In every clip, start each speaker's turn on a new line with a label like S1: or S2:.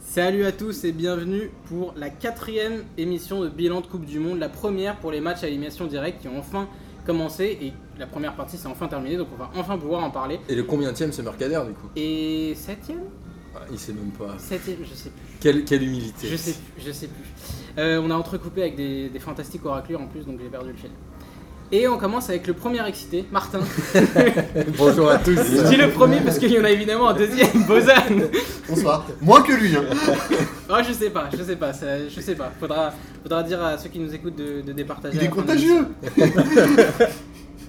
S1: Salut à tous et bienvenue pour la quatrième émission de bilan de Coupe du Monde, la première pour les matchs à élimination directe qui ont enfin commencé et la première partie s'est enfin terminée donc on va enfin pouvoir en parler.
S2: Et le combien tième ce Mercader du coup
S1: Et septième
S2: Ah, Il sait même pas.
S1: Septième, je sais plus.
S2: Quelle, quelle humilité.
S1: Je sais plus, je sais plus. Euh, on a entrecoupé avec des, des fantastiques oraclures en plus donc j'ai perdu le fil. Et on commence avec le premier excité, Martin.
S2: Bonjour à tous.
S1: Je dis le premier parce qu'il y en a évidemment un deuxième, Bozan.
S3: Bonsoir. Moins que lui. hein.
S1: Ah, je sais pas, je sais pas, ça- je sais pas. Faudra, faudra dire à ceux qui nous écoutent de, de départager.
S3: Il
S1: à
S3: est
S1: la fin de
S3: contagieux.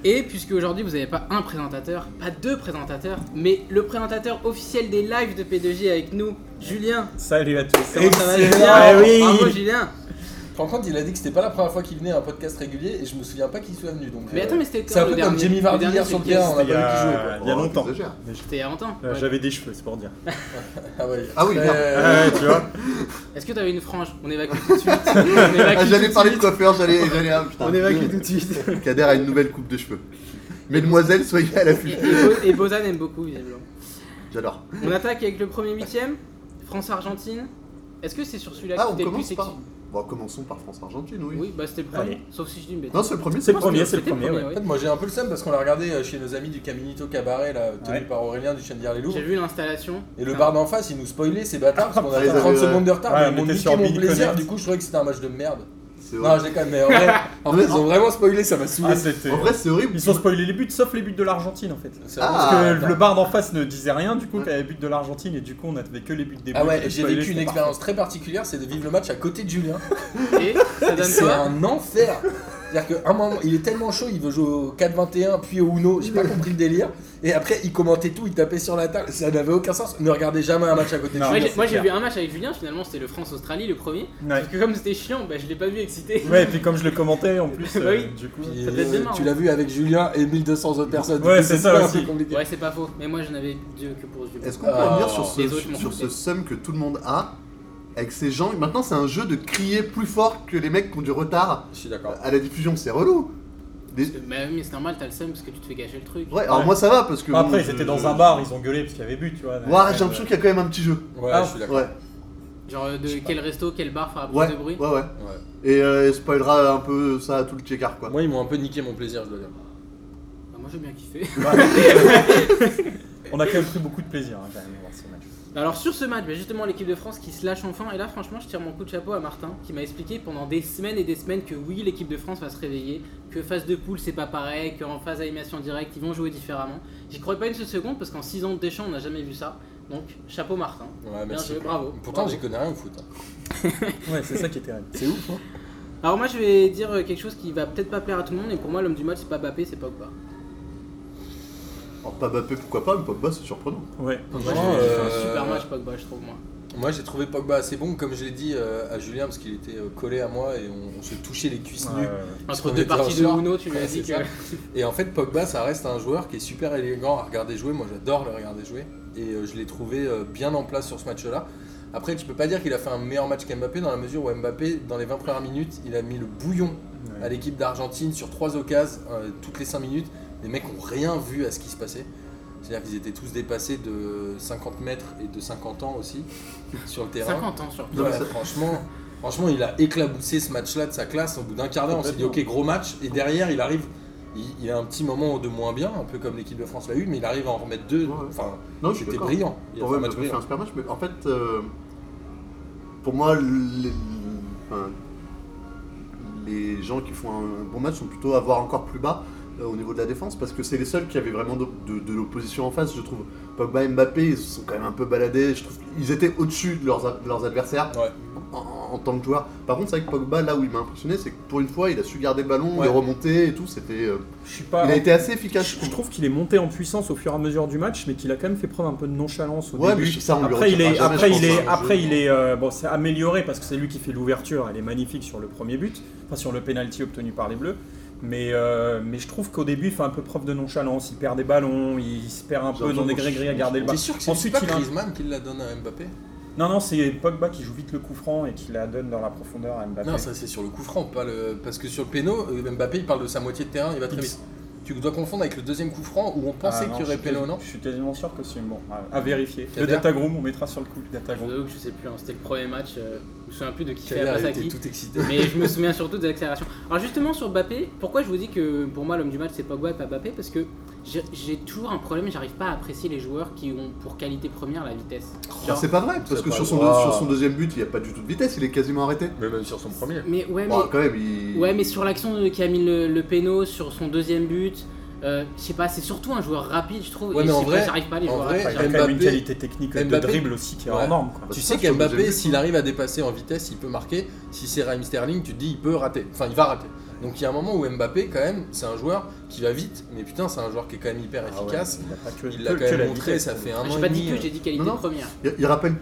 S1: Et puisque aujourd'hui vous n'avez pas un présentateur, pas deux présentateurs, mais le présentateur officiel des lives de P2J avec nous, Julien.
S4: Salut à tous.
S1: Comment ça va Julien
S4: Ah oui.
S1: Bravo Julien
S2: Tu te rends compte, il a dit que c'était pas la première fois qu'il venait à un podcast régulier et je me souviens pas qu'il soit venu. Donc,
S1: Mais
S2: euh,
S1: attends, mais c'était quand
S2: c'est un
S1: le
S2: peu
S1: dernier
S2: comme Jamie
S1: Le
S2: Vardy
S1: dernier,
S2: hier sur le
S1: c'était-
S2: terrain, on a pas
S4: Il y
S2: vu qui jouait.
S4: a,
S2: quoi.
S4: Ah, il y a
S3: Oh,
S4: longtemps.
S3: t'exagères.
S4: Mais je-
S1: C'était il y a longtemps.
S4: euh,
S1: ouais.
S4: J'avais des cheveux, c'est pour dire.
S2: Ah, ouais.
S3: Ah oui, merde.
S2: Euh,
S4: tu vois.
S1: Est-ce que t'avais une frange On évacue tout de suite. On évacue
S3: Ah,
S1: tout
S3: j'allais
S1: de
S3: parler de
S1: suite.
S3: coiffeur, j'allais. j'allais ah, putain.
S1: On évacue tout de suite.
S3: Kader a une nouvelle coupe de cheveux. Mesdemoiselles, soyez à
S1: Et,
S3: l'affût.
S1: et Bo- et Bozan aime beaucoup visiblement.
S3: J'adore.
S1: On attaque avec le premier huitième, France-Argentine. Est-ce que c'est sur celui-là
S3: Ah,
S1: que
S3: on
S1: t'es le plus
S3: commence
S1: sexy
S3: par. Bon, commençons par France-Argentine, oui.
S1: Oui, bah c'était le premier,
S4: Allez.
S1: sauf si je dis une bêtise.
S3: Non, c'est le premier.
S4: C'est le
S3: pas-
S4: premier, c'est le
S1: C'était
S4: premier. ouais.
S2: En
S1: oui.
S2: fait, moi j'ai un peu le seum parce qu'on l'a regardé euh, chez nos amis du Caminito Cabaret, là, tenu
S4: Ouais.
S2: par Aurélien du Chendier les Loups.
S1: J'ai vu l'installation.
S2: Et le bar d'en face, ils nous spoilaient ces bâtards parce qu'on avait
S3: Ah, ils
S2: 30
S3: avaient, ouais.
S2: secondes de retard,
S4: Ouais,
S2: mais
S4: on
S2: ils m'ont
S4: était
S2: niqué
S4: sur
S2: mon
S4: Billy
S2: plaisir.
S4: Connect.
S2: Du coup, je trouvais que c'était un match de merde.
S3: C'est
S2: Non,
S3: horrible.
S2: j'ai quand même, mais en vrai, en fait, ils ont vraiment spoilé, ça m'a saoulé.
S4: Ah, c'était-
S3: En vrai, c'est horrible.
S4: Ils ont spoilé les buts, sauf les buts de l'Argentine en fait.
S2: C'est
S3: Ah,
S2: vraiment-
S4: Parce que
S2: attends.
S4: le bar d'en face ne disait rien, du coup,
S3: Ouais.
S4: qu'il y avait but de l'Argentine, et du coup, on n'avait que les buts des
S2: Ah
S4: buts,
S2: ouais,
S4: les
S2: j'ai
S4: spoilers,
S2: vécu une
S4: c'était
S2: expérience très particulière, c'est de vivre le match à côté de Julien.
S1: Et ça donne
S2: C'est
S1: quoi
S2: un enfer. C'est-à-dire qu'à un moment, il est tellement chaud, il veut jouer au 4-21, puis au Uno, j'ai pas compris le délire. Et après, il commentait tout, il tapait sur la table, ça n'avait aucun sens. Ne regardez jamais un match à côté de
S4: Ah, Non.
S1: Moi,
S2: Julien.
S1: j'ai-
S4: c'est
S1: Moi j'ai
S4: clair.
S1: vu un match avec Julien, finalement c'était le France-Australie le premier.
S4: parfait.
S1: Parce que comme c'était chiant, bah, je l'ai pas vu excité.
S4: Ouais. Ouais, et puis comme je le commentais en plus,
S1: Bah
S4: euh,
S1: oui.
S4: du coup.
S2: Puis,
S1: Ça peut être hein. bien
S2: euh,
S1: marrant.
S2: tu l'as vu avec Julien et 1200 autres personnes.
S4: Ouais,
S2: Du coup,
S4: c'est ça
S2: un
S4: aussi.
S2: peu compliqué.
S1: Ouais, c'est pas faux, mais moi je n'avais Dieu que pour Julien.
S3: Est-ce qu'on peut revenir sur ce,
S1: Les autres m'ont
S3: sur ce
S1: coupé.
S3: seum que tout le monde a avec ces gens Maintenant, c'est un jeu de crier plus fort que les mecs qui ont du retard
S2: Je suis d'accord.
S3: à la diffusion. C'est relou. Des-
S1: Mais bah oui, mais c'est normal, t'as le seum parce que tu te fais gâcher le truc.
S3: Ouais, alors
S4: Ouais.
S3: moi ça va parce que.
S4: Après,
S3: bon,
S4: ils
S3: je-
S4: étaient dans un bar, ils ont gueulé parce qu'il y avait but, tu vois.
S3: Ouais, j'ai l'impression qu'il y a quand même un petit jeu.
S2: Ouais,
S4: Ah.
S2: je suis d'accord.
S3: Ouais,
S1: Genre euh,
S4: Je
S1: de
S4: sais pas.
S1: quel resto, quel bar fera plus
S3: ouais,
S1: de bruit.
S3: ouais, ouais.
S2: Ouais.
S3: Et euh, elle spoilera un peu ça à tout le checker quoi.
S2: Moi, ils m'ont un peu niqué mon plaisir, je dois dire.
S1: Bah, moi j'ai bien kiffé.
S4: On a quand même pris beaucoup de plaisir, hein, quand même, à voir ce match.
S1: Alors sur ce match, bah, justement l'équipe de France qui se lâche enfin, et là franchement je tire mon coup de chapeau à Martin qui m'a expliqué pendant des semaines et des semaines que oui l'équipe de France va se réveiller, que phase de poule c'est pas pareil, qu'en phase animation directe ils vont jouer différemment. J'y croyais pas une seule seconde parce qu'en 6 ans de Deschamps on n'a jamais vu ça. Donc chapeau Martin.
S2: Ouais,
S1: Bien
S2: Ah, merci.
S1: joué, bravo.
S2: Pourtant,
S1: Bravo.
S2: j'y connais rien au foot. hein.
S4: Ouais, c'est ça qui est terrible.
S2: C'est ouf, hein.
S1: Alors moi je vais dire euh, quelque chose qui va peut-être pas plaire à tout le monde et pour moi l'homme du match c'est pas Bappé c'est Pogba.
S3: Alors pas Mbappé pourquoi pas, mais Pogba c'est surprenant.
S4: Ouais.
S1: Moi
S2: Franchement,
S1: j'ai fait un
S2: euh,
S1: super match Pogba je trouve moi.
S2: Moi j'ai trouvé Pogba assez bon, comme je l'ai dit euh, à Julien, parce qu'il était euh, collé à moi et on, on se touchait les cuisses nues. parce
S1: Entre
S2: qu'on
S1: deux
S2: était
S1: parties de
S2: en soir.
S1: Uno tu lui as
S2: Ouais,
S1: dit que...
S2: c'est Et en fait Pogba ça reste un joueur qui est super élégant à regarder jouer, moi j'adore le regarder jouer et euh, je l'ai trouvé euh, bien en place sur ce match-là. Après tu peux pas dire qu'il a fait un meilleur match qu'Mbappé dans la mesure où Mbappé dans les 20 premières minutes il a mis le bouillon à
S4: Ouais.
S2: l'équipe d'Argentine sur trois occasions euh, toutes les 5 minutes. Les mecs ont rien vu à ce qui se passait. C'est-à-dire qu'ils étaient tous dépassés de 50 mètres et de 50 ans aussi sur le terrain.
S1: 50 ans surtout.
S3: Non, mais
S2: Ouais,
S3: ça-
S2: franchement, franchement, il a éclaboussé ce match-là de sa classe. Au bout d'un quart d'heure, on s'est dit, ok, gros match. Et derrière, il arrive, il, il a un petit moment de moins bien, un peu comme l'équipe de France l'a eu, mais il arrive à en remettre deux.
S3: Ouais, ouais.
S2: Enfin,
S3: Non, je suis
S2: c'était
S3: d'accord.
S2: brillant. Il a
S3: Pour
S2: fait
S3: moi,
S2: un match
S3: Mbappé fait
S2: brillant.
S3: un super match, mais en fait, euh, pour moi, les, enfin, les gens qui font un bon match sont plutôt à voir encore plus bas euh, au niveau de la défense, parce que c'est les seuls qui avaient vraiment de, de- de l'opposition en face, je trouve. Pogba et Mbappé, ils se sont quand même un peu baladés, je trouve qu'ils étaient au-dessus de leurs, a- de leurs adversaires
S2: Ouais.
S3: en, en tant que joueur. Par contre, c'est vrai que Pogba, là où il m'a impressionné, c'est que pour une fois, il a su garder le ballon,
S2: Ouais.
S3: les remonter et tout, c'était... euh,
S4: Je suis pas.
S3: il a été assez efficace, je
S4: Je, je
S3: trouve.
S4: trouve qu'il est monté en puissance au fur et à mesure du match, mais qu'il a quand même fait preuve un peu de nonchalance au
S3: Ouais, mais
S4: début.
S3: ça, on lui
S4: après, il
S3: retirera
S4: est,
S3: jamais,
S4: après,
S3: je
S4: il
S3: pense,
S4: est,
S3: hein,
S4: après,
S3: je-
S4: il est, euh, bon, c'est amélioré parce que c'est lui qui fait l'ouverture. Elle est magnifique sur le premier but, enfin sur le penalty obtenu par les Bleus. Mais, euh, mais je trouve qu'au début, il fait un peu preuve de nonchalance. Il perd des ballons, il se perd un
S3: J'ai
S4: peu dans des
S3: l'impression
S4: grégrés à
S3: qu'on-
S4: garder le
S2: T'es
S4: ballon.
S2: sûr que c'est
S4: bah, Ensuite,
S2: pas
S4: il a-
S2: Griezmann qui la donne à Mbappé
S4: Non, non, c'est Pogba qui joue vite le coup franc et qui la donne dans la profondeur à Mbappé.
S2: Non, ça c'est sur le coup franc, pas le. Parce que sur le péno, euh, Mbappé il parle de sa moitié de terrain, il va très
S4: Il-
S2: vite. Tu dois confondre avec le deuxième coup franc où on pensait
S4: Ah, non,
S2: qu'il y
S4: je
S2: aurait
S4: suis quasi-
S2: Pelo, non
S4: Je suis quasiment sûr que c'est bon. À, à vérifier. Le
S2: Kader
S4: datagroom, on mettra sur le coup le
S1: Je vous
S4: datagroom.
S1: avoue que je sais plus, hein, c'était le premier match, euh, je me souviens plus de qui fait la
S2: Kader
S1: passe à
S2: était
S1: qui.
S2: tout excité.
S1: Mais je me souviens surtout de l'accélération. Alors justement sur Mbappé, pourquoi je vous dis que pour moi l'homme du match c'est Pogba et pas Mbappé Parce que j'ai- j'ai toujours un problème, j'arrive pas à apprécier les joueurs qui ont pour qualité première la vitesse.
S3: Bah,
S1: Genre-
S3: c'est pas vrai, parce
S2: C'est
S3: que
S2: pas
S3: sur son,
S2: vrai.
S3: deux- sur son deuxième but, il n'y a pas du tout de vitesse, il est quasiment arrêté.
S2: Mais même sur son premier.
S1: mais ouais,
S3: Bon,
S1: mais
S3: quand même, il.
S1: Ouais, mais sur l'action de- qui a mis le, le péno, sur son deuxième but, euh, je sais pas, c'est surtout un joueur rapide, je trouve.
S2: Ouais,
S1: et
S2: mais en
S1: c'est
S2: vrai-
S1: pas- j'arrive pas à les
S2: en
S1: voir.
S2: vrai,
S4: Enfin, Il y a quand même une
S2: Mbappé-
S4: qualité technique de
S2: Mbappé-
S4: dribble aussi qui est
S2: Ouais.
S4: hors norme. quoi.
S2: Tu
S3: Bah,
S2: sais
S3: ça, sur le deuxième
S2: qu'Mbappé,
S3: but,
S2: s'il arrive à dépasser en vitesse, il peut marquer. Si c'est Raheem Sterling, tu te dis, il peut rater. Enfin, il va rater. Donc il y a un moment où Mbappé, quand même, c'est un joueur qui va vite, mais putain, c'est un joueur qui est quand même hyper
S4: Ah ouais,
S2: efficace.
S4: il a pas que-
S2: Il l'a
S4: que-
S2: quand
S4: que la
S2: même montré,
S4: vitesse.
S2: ça fait un an
S1: Ah, J'ai
S2: et
S1: pas dit
S2: demi.
S1: que
S2: euh,
S1: j'ai dit qualité
S3: Non, non.
S1: première.
S3: Il, il rappelle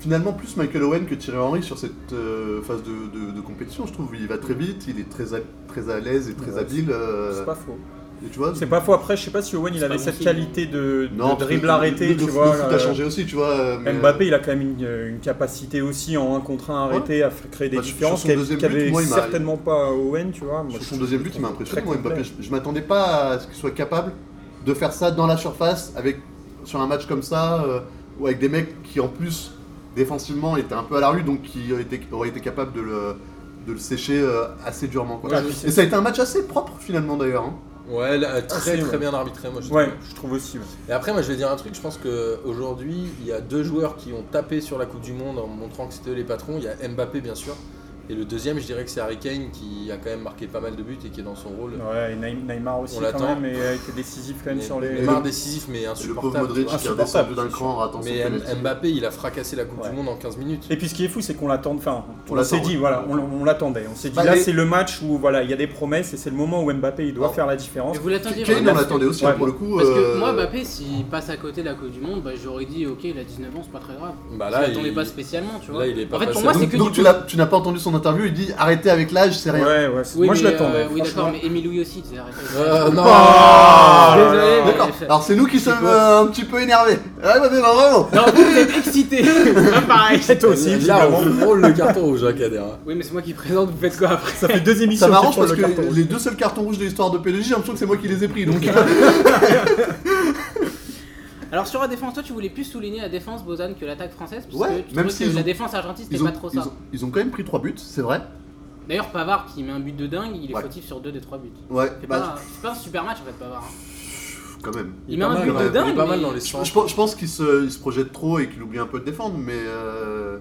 S3: finalement plus Michael Owen que Thierry Henry sur cette euh, phase de, de- de compétition, je trouve. Il va très vite, il est très à, très à l'aise et très
S4: Ouais,
S3: habile. euh,
S4: C'est pas faux.
S3: et
S2: Euh,
S3: tu vois,
S4: C'est pas faux. Après, je sais pas si Owen il
S1: C'est
S4: avait
S1: pas
S4: cette
S1: bon
S4: qualité de, de
S3: parce que
S4: dribble
S3: le-
S4: arrêté,
S3: le-
S4: tu
S3: le
S4: vois.
S3: foot
S4: là.
S3: a changé aussi, tu vois. mais- euh,
S4: Mbappé, il a quand même une, une capacité aussi en 1 contre 1 arrêté à f- créer des
S3: Bah, sur-
S4: différences
S3: sur son
S4: qu'avait
S3: deuxième but,
S4: qu'avait
S3: moi, il m'a-
S4: certainement pas euh, Owen, tu vois. Moi,
S3: Sur
S4: je-
S3: son deuxième but, il m'a impressionné.
S4: Très
S3: Moi,
S4: complet.
S3: Mbappé, je, je m'attendais pas à ce qu'il soit capable de faire ça dans la surface avec sur un match comme ça, euh, ou avec des mecs qui en plus défensivement étaient un peu à la rue, donc qui auraient été, auraient été capables de le, de le sécher euh, assez durement. Quoi.
S4: Ouais,
S3: Et ça a été un match assez propre finalement d'ailleurs. hein.
S2: Ouais, là,
S4: Ah,
S2: très
S4: si,
S2: très
S4: ouais.
S2: bien arbitré, moi je
S4: Ouais,
S2: trouve.
S4: je trouve aussi. ouais.
S2: Et après, moi je vais dire un truc, je pense qu'aujourd'hui, il y a deux joueurs qui ont tapé sur la Coupe du Monde en montrant que c'était eux les patrons. Il y a Mbappé, bien sûr. Et le deuxième, je dirais que c'est Harry Kane qui a quand même marqué pas mal de buts et qui est dans son rôle.
S4: Ouais, et Neym- Neymar aussi
S2: On
S4: quand
S2: l'attend.
S4: même, et a été décisif quand même
S2: Mais-
S4: sur
S2: mais
S4: les.
S2: marre décisif, mais
S3: Et Le pauvre
S2: insupportable.
S3: Modric qui a
S4: insupportable,
S3: descendu d'un
S4: c'est
S3: cran en ratant son
S2: Mais M-
S3: penalty.
S2: Mbappé, il a fracassé la Coupe
S4: Ouais.
S2: du Monde en 15 minutes.
S4: Et puis ce qui est fou, c'est qu'on l'attend. Enfin,
S3: On
S4: on,
S3: l'attend,
S4: s'est dit,
S3: ouais.
S4: voilà, on, on l'attendait. On s'est dit,
S3: Bah,
S4: là,
S3: les-
S4: c'est le match où voilà, il y a des promesses et c'est le moment où Mbappé il doit
S3: Alors,
S4: faire la différence.
S1: Mais vous l'attendiez
S3: Kane,
S1: vraiment
S3: on l'attendait aussi
S4: Ouais,
S3: hein, pour le coup.
S1: Parce que
S3: euh,
S1: moi, Mbappé, s'il passe à côté de la Coupe du Monde, bah, j'aurais dit, ok, il a 19 ans, c'est pas très grave.
S2: Bah
S1: je
S2: là,
S1: l'attendais
S2: il-
S1: pas spécialement, tu vois.
S2: là, il est pas
S1: en fait, pour
S2: passé.
S1: moi, c'est
S3: donc,
S1: que
S3: donc
S1: du
S3: tu
S1: peu.
S3: l'as- tu n'as pas entendu son interview, il dit arrêtez avec l'âge, c'est rien.
S4: Ouais, ouais, c'est-
S1: Oui,
S4: moi je
S1: mais,
S4: l'attendais.
S1: euh, oui, d'accord,
S4: franchement.
S1: mais Emile Louis aussi, tu sais, arrêtez.
S2: Euh, non,
S4: Oh
S3: Ah,
S1: Désolé, mais-
S3: D'accord, alors c'est nous qui sommes euh, un petit peu énervés. Ouais, ouais, mais non, vraiment.
S1: Non, vous, vous êtes excité C'est pas pareil
S4: Et toi aussi,
S2: là,
S4: visiblement.
S2: on roule le carton rouge hein. à Kader.
S1: Oui, mais c'est moi qui présente, vous faites quoi après
S4: Ça fait deux émissions.
S3: Ça m'arrange
S4: qu'on
S3: parce
S4: prend
S3: que
S4: le carton rouge.
S3: les deux seuls cartons rouges de l'histoire de PLJ, j'ai l'impression que c'est moi qui les ai pris. Donc,
S1: Alors sur la défense, toi tu voulais plus souligner la défense Bozan que l'attaque française parce
S3: Ouais,
S1: que tu
S3: même
S1: trouvais
S3: s'ils
S1: que
S3: ont-
S1: la défense argentine c'était
S3: ils, ont,
S1: pas trop
S3: ils
S1: ça.
S3: ont- ils ont quand même pris 3 buts, c'est vrai.
S1: D'ailleurs Pavard qui met un but de dingue, il est
S3: Ouais.
S1: fautif sur deux des trois buts.
S3: Ouais,
S1: C'est
S3: bah,
S1: pas, c'est pas un super match en fait Pavard. hein.
S3: pff, quand même.
S1: Il met un but
S2: mal,
S1: de
S2: ouais, il est
S1: dingue.
S2: pas
S1: mais-
S2: mal dans les
S3: Je,
S2: sens.
S3: je pense- je pense qu'il se, il se projette trop et qu'il oublie un peu de défendre, mais. euh,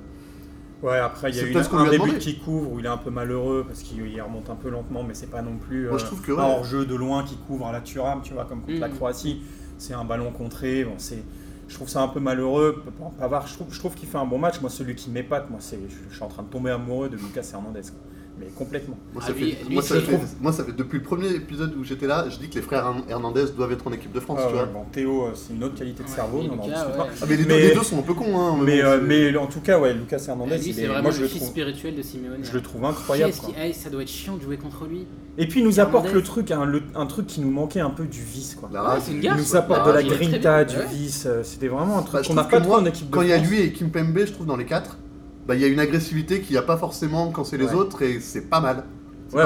S4: Ouais, après, il y a
S3: C'est
S4: eu
S3: peut-être ce qu'on
S4: un
S3: lui a
S4: début
S3: demandé.
S4: qui couvre où il est un peu malheureux parce qu'il il remonte un peu lentement, mais c'est pas non plus
S3: Moi,
S4: euh,
S3: je trouve que,
S4: un
S3: ouais.
S4: hors-jeu de loin qui couvre à la Turam, tu vois, comme contre la
S1: Mm.
S4: Croatie. C'est un ballon contré. Bon, c'est. Je trouve ça un peu malheureux. P- Pavard, je trouve, je trouve qu'il fait un bon match. Moi, celui qui m'épate, moi, c'est, je, je suis en train de tomber amoureux de Lucas Hernandez. quoi. Mais complètement.
S3: Moi,
S1: Ah,
S3: ça,
S1: lui-
S3: fait,
S1: lui,
S3: moi, ça
S1: c'est-
S3: fait- moi, ça fait depuis le premier épisode où j'étais là, je dis que les frères Hernandez doivent être en équipe de France,
S4: Ah,
S3: tu vois.
S4: ouais, bon, Théo, euh, c'est une autre qualité de
S1: Ouais,
S4: cerveau.
S1: mais
S4: on en
S1: Lucas,
S4: discutera.
S1: ouais.
S3: Ah, mais les, deux,
S4: Mais-
S3: les deux sont un peu cons, hein.
S4: Mais,
S3: bon,
S4: euh,
S3: c'est-
S4: mais en tout cas, ouais, Lucas Hernandez,
S1: Bah, Lui
S4: il
S1: c'est
S4: est-
S1: vraiment
S4: moi, je
S1: le
S4: le
S1: fils
S4: trouve,
S1: spirituel de Simeone.
S4: je le trouve incroyable.
S1: Qu'est-ce
S4: quoi.
S1: qui- Ah, ça doit être chiant de jouer contre lui.
S4: Et puis il nous apporte
S1: Hernandez.
S4: le truc, hein, le- un truc qui nous manquait un peu du vice. Quoi.
S3: La
S1: Ouais,
S3: race,
S1: c'est une
S3: il-
S4: Il
S1: gaffe.
S4: nous apporte
S1: Bah,
S4: de la
S1: il est très
S4: grinta, du
S1: bien. Ouais.
S4: vice. euh, C'était vraiment un
S3: Bah,
S4: truc
S3: je
S4: qu'on n'a
S3: trouve que
S4: pas trop
S3: moi,
S4: en équipe de
S3: quand il y a
S4: France.
S3: lui et Kim Pembe, je trouve dans les 4, bah, il y a une agressivité qu'il n'y a pas forcément quand c'est les
S4: Ouais.
S3: autres et c'est pas mal.
S4: Ouais,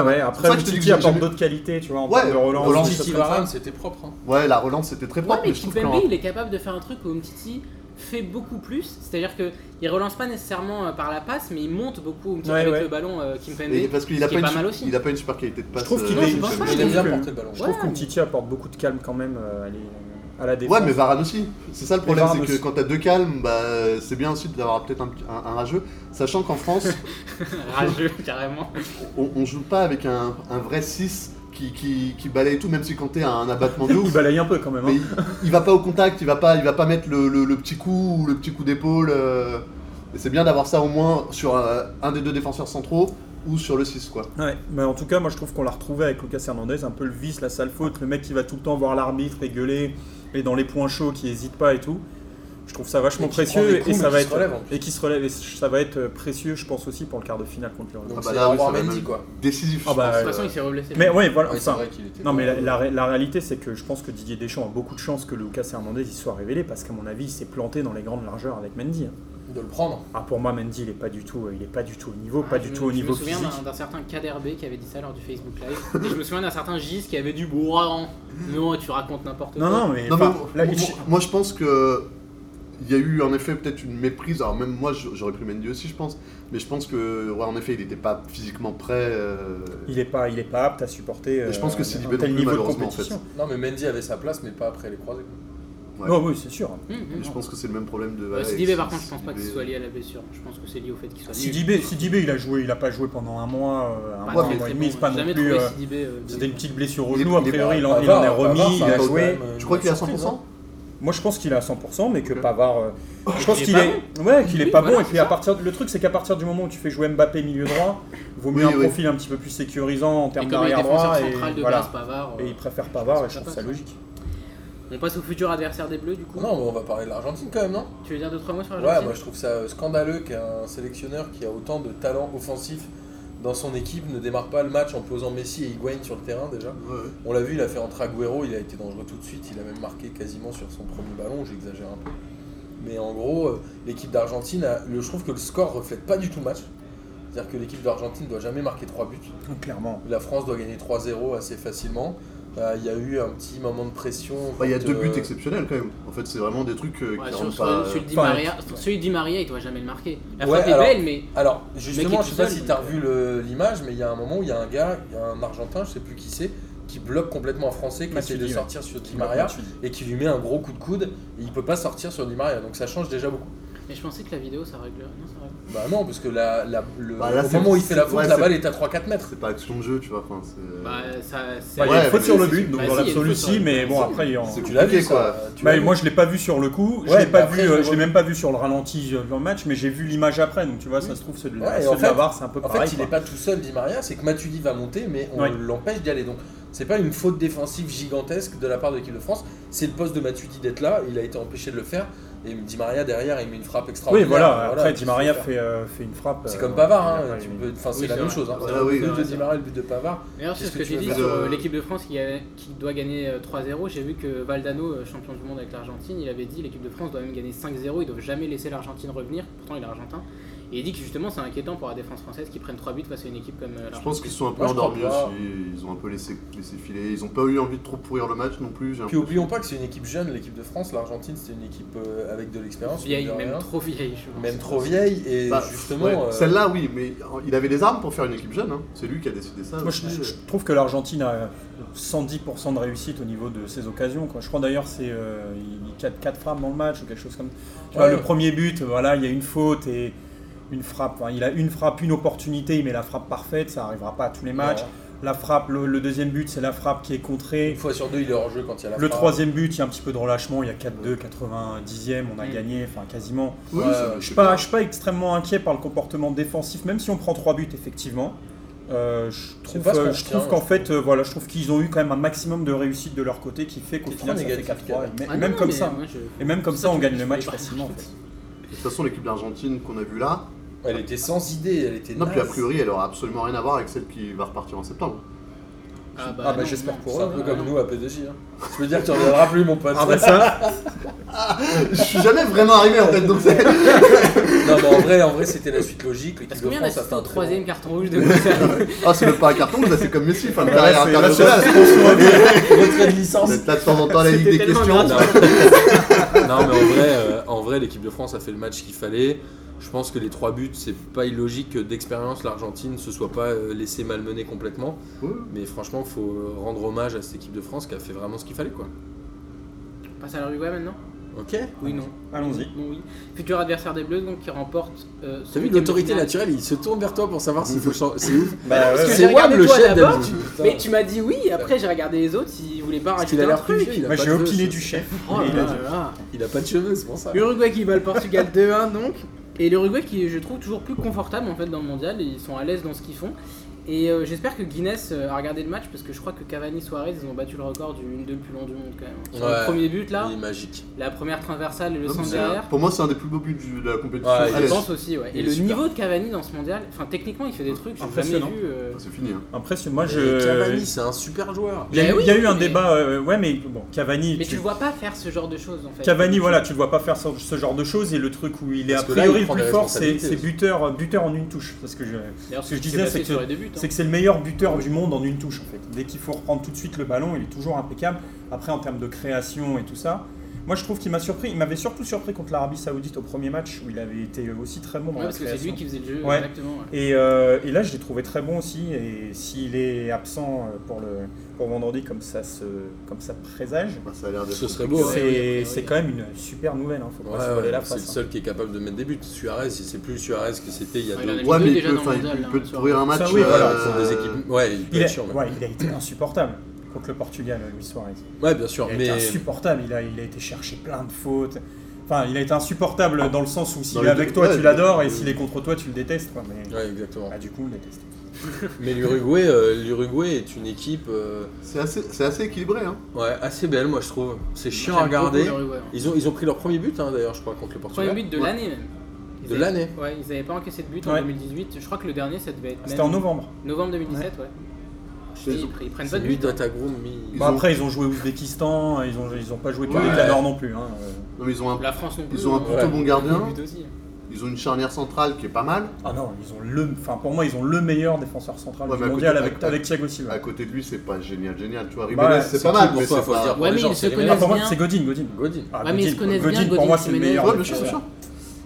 S3: C'est
S4: ouais.
S3: pour ça
S4: Après,
S3: que je te dis que
S4: Titi
S3: j'ai
S4: apporte
S3: jamais-
S4: d'autres qualités, tu vois, en
S3: Ouais,
S4: termes de relance.
S3: relance,
S4: des choses
S2: Titi
S4: comme ça.
S2: Varane, c'était propre. hein.
S3: Ouais, la relance c'était très
S1: Ouais,
S3: propre,
S1: mais
S3: mais je trouve que
S1: Kimpembe, il est capable de faire un truc où Umtiti fait beaucoup plus, c'est-à-dire que il relance pas nécessairement euh, par la passe, mais il monte beaucoup Umtiti
S4: Ouais,
S1: avec
S4: ouais.
S1: le ballon euh, Kimpembe.
S3: Et parce qu'il
S1: ce
S3: a
S1: qui
S3: pas,
S1: est
S3: une
S1: pas mal
S3: su-
S1: aussi.
S3: il a pas une super qualité de passe. euh,
S4: Je trouve qu'il
S1: Non,
S4: est.
S1: je pense
S4: je
S1: pas,
S4: trouve
S1: il est
S2: bien
S4: que-
S2: porté le ballon.
S4: Je trouve
S1: Ouais,
S4: que
S1: mais-
S4: Titi apporte beaucoup de calme quand même euh, à les- à la défense.
S3: Ouais, mais Varane aussi. C'est ça le problème,
S4: Varane
S3: c'est que
S4: aussi.
S3: quand t'as deux calmes, bah, c'est bien aussi d'avoir peut-être un, petit- un- un rageux. Sachant qu'en France,
S1: Rageux, carrément.
S3: on, on joue pas avec un, un vrai 6 qui, qui, qui balaye tout, même si quand t'es à un abattement de
S4: Il
S3: ouf.
S4: balaye un peu quand même. hein.
S3: Mais il, il va pas au contact, il va pas, il va pas mettre le, le- le petit coup ou le petit coup d'épaule. euh, et c'est bien d'avoir ça au moins sur euh, un des deux défenseurs centraux ou sur le 6 quoi.
S4: Ouais, mais en tout cas, moi je trouve qu'on l'a retrouvé avec Lucas Hernandez, un peu le vice, la sale faute, le mec qui va tout le temps voir l'arbitre et gueuler, et dans les points chauds, qui hésite pas et tout. Je trouve ça vachement
S2: Et qui prend des
S4: précieux
S2: coups,
S4: et
S2: mais
S4: ça
S2: qui
S4: va
S2: se
S4: être
S2: relève, en plus.
S4: et qui se relève et ça va être précieux, je pense aussi pour le quart de finale contre l'Uruguay.
S2: Donc
S3: Ah bah
S2: c'est
S3: là, oui,
S2: Aouar
S3: ça va
S2: Mendy,
S3: même-
S2: quoi.
S3: Décisif. je
S4: Ah bah,
S3: pense,
S1: De toute façon,
S3: euh,
S1: il s'est reblessé.
S4: Mais ouais, voilà.
S2: Ouais, c'est
S4: enfin,
S2: vrai qu'il était
S4: non,
S2: pas-
S4: mais la, la ré- la réalité, c'est que je pense que Didier Deschamps a beaucoup de chance que Lucas Hernandez y soit révélé parce qu'à mon avis, il s'est planté dans les grandes largeurs avec Mendy. hein.
S2: de le prendre.
S4: Ah, pour moi, Mendy, il est pas du tout, euh, il est pas du tout au niveau, oh, pas
S1: Ah,
S4: du
S1: je
S4: tout
S1: me-
S4: au niveau
S1: Je me souviens
S4: physique.
S1: d'un- d'un certain KDRB qui avait dit ça lors du Facebook Live. Et je me souviens d'un certain Gis qui avait dit Bon, non, tu racontes n'importe quoi.
S4: Non, non, mais,
S3: Non, mais
S4: enfin,
S3: moi,
S4: là,
S3: moi-
S4: je-
S3: moi, je pense que il y a eu en effet peut-être une méprise. Alors même moi je- j'aurais pris Mendy aussi je pense, mais je pense que ouais en effet il n'était pas physiquement prêt. euh,
S4: il est pas, il est pas apte à supporter.
S3: Et je pense que
S4: euh,
S3: Sidibé
S4: un
S3: non
S4: tel
S3: plus,
S4: niveau de
S3: malheureusement, en fait.
S4: compétition.
S2: Non, mais Mendy avait sa place, mais pas après les croisés.
S3: Ouais.
S4: Oh, oui, c'est sûr.
S1: Hum, hum,
S3: Je
S1: non.
S3: pense que c'est le même problème de.
S1: Ouais,
S3: Alex,
S1: Sidibé, par contre, je pense pas que ce
S3: Sidibé.
S1: soit lié à la blessure. Je pense que c'est lié au fait qu'il soit nul.
S4: Sidibé, Sidibé, il a joué, il a pas joué pendant un mois, euh, un
S1: Bah,
S4: mois,
S1: non,
S4: un
S1: mais
S4: mois et
S1: c'est
S4: demi,
S1: bon,
S4: c'est pas
S1: j'ai
S4: non
S1: jamais
S4: plus.
S1: trouvé
S4: euh,
S1: Sidibé, euh,
S4: C'était une petite blessure au
S3: Il est-
S4: genou. A
S3: il est
S4: priori, il en,
S2: Pavard,
S4: il en est
S2: Pavard,
S4: remis,
S2: ça
S4: il a
S2: reste
S4: joué.
S2: quand même, euh,
S3: Tu crois qu'il est à
S2: surprise,
S3: 100%
S2: hein.
S4: Moi, je pense qu'il est à 100%, mais que
S3: Ok.
S4: Pavard. euh, je
S1: Oh,
S4: pense
S1: Il est
S4: qu'il
S1: pas
S4: est, ouais, qu'il est
S1: Oui,
S4: pas
S1: voilà,
S4: bon. Et
S1: c'est
S4: puis à
S1: ça.
S4: partir, le truc, c'est qu'à partir du moment où tu fais jouer Mbappé milieu droit, vaut mieux
S3: Oui,
S4: un
S3: oui.
S4: profil un petit peu plus sécurisant en
S1: Et
S4: termes
S1: comme il est
S4: d'arrière
S1: défenseur
S4: droit.
S1: central
S4: Et,
S1: de
S4: voilà.
S1: base, Pavard. euh,
S4: et il préfère
S1: pense
S4: Pavard, et
S1: que
S4: je
S1: ça
S4: trouve ça
S1: passe.
S4: logique.
S1: On passe au futur adversaire des Bleus, du coup.
S2: Non, mais on va parler de l'Argentine quand même, non
S1: Tu veux dire deux trois mots sur
S2: Ouais,
S1: l'Argentine
S2: moi je trouve ça euh, scandaleux qu'un sélectionneur qui a autant de talent offensif dans son équipe ne démarre pas le match en posant Messi et Higuain sur le terrain déjà.
S3: Ouais, ouais.
S2: On l'a vu, il a fait entrer Agüero, il a été dangereux tout de suite, il a même marqué quasiment sur son premier ballon, j'exagère un peu. Mais en gros, euh, l'équipe d'Argentine, a- le- je trouve que le score reflète pas du tout le match. C'est-à-dire que l'équipe d'Argentine doit jamais marquer 3 buts.
S4: Donc, Clairement.
S2: La France doit gagner 3-0 assez facilement. Euh, Il y a eu un petit moment de pression.
S3: Enfin, il y a
S2: quand,
S3: deux buts
S2: euh,
S3: exceptionnels quand même. En fait, c'est vraiment des trucs euh,
S1: Ouais,
S3: qui
S1: sur-
S3: rendent
S1: sur-
S3: pas.
S1: celui de Di
S4: Enfin,
S1: Maria, sur celui de Di Maria, il doit jamais le marquer. La
S2: Ouais,
S1: frappe est
S2: alors-
S1: belle, mais
S2: Alors,
S1: Mec
S2: justement,
S1: est
S2: je sais
S1: tout
S2: pas
S1: seul,
S2: si t'as
S1: donc, euh,
S2: revu le- l'image, mais il y a un moment où il y a un gars, il y a un Argentin, je sais plus qui c'est, qui bloque complètement un Français, qui
S4: Matuidi,
S2: essaie de
S4: ouais.
S2: sortir sur Di Maria et qui lui met un gros coup de coude. Et il peut pas sortir sur Di Maria, donc ça change déjà beaucoup.
S1: mais je pensais que la vidéo ça réglerait. Non, ça règle.
S2: Bah non, parce que la, la- le,
S3: Bah là,
S2: au
S3: c'est-
S2: moment où il fait la faute,
S3: ouais,
S2: la
S3: c'est-
S2: balle est à 3-4 mètres.
S3: C'est pas action de jeu, tu vois. Enfin, c'est. euh,
S1: Bah, ça, c'est-
S4: Bah, il y a
S3: Ouais,
S4: une faute
S3: mais
S4: sur le
S3: c'est-
S4: but, donc
S1: bah si, il y
S4: dans
S1: a une
S4: l'absolu
S1: faute sur
S4: si,
S1: le
S4: mais
S1: but. bah
S4: bon, après, il y en-
S3: c'est
S2: Tu l'as vu,
S3: compliqué,
S2: ça
S3: quoi.
S2: tu l'as
S4: Bah,
S2: vu
S4: moi je l'ai pas vu sur le coup, je
S2: Ouais,
S4: l'ai pas
S2: après,
S4: vu, euh,
S2: je
S4: je l'ai
S2: vois-
S4: même pas vu sur le ralenti euh, dans le match, mais j'ai vu l'image après, donc tu vois, ça se trouve c'est de, la-
S2: Ouais, et
S4: ceux
S2: en
S4: de la
S2: fait-
S4: barre, c'est un peu
S2: En
S4: pareil.
S2: fait, il
S4: quoi.
S2: n'est pas tout seul, Di Maria, c'est que Matuidi va monter, mais on
S4: Ouais.
S2: l'empêche d'y aller. Donc, c'est pas une faute défensive gigantesque de la part de l'équipe de France. C'est le poste de Matuidi d'être là, il a été empêché de le faire. Et Di Maria, derrière, il met une frappe
S4: Oui,
S2: extraordinaire.
S4: voilà, après Di
S2: qu'est-ce
S4: Maria
S2: qu'il faut
S4: fait, euh, fait une frappe.
S2: faire C'est
S4: euh,
S2: comme Pavard, hein,
S4: après,
S2: tu
S4: il-
S2: peux- enfin, c'est
S1: Oui,
S2: la
S1: c'est
S2: même
S1: vrai.
S2: chose. hein.
S3: Ouais,
S2: C'est le
S3: Ah oui,
S2: but
S1: oui,
S2: de
S1: c'est
S2: Di
S1: vrai.
S2: Maria et le but de Pavard.
S1: D'ailleurs, c'est
S2: Qu'est-ce
S1: ce que,
S2: que tu
S1: tu dis
S2: veux
S1: sur
S3: faire
S1: euh,
S3: Euh,
S1: l'équipe de France qui, a- qui doit gagner euh, 3-0. J'ai vu que Valdano, euh, champion du monde avec l'Argentine, il avait dit l'équipe de France doit même gagner 5-0. Ils doivent jamais laisser l'Argentine revenir. Pourtant, il est argentin. Et il dit que justement, c'est inquiétant pour la défense française qui prennent 3 buts face à une équipe comme euh,
S3: Je
S1: l'Argentine.
S3: pense qu'ils sont un peu
S2: Moi, je crois
S3: endormis
S2: pas.
S3: aussi. Ils ont un peu laissé, laissé filer. Ils ont pas eu envie de trop pourrir le match non plus. j'ai
S2: Puis
S3: l'impression.
S2: oublions pas que c'est une équipe jeune, l'équipe de France. L'Argentine, c'est une équipe euh, avec de l'expérience.
S1: vieille,
S2: mine de
S1: même
S2: rien.
S1: trop vieille, je pense.
S2: Même trop vieille. Et
S3: Bah,
S2: justement.
S3: ouais.
S2: euh,
S3: Celle-là, oui, mais il avait les armes pour faire une équipe jeune. hein. C'est lui qui a décidé ça.
S4: Moi, je, je- je trouve que l'Argentine a 110% de réussite au niveau de ses occasions. Quoi. Je crois d'ailleurs c'est euh, il y a 4, frappes dans le match ou quelque chose comme ça. Tu vois,
S2: Ouais.
S4: le premier but, voilà, il y a une faute et une frappe. Enfin, il a une frappe, une opportunité, il met la frappe parfaite, ça arrivera pas à tous les matchs. La frappe, le, le deuxième but, c'est la frappe qui est contrée.
S2: Une fois sur deux, il est hors jeu quand il y a la
S4: Le
S2: frappe.
S4: troisième but, il y a un petit peu de relâchement, il y a 4-2, 90e, on a
S1: Mm.
S4: gagné, enfin quasiment.
S2: Ouais,
S3: Oui, c'est-
S2: ouais,
S3: je
S4: Je
S3: sais
S4: suis pas, je suis pas extrêmement inquiet par le comportement défensif, même si on prend 3 buts effectivement. Euh, je trouve,
S2: pas ce
S4: euh,
S2: qu'on
S4: je
S2: retient,
S4: trouve qu'en
S2: je
S4: fait, euh, voilà, je trouve qu'ils ont eu quand même un maximum de réussite de leur côté qui fait qu'au
S2: T'es
S4: final
S2: trop
S4: ça fait
S2: négatif,
S4: 4-3.
S2: Gab.
S4: Et, même-
S1: Ah non,
S4: et même
S1: non,
S4: comme
S1: mais
S4: ça, hein.
S1: moi, je-
S4: et même comme
S1: ça,
S4: ça, on
S1: tu-
S4: gagne
S1: je
S4: le
S1: voulais
S4: match
S1: pas.
S4: facilement. En fait.
S3: De toute façon, l'équipe d'Argentine qu'on a vue là,
S2: Elle était sans idée, elle était
S3: non, puis a
S2: naze.
S3: priori, elle aura absolument rien à voir avec celle qui va repartir en septembre.
S1: Ah
S4: bah,
S1: non,
S4: j'espère
S1: non,
S4: pour
S2: C'est
S1: ça
S2: un peu
S1: va, non.
S2: comme nous à P2J. hein. Je peux dire que tu reviendras plus, mon pote.
S4: Ah bah ça,
S3: je suis jamais vraiment arrivé en fait, donc c'est.
S2: Non, mais en vrai, en vrai c'était la suite logique. L'équipe
S1: Parce
S2: de
S1: qu'on vient
S2: France a fait
S1: d'assister au
S2: un très
S1: troisième
S2: bon...
S1: carton rouge de Moussa.
S3: Ah, c'est même pas un carton, là, c'est comme Messi, fin de
S4: Bah là,
S3: carrière
S4: c'est- là,
S3: internationale.
S2: retrait de licence.
S3: Vous êtes là de temps en temps à la Ligue
S1: C'était
S3: des
S1: tellement
S3: questions.
S1: grave.
S2: non, mais en vrai, euh, en vrai, l'équipe de France a fait le match qu'il fallait. Je pense que les trois buts, c'est pas illogique que d'expérience l'Argentine se soit pas euh, laissée malmener complètement.
S3: Ouais.
S2: Mais franchement, faut euh, rendre hommage à cette équipe de France qui a fait vraiment ce qu'il fallait, quoi.
S1: On hein. passe à l'Uruguay maintenant
S2: Ok.
S1: Oui, non.
S4: allons-y.
S1: Bon, oui. Futur adversaire des Bleus, donc qui remporte. Euh,
S2: T'as vu
S1: huitième
S2: l'autorité
S1: de finale.
S2: naturelle, il se tourne vers toi pour savoir s'il faut changer. C'est ouf.
S1: parce
S4: Bah, ouais,
S1: que j'ai
S4: ouais.
S2: C'est Wam
S1: regardé
S2: le
S1: toi
S2: chef
S1: d'abord,
S2: d'habitude.
S1: Mais tu m'as dit oui, après j'ai regardé les autres, ils voulaient pas
S2: Parce
S1: rajouter
S2: qu'il a
S1: un
S2: l'air plus
S1: truc.
S2: vieux. il a
S4: Moi
S2: pas
S4: j'ai
S2: de cheveux,
S4: opiné
S2: ce-
S4: du chef.
S1: Oh
S4: et il
S1: là
S4: a dit-
S1: là.
S2: Il a pas de cheveux, c'est pour ça.
S1: L'Uruguay qui bat le Portugal 2-1 donc. Et l'Uruguay qui est, je trouve, toujours plus confortable en fait dans le mondial. Ils sont à l'aise dans ce qu'ils font. Et euh, j'espère que Guinness euh, a regardé le match parce que je crois que Cavani Suarez ils ont battu le record du 1-2 le plus long du monde quand même. Sur
S2: Ouais.
S1: le premier but là,
S2: Il est magique.
S1: la première traversale et le
S3: Non, mais
S1: centre
S3: c'est-
S1: derrière.
S3: Pour moi, c'est un Ah, des plus beaux buts du- de la compétition.
S2: Ouais, il
S1: Je
S3: Allez,
S1: pense aussi ouais.
S2: Il
S1: Et
S2: est
S1: le
S2: super.
S1: niveau de Cavani dans ce mondial, enfin techniquement il fait des trucs que j'ai jamais
S4: Impressionnant.
S1: vu. euh,
S3: c'est fini. hein.
S4: Après, c'est- moi,
S2: Et Cavani,
S4: je.
S2: c'est un super joueur.
S4: Il y a,
S1: Mais
S4: eu-
S1: Eh oui,
S4: il y a eu un
S1: mais-
S4: débat. euh, ouais, mais bon, Cavani.
S1: Mais
S4: tu-
S1: tu le vois pas faire ce genre de choses en fait.
S4: Cavani, voilà, tu le vois pas faire ce, ce genre de choses et le truc où il est
S2: Parce
S4: a
S2: que là,
S4: priori
S2: il prend
S4: le plus
S2: des
S4: fort, c'est
S2: responsabilités
S4: c'est
S2: aussi.
S4: buteur, buteur en une touche. Parce que je-
S1: D'ailleurs,
S4: Ce
S1: ce
S4: que
S1: que
S4: je
S1: je
S4: disais, c'est que-
S1: sur les deux buts. hein.
S4: c'est que c'est le meilleur buteur du monde en une touche en fait. Dès qu'il faut reprendre tout de suite le ballon, il est toujours impeccable. Après, en termes de création et tout ça, moi je trouve qu'il m'a surpris. Il m'avait surtout surpris contre l'Arabie Saoudite au premier match où il avait été aussi très bon dans
S1: Ouais,
S4: la
S1: parce que c'est
S4: création.
S1: lui qui faisait le jeu
S4: Ouais.
S1: exactement. ouais.
S4: Et, euh, et là, je l'ai trouvé très bon aussi. Et s'il est absent euh, pour, le, pour vendredi, comme ça, se, comme ça présage,
S3: Bah, ça a l'air d'être.
S2: Ce serait beau.
S1: Ouais,
S2: hein.
S1: ouais,
S4: c'est
S1: ouais.
S4: c'est quand même une super nouvelle. Hein. Faut
S2: Ouais,
S4: pas se voler
S2: ouais,
S4: la
S2: c'est le
S4: face. hein.
S2: seul qui est capable de mettre des buts. Suarez, c'est plus le Suarez que c'était il y a
S1: Ouais, il
S2: deux
S1: en a
S2: ans.
S1: mis
S3: Ouais, mais il
S1: déjà
S3: peut,
S1: dans le
S3: enfin, il
S1: mondial, là,
S3: peut
S1: sur-
S3: pourrir un match.
S4: Ça, oui,
S3: euh,
S2: Voilà, ils sont des équipes. Ouais, il peut
S4: Il
S2: être
S4: a,
S2: chiant, mais-
S4: ouais, il a été insupportable contre le Portugal, euh, Luis Suarez.
S2: Ouais, bien sûr,
S4: Il a
S2: mais
S4: été insupportable. Il a, il a été chercher plein de fautes. Enfin, il a été insupportable dans le sens où
S3: Dans
S4: s'il est
S3: les
S4: avec
S3: deux-
S4: toi,
S3: ouais,
S4: tu l'adores, et
S3: euh,
S4: s'il est contre toi, tu le détestes. quoi. Mais
S2: ouais, exactement.
S4: bah, du coup, on le déteste.
S2: Mais l'Uruguay, euh, l'Uruguay est une équipe euh,
S3: C'est assez, c'est assez équilibré. Hein.
S2: ouais, assez belle, moi je trouve. C'est chiant à
S1: J'aime beaucoup
S2: regarder.
S1: le Uruguay, hein.
S2: Ils ont, ils ont pris leur premier but hein, d'ailleurs, je crois, contre le
S1: Premier
S2: Portugal.
S1: but de
S3: Ouais.
S1: l'année même. Ils
S2: De
S1: avaient-
S2: l'année.
S1: Ouais, ils n'avaient pas encaissé de but en
S4: Ouais.
S1: 2018. Je crois que le dernier ça devait être
S4: C'était en
S1: même
S4: novembre.
S1: novembre 2017, ouais. Je te dis,
S3: Ils ont-
S1: Ils prennent
S2: C'est
S1: pas de
S2: mi
S1: but. hein.
S2: Datagro, mi.
S3: Ils
S4: Bon,
S3: ont-
S4: Bah, après, ils ont joué Ouzbékistan. Ils ont, ils ont pas joué que
S3: Ouais.
S4: les Cadors non plus. hein. Euh,
S3: Non, mais ils ont un,
S1: La France non plus.
S3: ils ont un
S1: hein.
S3: plutôt
S2: Ouais.
S3: bon gardien.
S1: Le but aussi. hein.
S3: Ils ont une charnière centrale qui est pas mal.
S4: Ah non, ils ont le, enfin pour moi ils ont le meilleur défenseur central
S3: Ouais,
S4: du
S3: mais à
S4: mondial
S3: côté-
S4: avec,
S3: à-
S4: avec Thiago Silva.
S3: À côté de lui, c'est pas génial, génial. Tu vois,
S4: Bah,
S3: Ribery, c'est pas mal, mais
S2: pour toi,
S3: c'est
S2: faut se
S3: pas.
S2: dire. pour
S1: Ouais,
S2: les
S1: mais
S2: gens,
S1: ils se
S2: c'est les
S4: Ah,
S1: connaissent.
S2: meilleurs.
S4: pour moi
S1: bien.
S4: c'est Godin, Godin.
S2: Godin.
S4: Ah,
S1: Ouais, mais ils se connaissent bien,
S4: pour
S1: Godin,
S4: moi c'est le
S1: Jiménez.
S4: meilleur.
S3: Ouais, bien sûr, bien
S4: défenseur.
S3: sûr.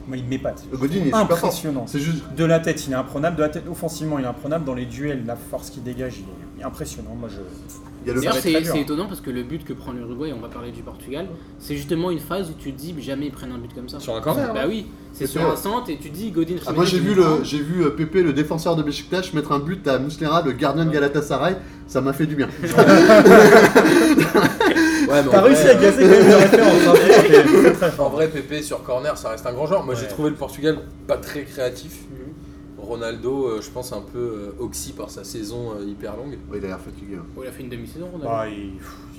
S4: Moi, il m'épate.
S3: Godin, il est super fort.
S4: Impressionnant.
S3: C'est juste.
S4: De la tête, il est imprenable. De la tête, offensivement, il est imprenable. Dans les duels, la force qu'il dégage, il est impressionnant. Moi, je.
S3: Il y a le
S1: D'ailleurs,
S4: va être très
S1: c'est
S4: dur.
S1: c'est étonnant parce que le but que prend l'Uruguay, on va parler du Portugal, c'est justement une phase où tu te dis jamais ils prennent un but comme ça.
S2: Sur un corner,
S1: Bah
S2: ouais.
S1: oui, c'est
S3: Mais
S1: sur
S3: c'est
S1: un
S3: vrai.
S1: centre et tu te dis Godin.
S3: Ah, moi j'ai
S1: Jiménez,
S3: vu
S1: tu le
S3: le
S1: prends.
S3: j'ai vu euh, Pépé le défenseur de Besiktas mettre un but à Muslera le gardien de Galatasaray ça m'a fait du bien
S2: Ouais, mais en
S4: T'as
S2: vrai,
S4: réussi à
S2: euh,
S4: glacer quand même de référence. hein. Très
S2: En vrai, Pépé sur corner, ça reste un grand genre. Moi, j'ai
S4: Ouais.
S2: trouvé le Portugal pas très créatif.
S1: Mhm.
S2: Ronaldo, euh, je pense, un peu euh, oxy par sa saison euh, hyper longue.
S3: Ouais, il a l'air fatigué hein.
S1: Oh, il a fait une demi-saison, Ronaldo.
S4: Bah, il-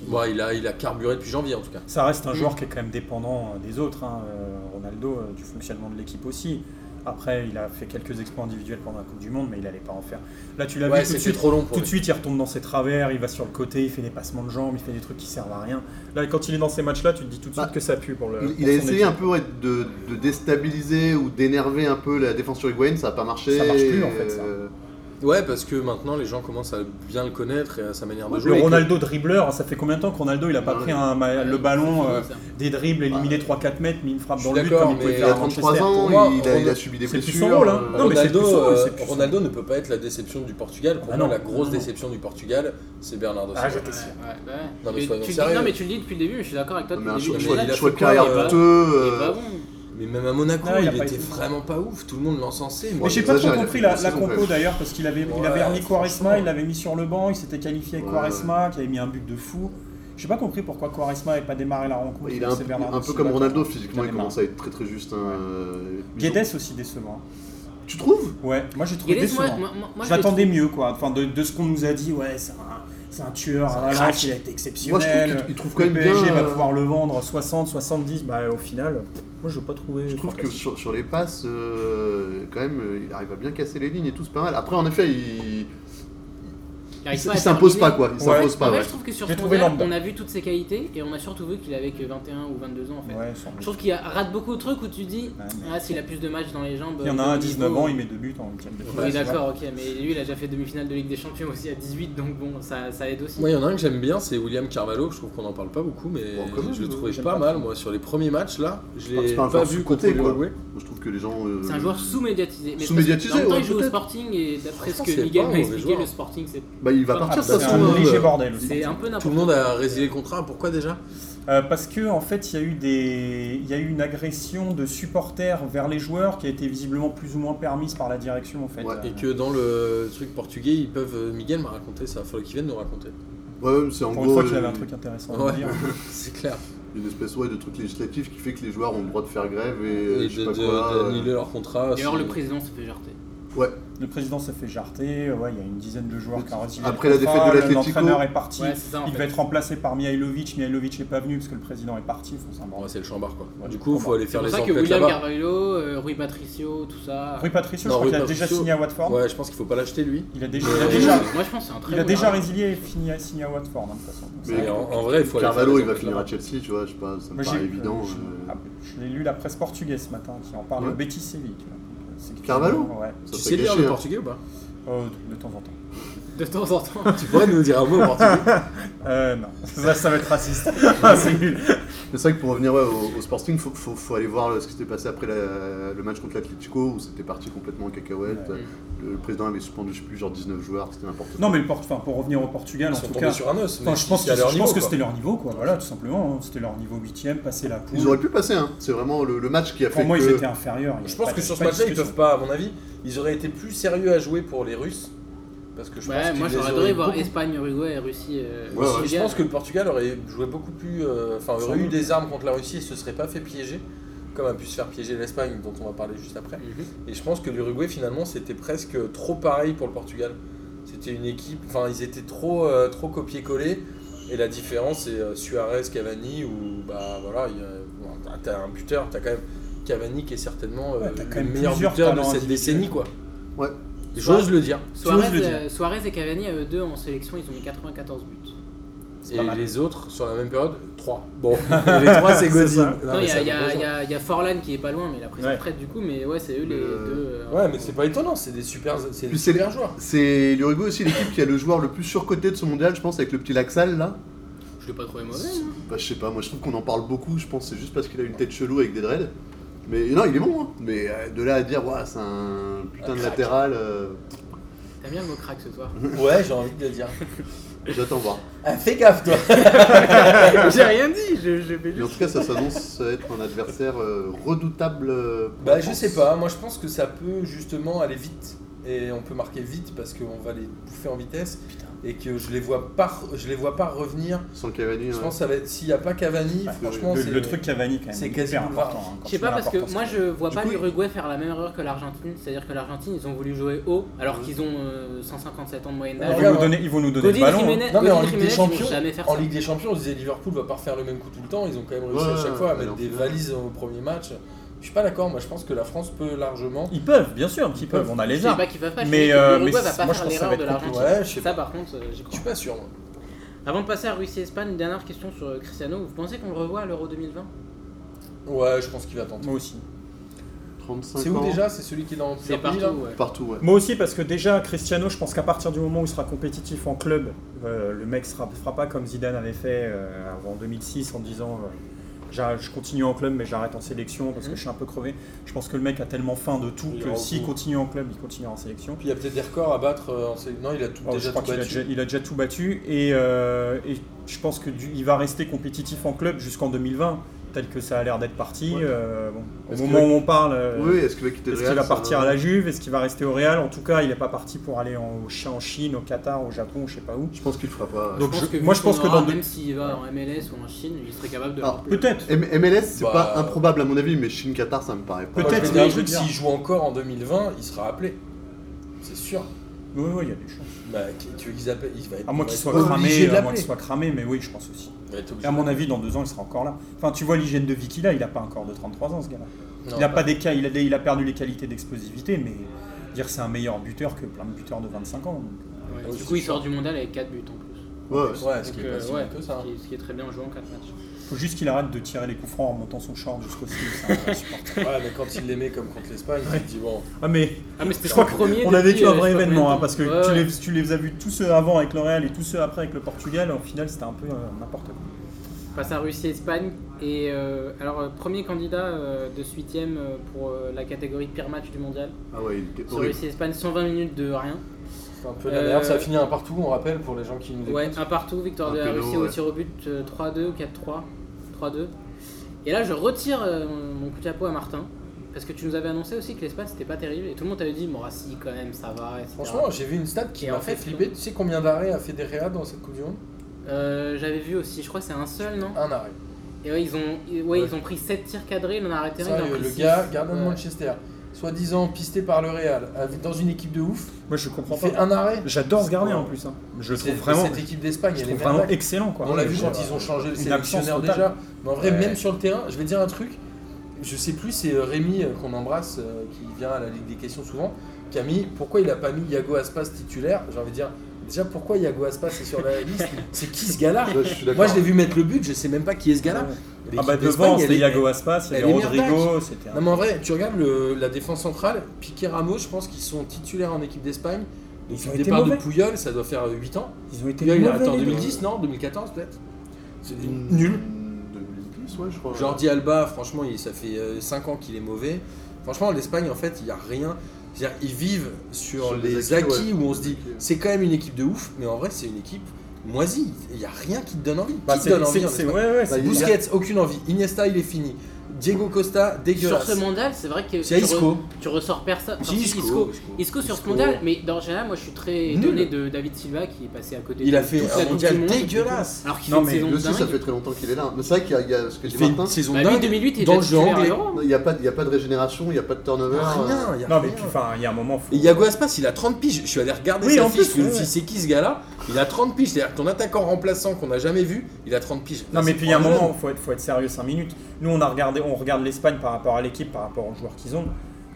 S2: Bon, il, a, il a carburé depuis janvier, en tout cas.
S4: Ça reste un joueur qui est quand même dépendant euh, des autres, hein, euh, Ronaldo, euh, du fonctionnement de l'équipe aussi. Après, il a fait quelques exploits individuels pendant la Coupe du Monde, mais il allait pas en faire. Là, tu l'as
S2: Ouais,
S4: vu tout de
S2: c'était
S4: suite.
S2: trop long pour
S4: Tout de
S2: lui.
S4: suite, il retombe dans ses travers, il va sur le côté, il fait des passements de jambes, il fait des trucs qui servent à rien. Là, quand il est dans ces matchs-là, tu te dis tout de suite
S3: Bah,
S4: que ça pue pour le.
S3: il,
S4: pour
S3: il a
S4: son
S3: essayé
S4: équipe.
S3: un peu ouais, de, de déstabiliser ou d'énerver un peu la défense uruguayenne ça a pas marché
S4: Ça marche plus, en fait, ça.
S3: Euh,
S2: Ouais, parce que maintenant, les gens commencent à bien le connaître et à sa manière de
S4: Le
S2: jouer. Et que-
S4: Ronaldo dribbleur, hein, ça fait combien de temps que Ronaldo il a pas
S3: Ouais.
S4: pris un, ma- le
S1: Ouais,
S4: ballon,
S1: c'est
S4: euh,
S1: fini, ça.
S4: des dribbles, éliminé 3-4 mètres, mis une frappe
S2: Je
S4: dans
S2: suis
S4: le but
S2: d'accord,
S4: comme il pouvait
S2: mais
S4: faire
S3: il
S4: à
S3: a 33
S4: Manchester.
S3: ans
S2: pour moi,
S3: il, a, il a
S2: Ronaldo-
S3: subi des
S4: c'est plus
S3: blessures
S4: son rôle, hein.
S3: euh,
S4: Non, mais c'est
S2: Ronaldo,
S4: plus son rôle,
S2: euh,
S4: c'est plus son
S2: Ronaldo ne peut pas être la déception du Portugal. Pour
S4: Ah
S2: moi,
S4: non,
S2: la grosse
S4: non, non.
S2: déception du Portugal, c'est Bernardo
S4: Ah,
S2: Silva.
S4: j'étais sûr.
S1: Ouais, ouais.
S2: Non, mais
S1: Tu-
S2: soyons
S1: tu le dis-
S2: sérieux.
S1: non, mais tu le dis depuis le début, je suis d'accord avec toi.
S3: mais
S1: Depuis
S3: un
S1: le début, mais
S2: il choix-
S3: choix,
S1: là,
S2: il a
S1: tu
S3: choix de
S1: le
S2: fait quoi,
S3: carrière
S1: vois, il est
S2: euh,
S1: pas-
S3: douteux
S1: il est
S3: euh,
S1: pas bon.
S2: Mais même à Monaco,
S4: Ah, il
S2: il,
S4: a pas
S2: était
S4: été bon.
S2: vraiment pas ouf. Tout le monde l'encensait.
S4: Mais
S2: Moi,
S3: Ouais,
S4: j'ai
S3: il
S4: pas trop
S3: exagère, il a
S4: compris
S3: fait une
S4: la,
S3: bonne
S4: la
S3: saison,
S4: compo
S3: quand même.
S4: d'ailleurs, parce qu'il avait, il
S2: Ouais,
S4: avait remis Quaresma,
S2: franchement.
S4: il l'avait mis sur le banc, il s'était qualifié avec
S3: Ouais,
S4: Quaresma, qui avait mis un but de fou. J'ai pas compris pourquoi Quaresma n'avait pas démarré la rencontre.
S3: Ouais, il est un,
S4: C'est
S3: peu-
S4: Bernardo
S3: un peu
S4: Silva
S3: comme
S4: qui-
S3: Ronaldo
S4: qui
S3: physiquement
S4: l'a
S3: il
S4: démarré.
S3: commence à être très très juste hein, euh,
S4: Guedes aussi décevant.
S3: tu trouves
S4: Ouais, moi j'ai trouvé
S3: hein.
S1: Guedes, moi,
S4: décevant.
S1: moi- moi,
S4: je
S1: l'ai
S4: l'attendais
S1: trouvé-
S4: mieux quoi, enfin, de, de ce qu'on nous a dit, ouais c'est un, c'est un tueur, à Valence, il a été
S3: moi je
S4: exceptionnel.
S3: trouve qu'il trouve quand
S4: le
S3: même
S4: PSG
S3: bien
S4: va
S3: euh,
S4: pouvoir le vendre 60, 70, bah au final, moi je veux pas trouver.
S3: Je trouve que sur, sur les passes, euh, quand même, euh, il arrive à bien casser les lignes et tout, c'est pas mal. Après, en effet, il,
S1: Il
S4: Ah,
S3: il,
S1: arrive
S3: s-
S1: pas à
S3: il s'impose pas,
S1: terminer.
S3: quoi. Il
S4: Ouais.
S3: s'impose pas,
S1: En fait,
S3: ouais.
S1: je trouve que sur
S4: J'ai
S1: ce
S4: trouvé
S1: mondial,
S4: lambda.
S1: on a vu toutes ses qualités et on a surtout vu qu'il avait que 21 ou 22 ans en fait.
S4: Ouais, sans doute.
S1: Je trouve qu'il rate beaucoup de trucs où tu dis
S4: Ouais, mais-
S1: ah s'il a plus de matchs dans les jambes. euh,
S4: Il y en a un à
S1: au Bah, niveau-
S4: 19 ans, il met deux buts en week-end de finale.
S1: Oui d'accord ok mais lui il a déjà fait demi-finale de Ligue des Champions aussi à 18 donc bon ça, ça aide aussi.
S2: il y en a un que j'aime bien, c'est William Carvalho. Je trouve qu'on en parle pas beaucoup, mais
S3: Bon, quand même,
S2: je le
S3: euh,
S2: trouvais
S4: j'aime
S2: pas,
S4: pas
S2: mal,
S4: trop.
S2: moi, sur les premiers matchs là. Je
S3: Ah,
S2: l'ai
S3: c'est pas un
S2: pas
S3: joueur
S2: vu contre
S3: sous-coté, quoi.
S2: l'Uruguay.
S3: Je trouve que les gens. euh,
S1: C'est un joueur sous-médiatisé. Mais
S3: Sous-médiatisé,
S1: en même temps,
S3: ouais,
S1: il joue au
S3: peut-être.
S1: Sporting et d'après ce
S2: Franchement,
S1: que
S2: c'est
S1: Miguel
S2: pas un
S1: m'a
S2: mauvais
S1: expliqué,
S2: joueur.
S1: le Sporting c'est-
S3: Bah, il va
S4: Ah,
S3: partir,
S4: c'est
S3: ça se trouve.
S4: un
S3: hein.
S4: léger bordel aussi.
S1: c'est un peu n'importe
S2: Tout le monde a résilié le contrat. Pourquoi déjà
S4: Euh, parce que en fait, il y a eu des, il y a eu une agression de supporters vers les joueurs qui a été visiblement plus ou moins permise par la direction en fait. Euh,
S3: Ouais,
S2: Et que dans le truc portugais, ils peuvent. euh, Miguel m'a raconté ça. Faudrait qu'il vienne nous raconter.
S3: Ouais, c'est en
S4: Pour une fois
S3: gros
S4: qu'il avait un
S3: euh,
S4: truc hein. intéressant à
S2: Ouais,
S4: dire.
S2: c'est clair.
S3: une espèce ouais, de truc législatif qui fait que les joueurs ont le droit de faire grève et, euh,
S2: Et
S3: je sais
S2: de-
S3: pas
S2: de-
S3: quoi. euh,
S2: d'annuler leur contrat.
S1: D'ailleurs
S2: si-
S1: le président se fait jarter.
S3: ouais, Ouais.
S4: Le président s'est fait jarter, euh, ouais, il y a une dizaine de joueurs qui ont retiré
S3: Après la défaite de l'Atlético.
S4: l'entraîneur est parti.
S1: Ouais, c'est ça en
S4: il
S1: fait.
S4: devait être remplacé par Mihailovic, Mihailovic n'est pas venu parce que le président est parti. Enfin, c'est un
S2: Bon,
S4: bordel.
S2: ouais, c'est le chambard quoi.
S4: Ouais,
S2: du coup, il faut aller
S1: C'est
S2: faire
S1: pour
S2: les
S1: ça que
S2: enquêtes
S1: William
S2: là-bas.
S1: Carvalho, euh, Rui Patricio, tout ça.
S4: Rui Patricio,
S2: Non,
S4: je crois
S2: Rui
S4: qu'il a déjà
S2: Patricio.
S4: signé à Watford.
S2: Ouais, je pense qu'il faut pas l'acheter lui.
S4: Il a déjà,
S2: Mais-
S4: il a
S3: Euh,
S1: Ouais,
S4: déjà,
S1: Moi je pense que c'est un très
S4: il a
S1: bon
S4: déjà
S1: gardien.
S4: résilié et fini, à- signé à Watford hein, de toute façon. Donc,
S3: Mais
S4: ça-
S2: Et en, en vrai, il faut aller
S3: Carvalho, il
S2: faire les
S3: va
S2: enquêtes
S3: finir
S2: là-bas.
S3: à Chelsea, tu vois, je sais pas, ça me
S4: Moi, j'ai-
S3: paraît évident.
S4: je,
S3: euh,
S4: ah, je l'ai lu la presse portugaise ce matin qui en parle.
S3: Ouais.
S4: Betis Séville. tu vois. Donc, euh, c'est quelque
S3: Carvalho
S4: chose- Ouais.
S3: ça
S2: Tu
S3: serait
S2: sais lire
S3: gâché,
S2: le
S3: hein.
S2: portugais ou pas
S4: Oh, de, de temps en temps.
S1: De temps en
S3: hein.
S1: temps.
S2: Tu pourrais nous dire un mot en portugais
S4: Euh, non, ça, ça va être raciste. Ah, c'est nul.
S3: Mais c'est vrai que pour revenir ouais, au, au Sporting, faut, faut, faut aller voir euh, ce qui s'était passé après la- le match contre l'Atlético où c'était parti complètement en cacahuète.
S1: Ouais.
S3: Le, le président avait suspendu, je sais plus, genre 19 joueurs, c'était n'importe quoi.
S4: Non, mais le Port- enfin, pour revenir au Portugal,
S2: Ils
S4: en
S2: sont
S4: tout
S2: tombés
S4: cas,
S2: sur un os.
S4: enfin,
S2: mais
S4: je pense
S2: c'est à
S4: que,
S2: leur
S4: je pense
S2: niveau,
S4: que
S2: quoi.
S4: c'était leur niveau, quoi. Voilà, tout simplement. hein. C'était leur niveau 8ème, passer la
S3: Ils
S4: poule.
S3: auraient pu passer, hein. c'est vraiment le, le match qui a fait
S4: Pour moi,
S3: que...
S4: ils étaient inférieurs. il y
S2: Je
S4: avait
S2: pense
S4: pas-
S2: que sur ce
S4: pas de
S2: match-là, ils
S4: discussion.
S2: peuvent pas, à mon avis. Ils auraient été plus sérieux à jouer pour les Russes. Parce que je pense
S1: Ouais,
S2: qu'ils
S1: moi
S2: les
S1: j'aurais
S2: auraient
S1: adoré voir
S2: beaucoup-
S1: Espagne, Uruguay et Russie. euh,
S3: Ouais, ouais.
S1: Portugal.
S2: Je pense que le Portugal aurait joué beaucoup plus. euh, Enfin,
S4: Sans
S2: aurait eu
S4: doute.
S2: des armes contre la Russie et se serait pas fait piéger. Comme a pu se faire piéger l'Espagne, dont on va parler juste après.
S1: Mhm.
S2: Et je pense que l'Uruguay, finalement, c'était presque trop pareil pour le Portugal. C'était une équipe. Enfin, ils étaient trop, euh, trop copier-coller. Et la différence, c'est euh, Suarez, Cavani, où, bah voilà, il y a- bon, t'as- t'as un buteur, t'as quand même Cavani qui est certainement euh,
S4: Ouais, t'as quand
S2: le
S4: même
S2: meilleur
S4: plusieurs
S2: buteur de
S4: talents
S2: cette
S4: individuels.
S2: décennie, quoi.
S3: Ouais.
S2: J'ose le dire.
S4: Tu
S1: Suarez,
S4: oses le
S1: euh, Suarez et Cavani, à eux deux en sélection, ils ont mis 94 buts.
S2: Ah,
S4: C'est
S2: Et
S4: pas mal.
S2: les autres, sur la même période, 3. Bon, Et les 3, c'est
S4: C'est ça.
S2: Godin.
S1: Non,
S2: Non, mais
S1: il y,
S2: ça
S1: a-
S2: fait
S1: y a-
S2: raison.
S1: y a- y a Forlan qui est pas loin, mais il a pris sa
S4: Ouais.
S1: retraite du coup, mais ouais, c'est eux les
S3: Mais,
S1: deux.
S3: euh,
S1: euh,
S2: Ouais, mais c'est pas étonnant, c'est des super, c'est des
S3: Puis c'est-
S2: super joueurs.
S3: C'est l'Uruguay aussi l'équipe qui a le joueur le plus surcoté de ce mondial, je pense, avec le petit Laxal là.
S1: Je l'ai pas trouvé mauvais. hein.
S3: Bah, je sais pas, moi je trouve qu'on en parle beaucoup, je pense que c'est juste parce qu'il a une tête chelou avec des dreads. Mais non, il est bon, hein. Mais euh, de là à dire, ouais, c'est un putain de
S2: crack.
S3: latéral, euh,
S1: T'as bien le mot crack ce soir.
S2: Ouais, j'ai envie de le dire.
S3: j'attends voir.
S2: Ah, fais gaffe, toi
S1: J'ai rien dit, je, je vais
S3: Mais en tout cas, ça s'annonce être un adversaire euh, redoutable. euh, pour
S2: Bah
S3: la
S2: je
S3: France.
S2: sais pas, moi je pense que ça peut justement aller vite et on peut marquer vite parce qu'on va les bouffer en vitesse et que je les vois pas, re- je les vois pas revenir.
S3: Sans Cavani,
S2: Je
S3: ouais.
S2: pense que ça va être s'il n'y a pas Cavani,
S4: Ouais,
S2: franchement
S4: le,
S2: c'est
S4: le truc Cavani, quand même.
S2: c'est
S4: hyper
S2: quasi boulevard.
S4: important. hein, quand
S1: Je sais
S4: tu
S1: pas
S4: vois
S1: parce que
S4: l'importance
S1: moi je vois
S2: Du
S1: pas
S2: coup,
S1: l'Uruguay faire la même erreur que l'Argentine, c'est-à-dire que l'Argentine ils ont voulu jouer haut alors
S3: Ouais.
S1: qu'ils ont euh, 157 ans de moyenne
S4: Ils
S1: d'âge.
S2: Ouais, Mhm. Ah,
S4: vont nous
S2: regarde,
S4: donner, ils vont nous donner le
S1: Godin
S4: ballon. hein.
S1: Jiménez,
S2: Non, mais
S1: Godin
S2: en Ligue des
S1: Jiménez, ils vont
S2: Champions,
S1: jamais faire
S2: En
S1: ça.
S2: Ligue des Champions, on disait Liverpool va pas refaire le même coup tout le temps, ils ont quand même réussi à
S3: Ouais,
S2: chaque fois à
S3: ouais,
S2: mettre
S3: ouais,
S2: des
S3: ouais.
S2: valises en premier match. Je suis pas d'accord, moi je pense que la France peut largement.
S4: Ils peuvent, bien sûr qu'ils peuvent.
S1: Je
S4: On a Bah, les
S1: sais
S4: armes.
S1: pas qu'ils peuvent pas, je
S4: Mais,
S1: sais que
S4: euh, mais
S1: l'Uruguay va
S4: moi,
S1: pas
S4: je
S1: faire
S4: pense que ça
S1: l'erreur
S4: va
S1: de
S4: être compliqué.
S1: l'Argentine.
S2: Ouais, je sais
S1: Ça
S2: pas.
S1: par contre, euh, j'y
S2: Je
S1: crois.
S2: suis pas sûr. moi.
S1: Avant de passer à Russie-Espagne, dernière question sur euh, Cristiano, vous pensez qu'on le revoit à l'Euro 2020
S2: Ouais, je pense qu'il va tenter.
S4: Moi aussi.
S3: 35
S2: C'est
S3: ans.
S2: où déjà C'est celui qui est dans
S1: C'est
S2: plusieurs pays,
S1: partout,
S2: là
S1: ouais.
S3: Partout, ouais.
S4: Moi aussi, parce que déjà, Cristiano, je pense qu'à partir du moment où il sera compétitif en club, euh, le mec sera, fera pas comme Zidane avait fait euh, avant 2006 en disant euh, J'a- je continue en club mais j'arrête en sélection parce que
S1: Mhm.
S4: je suis un peu crevé. Je pense que le mec a tellement faim de tout
S2: Il ira
S4: que
S2: au
S4: s'il
S2: bout.
S4: continue en club, il continue en sélection.
S2: Puis il y a peut-être des records à battre. euh, en sé- Non, il a tout,
S4: Alors,
S2: déjà
S4: Ah je crois
S2: tout
S4: qu'il a
S2: battu.
S4: déjà, il a déjà tout battu et, euh, et je pense que du- il va rester compétitif en club jusqu'en 2020 tel que ça a l'air d'être parti.
S3: Ouais.
S4: euh, bon, au
S2: Est-ce
S4: moment
S2: que-
S4: où on parle, euh,
S3: Oui, est-ce qu'il va quitter le
S4: est-ce
S3: Real
S4: qu'il
S3: ça
S4: va partir à la Juve Est-ce qu'il va rester au Real En tout cas, il n'est pas parti pour aller en, au Chi- en Chine, au Qatar, au Japon, je sais pas où.
S3: Je pense qu'il le fera pas.
S4: Donc,
S1: Je pense
S4: je-
S1: que
S4: moi,
S1: vu
S4: je pense
S1: qu'on
S4: que
S1: aura,
S4: dans deux-
S1: même s'il va en MLS ou en Chine, il serait capable de.
S3: Alors,
S4: Peut-être.
S3: M- MLS, c'est
S2: Bah,
S3: pas improbable à mon avis, mais Chine-Qatar, ça me paraît pas.
S2: Moi, je
S4: Peut-être,
S2: vais dire un
S4: mais je veux
S2: truc,
S4: dire-
S2: s'il joue encore en 2020, il sera appelé. C'est sûr.
S4: Oui, oui, il y a des chances.
S2: Bah, qui- tu veux qu'ils appellent Il va être,
S4: À
S2: il va
S4: moins qu'il
S2: être
S4: soit
S2: obligé
S4: cramé,
S2: de
S4: à moins
S2: l'appeler.
S4: qu'il soit cramé, mais oui, je pense aussi.
S2: Il va être
S4: Et
S2: obligé.
S4: à mon avis, dans deux ans, il sera encore là. Enfin, tu vois l'hygiène de vie qu'il a, il n'a pas encore de 33 ans, ce gars-là.
S2: Non,
S4: Il a pas des cas, il a, des- il a perdu les qualités d'explosivité, mais dire c'est un meilleur buteur que plein de buteurs de 25 ans. donc.
S1: Ouais,
S2: Ouais,
S1: du
S2: c'est
S1: coup, il
S2: sûr.
S1: sort du mondial avec 4 buts en plus.
S3: Ouais, ouais.
S2: Ouais, ce qui
S1: Donc,
S2: est pas
S1: euh,
S2: si
S1: ouais,
S2: mal que ça.
S1: ce,
S2: hein.
S4: hein.
S1: qui est, ce qui est très bien en jouant en 4 matchs.
S4: Faut juste qu'il arrête de tirer les coups francs en montant son short jusqu'au ciel, c'est insupportable.
S2: hein. Ouais, mais quand il les met comme contre l'Espagne, il dit bon.
S4: Ah mais
S1: Ah, mais c'était
S4: je
S1: son
S4: crois
S1: premier.
S4: qu'on a
S1: depuis,
S4: vécu
S1: euh,
S4: un
S1: je
S4: vrai
S1: sais pas combien de
S4: événement, hein,
S1: temps.
S4: parce que
S1: Ouais,
S4: tu,
S1: ouais.
S4: les, tu les as vus tous ceux avant avec le Real et tous ceux après avec le Portugal, au final c'était un peu euh, n'importe quoi.
S1: On passe à Russie-Espagne. Et euh, alors, euh, premier candidat euh, de 8 e pour euh, la catégorie pire match du mondial.
S3: Ah ouais, il était
S1: Sur
S3: horrible.
S1: Russie-Espagne, 120 minutes de rien.
S2: C'est un peu la
S1: Euh,
S2: merde. Ça a fini un partout, on rappelle, pour les gens qui nous
S1: Ouais,
S2: écoutent.
S1: un partout, victoire
S3: Un
S1: de la
S3: péno,
S1: Russie au
S3: ouais.
S1: tir au but euh, 3-2, 4-3, 3-2. Et là, je retire euh, mon coup de chapeau à Martin. Parce que tu nous avais annoncé aussi que l'Espagne c'était pas terrible et tout le monde t'avait dit bon ah, si quand même ça va etc.
S2: Franchement, j'ai vu une stat qui
S1: Et
S2: m'a
S1: en
S2: fait
S1: fait,
S2: flipper. Tu sais combien d'arrêts a fait Derrea dans cette Coupe du Monde
S1: Euh, j'avais vu aussi je crois que c'est un seul non
S2: Un arrêt.
S1: et ouais ils ont ouais, ils ont pris 7 tirs cadrés il en a arrêté un il en a
S2: Sérieux,
S1: pris
S2: le
S1: six.
S2: gars, gardien de
S1: Ouais.
S2: Manchester. soi-disant pisté par le Real, avec- dans une équipe de ouf,
S4: Moi, je comprends
S2: il
S4: pas.
S2: fait un arrêt.
S4: J'adore ce gardien en plus. hein. Je le
S2: C'est
S4: trouve vraiment,
S2: cette équipe d'Espagne,
S4: je
S2: elle est
S4: trouve vraiment
S2: merveilleuse.
S4: excellent. Quoi.
S2: On l'a vu
S4: Je-
S2: quand ils ont changé le
S4: Une absence
S2: sélectionneur
S4: totale.
S2: déjà. Mais en vrai,
S4: Ouais.
S2: même sur le terrain, je vais te dire un truc. Je sais plus, c'est euh, Rémi euh, qu'on embrasse, euh, qui vient à la Ligue des questions souvent, qui a mis pourquoi il a pas mis Yago Aspas titulaire. J'ai envie de dire, déjà pourquoi Yago Aspas est sur la liste C'est qui ce gars-là
S3: Ouais, je suis d'accord.
S2: Moi je l'ai vu mettre le but, je sais même pas qui est ce gars-là.
S4: Ah bah
S2: L'équipe
S4: devant,
S2: d'Espagne, elle
S4: c'était
S2: est-
S4: Iago Aspas, il y
S2: elle
S4: avait
S2: est
S4: Rodrigo, c'était. un-
S2: Non mais en vrai, tu regardes le- la défense centrale, Piqué Ramos, je pense qu'ils sont titulaires en équipe d'Espagne.
S4: Ils
S2: Depuis
S4: ont
S2: le
S4: été
S2: départ de
S4: mauvais.
S2: Pouyol, ça doit faire 8 ans.
S4: Ils ont été
S2: Pouyol il a arrêté en
S4: mauvais, les deux.
S2: 2010, non 2014 peut-être C'est
S3: Nul. 2010, ouais, je crois.
S2: Jordi Alba, franchement, il- ça fait 5 ans qu'il est mauvais. Franchement, l'Espagne, en fait, il n'y a rien. C'est-à-dire, ils vivent sur,
S3: Sur
S2: les,
S3: les
S2: acquis,
S3: acquis, ouais.
S2: où on se dit, c'est quand même une équipe de ouf, mais en vrai, c'est une équipe moisie. Il n'y a rien qui te donne envie.
S4: Bah,
S2: qui te
S4: c'est-
S2: donne envie
S4: c'est-
S2: en hein,
S4: c'est-
S2: Espagne
S4: ouais, ouais,
S3: Bah,
S4: c'est-
S3: il-
S2: Busquets, aucune envie. Iniesta, il est fini. Diego Costa,
S1: Sur
S2: dégueulasse.
S1: ce mondial, c'est vrai que
S2: C'est
S1: tu, re-
S2: Isco.
S1: tu ressors personne.
S2: C'est
S1: Enfin, si, Isco. Isco sur ce
S2: Isco.
S1: mondial, mais dans le général, moi je suis très
S2: Nul.
S1: étonné de David Silva qui est passé à côté
S2: Il
S1: de
S2: a fait
S1: toute
S2: un
S1: la Coupe du
S2: mondial
S1: Monde.
S2: dégueulasse.
S1: Alors qu'il
S4: Non,
S1: fait une
S4: mais
S1: saison
S3: Lui
S1: de
S3: aussi, ça
S1: dingue.
S3: fait très longtemps qu'il est là. Mais c'est vrai qu'il y a, il y a ce que
S2: Il
S3: dit
S2: fait une
S3: Martin.
S2: saison
S1: Bah, lui,
S2: dingue.
S1: 2008, il
S2: Dans
S1: était
S2: le jeu
S1: titulaire à
S2: anglais.
S1: Euro, hein.
S3: Il n'y a, pas- il y a pas de régénération, il n'y a pas de turnover.
S2: Rien,
S3: euh,
S2: il y a
S4: Non mais
S2: rien. hein.
S4: puis enfin, il y a un moment. faut-
S2: Et Yago Aspas, il a 30 piges. Je suis allé regarder
S4: Oui,
S2: sa
S4: en
S2: fiche, je
S4: plus,
S2: me
S4: ouais,
S2: suis
S4: ouais.
S2: dit, c'est qui ce gars-là Il a 30 piges. C'est-à-dire que ton attaquant remplaçant qu'on n'a jamais vu, il a 30 piges.
S4: Non mais
S2: C'est
S4: puis il y a un
S2: formidable.
S4: moment, faut être, faut être sérieux 5 minutes. Nous on a regardé, on regarde l'Espagne par rapport à l'équipe, par rapport aux joueurs qu'ils ont.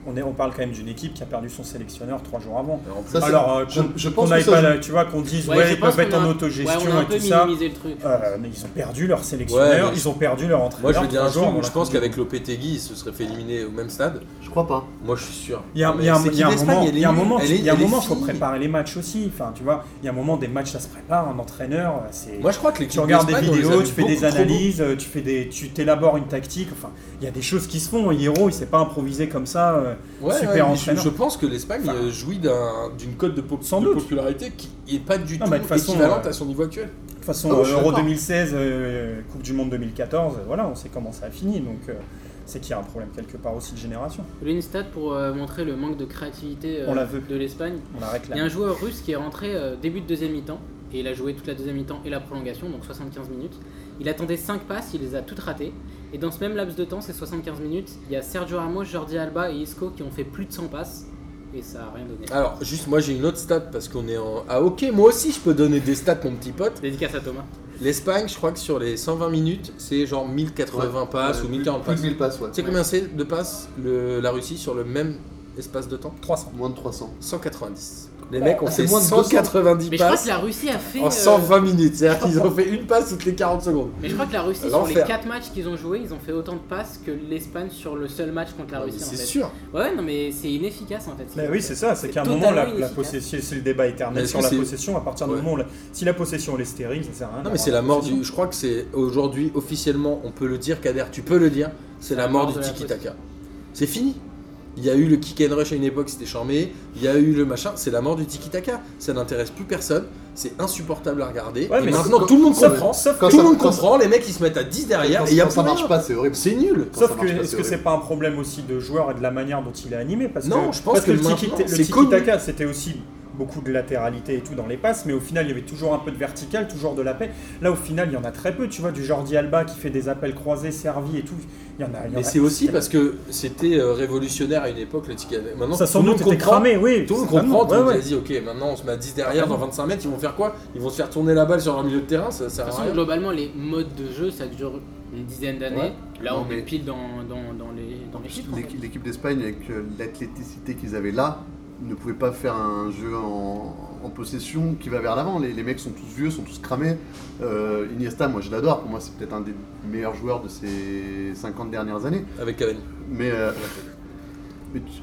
S4: On, est, on parle quand même d'une équipe qui a perdu son sélectionneur 3 jours avant.
S2: Alors, en plus,
S3: Ça, c'est-
S4: Alors euh,
S3: je-
S4: qu'on-
S3: je
S4: qu'on
S3: pense que
S4: aille
S3: ça,
S4: pas,
S3: je-
S4: là, tu vois, qu'on dise ouais,
S1: je
S4: ils
S1: pense
S4: peuvent être
S1: qu'on a
S4: en
S1: un- ouais, on
S4: autogestion
S1: a un
S4: et
S1: peu
S4: tout ça.
S1: minimisé le truc.
S4: Euh, mais ils ont perdu leur sélectionneur,
S2: Ouais, mais-
S4: ils ont perdu leur entraîneur.
S2: Moi, je veux dire un
S4: trois jours
S2: jour
S4: avant
S2: où je
S4: la
S2: pense
S4: Coupe du
S2: qu'avec
S4: Monde.
S2: l'OPTG, il se serait fait éliminer au même stade.
S3: Je crois pas.
S2: Moi, je suis sûr.
S4: Il y a,
S2: Non,
S4: il y a un-
S2: mais c'est
S4: il y a un
S2: qu'Espagne,
S4: moment,
S2: elle est
S4: il y a un
S2: nulle,
S4: moment,
S2: elle est-
S4: il y a un
S2: elle est
S4: moment, faut
S2: finie.
S4: préparer les matchs aussi. Enfin, tu vois, il y a un moment des matchs, ça se prépare. Un entraîneur, euh, c'est.
S2: Moi, je crois que l'équipe
S4: tu regardes des
S2: d'Espagne, on les a
S4: vidéos,
S2: mis
S4: tu fais des
S2: beaucoup trop beaux.
S4: analyses, euh, tu fais des, tu t'élabores une tactique. Enfin, il y a des choses qui se font. hein. Hiro, il s'est pas improvisé comme ça. euh,
S2: Ouais,
S4: Super
S2: ouais, mais je-
S4: entraîneur.
S2: Je pense que l'Espagne
S4: Enfin.
S2: euh, jouit d'un- d'une cote de, pop-
S4: Sans
S2: de
S4: doute.
S2: popularité qui n'est pas du
S4: Non,
S2: tout
S4: mais de toute façon,
S2: équivalente
S4: euh,
S2: à son niveau actuel.
S4: De toute façon,
S3: Ah oui, je suis
S4: Euro
S3: d'accord.
S4: 2016, euh, Coupe du Monde 2014, euh, voilà, on sait comment ça a fini. Donc, euh, c'est qu'il y a un problème quelque part aussi de génération.
S1: Vous voulez une stat pour euh, montrer le manque de créativité euh,
S4: On la veut.
S1: de l'Espagne
S4: On la
S1: Il y
S4: réclame.
S1: a un joueur russe qui est rentré euh, début de deuxième mi-temps et il a joué toute la deuxième mi-temps et la prolongation, donc 75 minutes. Il attendait 5 passes, il les a toutes ratées. Et dans ce même laps de temps, ces 75 minutes, il y a Sergio Ramos, Jordi Alba et Isco qui ont fait plus de 100 passes et ça a rien donné.
S4: Ah.
S2: Alors, juste, moi, j'ai une autre stat parce qu'on est en. Ah, ok, moi aussi, je peux donner des stats, mon petit pote.
S1: Dédicace à Thomas.
S2: L'Espagne, je crois que sur les 120 minutes, c'est genre 1080
S3: Ouais.
S2: passes
S3: Ouais,
S2: ou
S3: plus-
S2: 1040
S3: plus
S2: passes.
S3: de 1000 passes, ouais.
S2: Tu sais combien c'est de passes le- la Russie sur le même espace de temps
S4: 300.
S3: Moins de 300.
S2: 190. Les mecs ont
S3: Ah, c'est
S2: fait
S3: moins de 200.
S2: 190
S1: Mais je crois
S2: passes
S1: que la Russie a fait.
S2: en
S1: euh,
S2: 120 minutes. C'est-à-dire qu'ils ont fait une passe toutes les 40 secondes.
S1: Mais je crois que la Russie, sur
S2: L'enfer.
S1: les 4 matchs qu'ils ont joués, ils ont fait autant de passes que l'Espagne sur le seul match contre la
S2: Non, mais
S1: Russie. en
S2: C'est
S1: fait.
S2: sûr.
S1: Ouais, non, mais c'est inefficace en fait.
S4: Mais oui, c'est ça, c'est
S1: C'est
S4: qu'à un moment,
S1: totalement
S4: la, la
S1: inefficace.
S4: possession, c'est le débat
S2: Mais
S4: éternel
S2: est-ce
S4: sur
S2: que
S4: la
S2: c'est-
S4: possession. À partir du
S2: Ouais.
S4: moment où. la- Si la possession elle est stérile, ça sert à rien.
S2: Non, mais
S4: d'avoir
S2: c'est la mort
S4: possession.
S2: du. Je crois que c'est aujourd'hui officiellement, on peut le dire, Kader, tu peux le dire, c'est la mort du
S1: de la
S2: tiki taka. C'est fini. Il y a eu le kick and rush à une époque, c'était charmé. Il y a eu le machin, c'est la mort du tiki taka. Ça n'intéresse plus personne, c'est insupportable à regarder.
S4: Ouais,
S2: et
S4: mais
S2: maintenant,
S3: c'est-
S2: tout le monde
S4: sauf-
S2: comprend.
S4: sauf
S2: Tout
S3: Quand
S2: le
S3: ça-
S2: monde
S3: quand ça-
S2: comprend, les mecs ils se mettent à 10 derrière
S3: Quand-
S2: et il y a
S3: quand
S2: plus
S3: ça
S2: rien.
S3: marche pas, c'est horrible.
S2: C'est nul.
S3: Quand ça
S4: Sauf que
S3: marche pas,
S4: est-ce que c'est
S3: horrible.
S4: pas un problème aussi de joueur et de la manière dont il est animé parce
S2: Non,
S4: que,
S2: je pense
S4: parce
S2: que
S4: le tiki-
S2: maintenant,
S4: le
S2: c'est connu.
S4: tiki-taka c'était aussi beaucoup de latéralité et tout dans les passes, mais au final il y avait toujours un peu de vertical, toujours de l'appel. Là au final il y en a très peu, tu vois, du Jordi Alba qui fait des appels croisés, servis et tout. Il y en a. il y en
S2: Mais
S4: a-
S2: c'est aussi parce que c'était euh, révolutionnaire à une époque le tiki taka. Maintenant,
S4: ça
S2: tout
S4: sans
S2: le
S4: doute
S2: monde
S4: était
S2: comprend.
S4: cramé, oui.
S2: Tout le monde
S4: certainement,
S2: comprend, tout le
S4: ouais,
S2: monde
S4: ouais.
S2: s'est dit ok maintenant on se met à 10 derrière dans 25 mètres, ils vont faire quoi Ils vont se faire tourner la balle sur leur milieu de terrain, ça
S1: De
S2: sert
S1: toute
S2: à
S1: façon,
S2: rien.
S1: globalement, les modes de jeu, ça dure une dizaine d'années. Là,
S3: Non,
S1: on
S3: mais-
S1: est pile dans, dans, dans les, dans les chiffres. en fait.
S3: L'équ- L'équipe d'Espagne, avec euh, l'athléticité qu'ils avaient là, ne pouvait pas faire un jeu en, en possession qui va vers l'avant. Les, les mecs sont tous vieux, sont tous cramés. Euh, Iniesta, moi je l'adore. Pour moi, c'est peut-être un des meilleurs joueurs de ces 50 dernières années.
S2: Avec Cavani.
S3: Mais, euh, mais tu-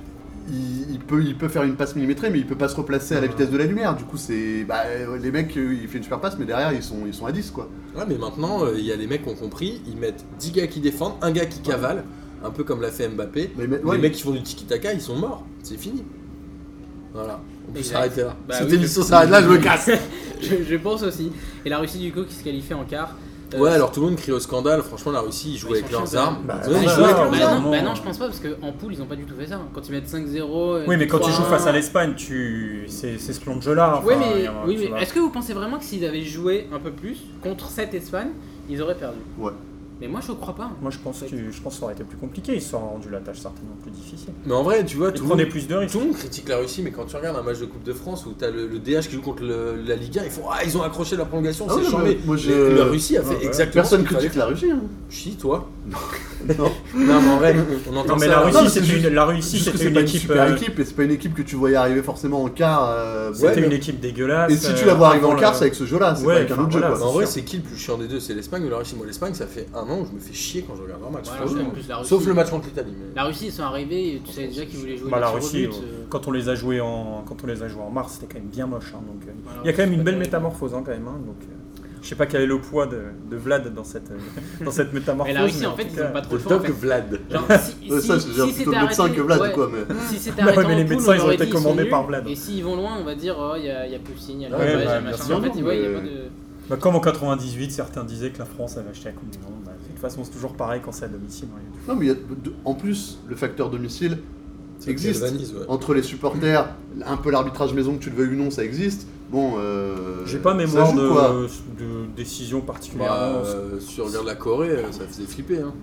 S3: il, il peut, il peut faire une passe millimétrée, mais il peut pas se replacer à la vitesse de la lumière. Du coup, c'est bah, euh, les mecs, euh, il fait une super passe, mais derrière, ils sont, ils sont à 10. quoi.
S2: Ouais, mais maintenant, euh, il y a les mecs qui ont compris, ils mettent 10 gars qui défendent, un gars qui cavale, un peu comme l'a fait Mbappé.
S3: Mais- mais-
S2: les
S3: ouais,
S2: mecs qui font du tiki-taka, ils sont morts, c'est fini. Voilà, on peut
S1: Exact.
S2: s'arrêter là.
S1: Bah
S2: Cette
S1: oui, euh,
S2: émission
S1: je-
S2: s'arrête là, je me casse.
S1: je, je pense aussi. Et la Russie, du coup, qui se qualifie en quart. Euh,
S2: Ouais, alors tout le monde crie au scandale, franchement, la Russie, ils jouent
S1: Ils
S2: avec
S1: sont
S2: leurs
S1: champions.
S2: armes.
S4: Bah,
S2: Ouais, ils
S4: bah,
S2: jouent avec leurs
S4: ouais,
S2: armes.
S1: Bah non,
S4: Vraiment.
S1: bah non, je pense pas, parce qu'en poule, ils ont pas du tout fait ça. Quand ils mettent euh, 5-0.
S4: Oui, mais quand tu joues
S1: 3-1.
S4: face à l'Espagne, tu c'est c'est ce plan de jeu-là.
S1: Oui,
S4: enfin, il y
S1: mais,
S4: a-
S1: oui,
S4: tu vois.
S1: mais est-ce que vous pensez vraiment que s'ils avaient joué un peu plus contre cette Espagne, ils auraient perdu
S3: Ouais.
S1: Mais moi, je crois pas.
S4: Moi, je pense, que, je pense que ça aurait été plus compliqué. Ils se sont rendu la tâche certainement plus difficile.
S2: Mais en vrai, tu vois,
S4: Ils
S2: tout le, monde,
S4: prenaient plus de risques.
S2: tout le monde critique la Russie, mais quand tu regardes un match de Coupe de France où t'as le, le DH qui joue contre le- la Ligue 1, ils font Ah, ils ont accroché la prolongation,
S3: Ah
S2: c'est
S3: ouais,
S2: chambé.
S3: mais moi,
S2: Mais
S3: je-
S2: La Russie a
S4: Ah
S2: fait
S4: ouais.
S2: exactement
S3: Personne
S2: ce qu'il fallait
S3: critique la Russie. Hein.
S2: faire. Chi, toi
S3: Non.
S2: Non, mais en vrai, on entend
S4: Non,
S2: ça.
S4: mais la
S2: là.
S3: Non, mais
S4: Russie,
S3: c'est
S4: c'était
S3: juste-
S4: une, la Russie,
S3: Juste que
S4: c'était
S3: c'est
S4: une
S3: pas une
S4: équipe.
S3: super
S4: euh,
S3: équipe et c'est pas une équipe que tu voyais arriver forcément en quart. euh,
S4: C'était
S3: ouais,
S4: une
S3: mais-
S4: équipe dégueulasse.
S3: Et si tu
S4: euh,
S3: la vois arriver en
S4: avant
S3: quart,
S4: le-
S3: c'est avec ce jeu-là, c'est
S4: Ouais,
S3: pas avec un
S4: enfin,
S3: autre
S4: voilà,
S3: jeu.
S2: En
S3: quoi.
S4: c'est
S2: vrai,
S4: sûr.
S2: c'est qui le plus chiant des deux C'est l'Espagne ou la Russie Moi, l'Espagne, ça fait un an où je me fais chier quand je regarde leur match.
S1: Ouais,
S2: franchement.
S1: c'est en plus la Russie.
S2: Sauf le match contre l'Italie. mais-
S1: La Russie, ils sont arrivés, et tu savais déjà qu'ils voulaient jouer
S4: Bah, la
S1: sur au
S4: Russie,
S1: but,
S4: ouais.
S1: euh,
S4: Quand on les a joués en, quand on les a joués en mars, c'était quand même bien moche. hein, donc, euh,
S1: voilà,
S4: il y a quand même
S1: c'est
S4: une
S1: pas
S4: belle
S1: terrible.
S4: métamorphose hein, quand même. hein, donc, euh, je sais pas quel est le poids de, de Vlad dans cette, euh, dans cette métamorphose.
S1: Mais la Russie,
S4: mais
S1: en fait,
S4: tout
S1: ils
S4: cas-
S1: ont pas trop
S2: Le
S1: le choix. en
S2: Doc
S1: fait.
S2: Vlad.
S1: Genre, si,
S3: Ouais,
S1: si,
S3: ça, c'est
S1: si
S3: plutôt
S1: c'était
S3: le médecin
S1: arrêté-
S3: que Vlad,
S1: ouais,
S3: quoi. Mais...
S1: Si c'était
S4: Bah ouais,
S1: arrêté
S4: mais
S1: en
S4: les
S1: poule,
S4: médecins,
S1: on
S4: ils ont
S1: aurait
S4: été
S1: dit, sont
S4: commandés
S1: nuls,
S4: par Vlad.
S1: Et s'ils vont loin, on va dire, oh, il y a, il y a plus signe, il y a
S2: Ouais,
S1: le voyage,
S4: bah,
S1: il y a
S4: bien
S1: machin.
S4: sûr,
S1: En fait, il ouais, il y a pas de.
S4: Bah, comme en 98, certains disaient que la France avait acheté la Coupe du Monde. bah, de toute façon, c'est toujours pareil quand c'est à domicile. hein, il y a du-
S3: Non, mais il y a de- en plus, le facteur domicile
S2: Ça
S3: existe. Oh,
S2: galvanise, ouais.
S3: Entre les supporters, un peu l'arbitrage maison, que tu le veuilles ou non, ça existe. Bon, euh,
S4: J'ai pas
S3: ça
S4: mémoire
S3: joue,
S4: de,
S3: quoi.
S4: de décision particulièrement.
S2: Bah, euh, si on regarde la Corée, euh, ça faisait flipper. Hein.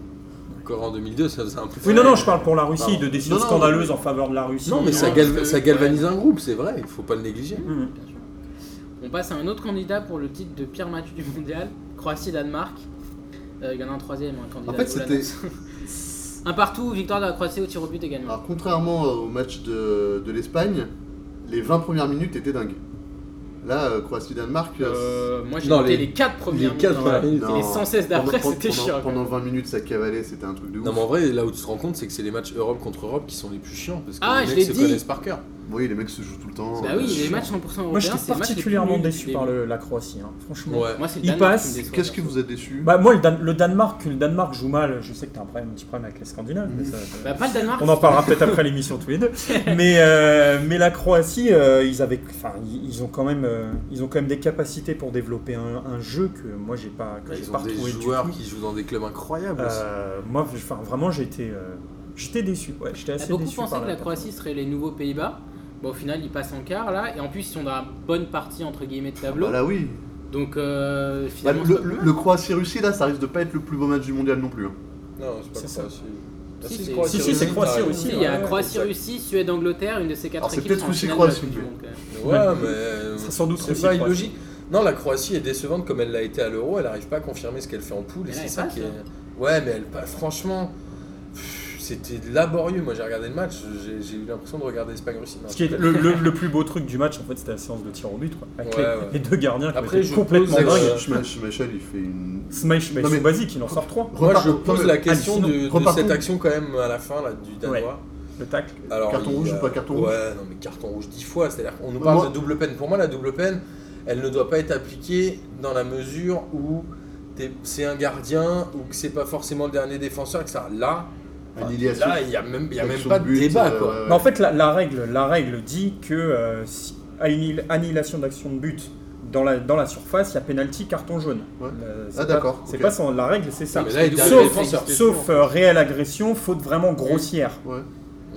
S2: La Corée en 2002, ça faisait un peu
S4: Oui, non, non, je parle pour la Russie,
S2: Pardon.
S4: de décisions
S3: Non, non,
S4: scandaleuses en faveur de la Russie.
S2: Non, mais ça,
S1: Non,
S2: gal-
S1: parce que-
S2: ça galvanise un groupe, c'est vrai, il faut pas le négliger.
S4: Mhm.
S1: On passe à un autre candidat pour le titre de pire match du mondial Croatie-Danemark. Euh, Il y en a un troisième, un candidat.
S3: En fait,
S1: je vous
S3: c'était.
S1: l'annonce. Un partout, victoire de la Croatie au tir au but également.
S3: Alors, contrairement au match de, de l'Espagne, les 20 premières minutes étaient dingues. Là, euh, Croatie-Danemark. euh,
S1: Euh, moi j'ai
S2: Non,
S1: noté
S2: les-
S1: les 4 premières
S2: les quatre
S1: minutes,
S2: premières
S1: ouais.
S2: minutes.
S1: Et les 116 d'après,
S3: Pendant-
S1: c'était
S3: pendant-
S1: chiant. quoi.
S3: Pendant 20 minutes, ça cavalait, c'était un truc de ouf.
S2: Non, mais en vrai, là où tu te rends compte, c'est que c'est les matchs Europe contre Europe qui sont les plus chiants parce que
S1: Ah,
S2: les
S1: je
S2: mecs
S1: l'ai
S2: se
S1: dit.
S2: connaissent par cœur.
S3: Oui, les mecs se jouent tout le temps.
S1: Bah
S3: Euh,
S1: oui, les
S3: chiant.
S1: matchs 100% européens.
S4: Moi, j'étais
S1: c'est les matchs les plus
S4: particulièrement
S1: nuls du
S4: déçu
S1: début.
S4: par le- la Croatie, hein, franchement.
S2: Ouais.
S1: Moi, c'est le
S4: Il
S1: Danemark
S4: passe.
S1: qui me déçoit,
S3: Qu'est-ce qui
S1: perso.
S3: vous a déçu
S4: Bah, moi, le, Dan- le Danemark, que le Danemark joue mal, je sais que t'as un, problème, un petit problème avec les Scandinaves, mais ça-
S1: Bah, pas le Danemark.
S4: on en parlera peut-être après l'émission tous les deux. Mais, euh, mais la Croatie, euh, ils, avaient, enfin, ils, ils ont quand même, euh, ils ont quand même des capacités pour développer un, un jeu que moi, j'ai pas, que
S2: Bah,
S4: j'ai
S2: ils
S4: pas
S2: ont des
S4: retrouvé du
S2: joueurs
S4: tout.
S2: qui jouent dans des clubs incroyables. aussi.
S4: Euh, moi, enfin, vraiment, j'ai été, euh, j'étais déçu. Ouais, j'étais
S1: T'as
S4: assez
S1: beaucoup
S4: déçu
S1: pensé
S4: par
S1: que la Croatie serait les nouveaux Pays-Bas. Bah, au final, ils passent en quart là. Et en plus, ils sont dans la bonne partie entre guillemets de tableau.
S3: Bah là, oui.
S1: Donc euh,
S3: Bah,
S1: finalement.
S3: le
S1: c'est pas mal.
S3: le Croatie-Russie, là, ça risque de pas être le plus beau match du mondial non plus. hein.
S2: Non, c'est pas
S4: C'est ça.
S2: Croatie. Ah,
S1: Si,
S2: si,
S1: c'est-
S2: Croatie,
S4: si, si, c'est
S2: t'as
S4: Croatie,
S2: raison.
S4: Russie,
S1: Si, il y a
S4: ouais, ouais,
S1: Croatie-Russie, Suède-Angleterre, une de ces quatre
S3: Alors, c'est
S1: équipes
S3: peut-être
S1: sont en
S3: Russie,
S1: finale
S3: Croatie,
S1: de la Coupe du
S3: mais-
S1: Monde, quand même.
S2: Ouais, mais. euh,
S4: C'est sans doute
S2: C'est
S4: aussi
S2: pas
S4: Croatie.
S2: illogique. Non, la Croatie est décevante comme elle l'a été à l'Euro. Elle n'arrive pas à confirmer ce qu'elle fait en poule.
S1: Mais
S2: Et
S1: là,
S2: c'est
S1: elle
S2: ça
S1: passe,
S2: qui
S1: hein.
S2: est. Ouais, mais elle passe. Franchement, pff, c'était laborieux. Moi, j'ai regardé le match. j'ai- J'ai eu l'impression de regarder Espagne-Russie. Non,
S4: Ce qui est le, le- le plus beau truc du match, en fait, c'était la séance de tir au but, quoi. Avec
S2: Ouais,
S4: les,
S2: ouais.
S4: les deux gardiens qui
S2: Après,
S4: étaient
S2: je
S4: complètement
S2: pose la-
S4: dingues.
S2: Euh,
S3: Schme- Schmeichel, il fait une.
S4: Smash, mais
S3: Non, mais-
S4: c'est basique, il en sort trois.
S2: Moi, je
S3: Repartons-
S2: pose la question
S3: Hallucinant.
S2: de, de
S3: Repartons-
S2: cette action quand même à la fin là, du Danois.
S4: Le tacle.
S2: Alors,
S3: Carton
S2: il
S3: rouge
S2: y a-
S3: ou pas carton
S2: ouais,
S3: rouge
S2: non, mais carton rouge dix fois. C'est-à-dire qu'on nous parle
S3: Moi-
S2: de double peine. Pour moi, la double peine, elle ne doit pas être appliquée dans la mesure où t'es- c'est un gardien ou que c'est pas forcément le dernier défenseur. Que ça, là,
S3: Annihilation.
S2: là, il n'y a même, il y a même
S3: Action
S2: pas
S3: de
S2: de
S3: but,
S2: débat.
S3: euh,
S2: quoi.
S3: ouais.
S4: Mais en fait, la, la règle, la règle dit que euh, si- annihil- annihilation d'action de but dans la, dans la surface, il y a pénalty, carton jaune.
S3: Ouais.
S4: Euh, c'est
S3: Ah,
S4: pas-
S3: d'accord,
S4: C'est
S3: ok.
S4: pas sans- la règle, c'est ça.
S2: Mais là, il est
S4: sauf
S2: derrière le défenseur.
S4: sauf, euh, réelle agression, faute vraiment grossière.
S3: Ouais.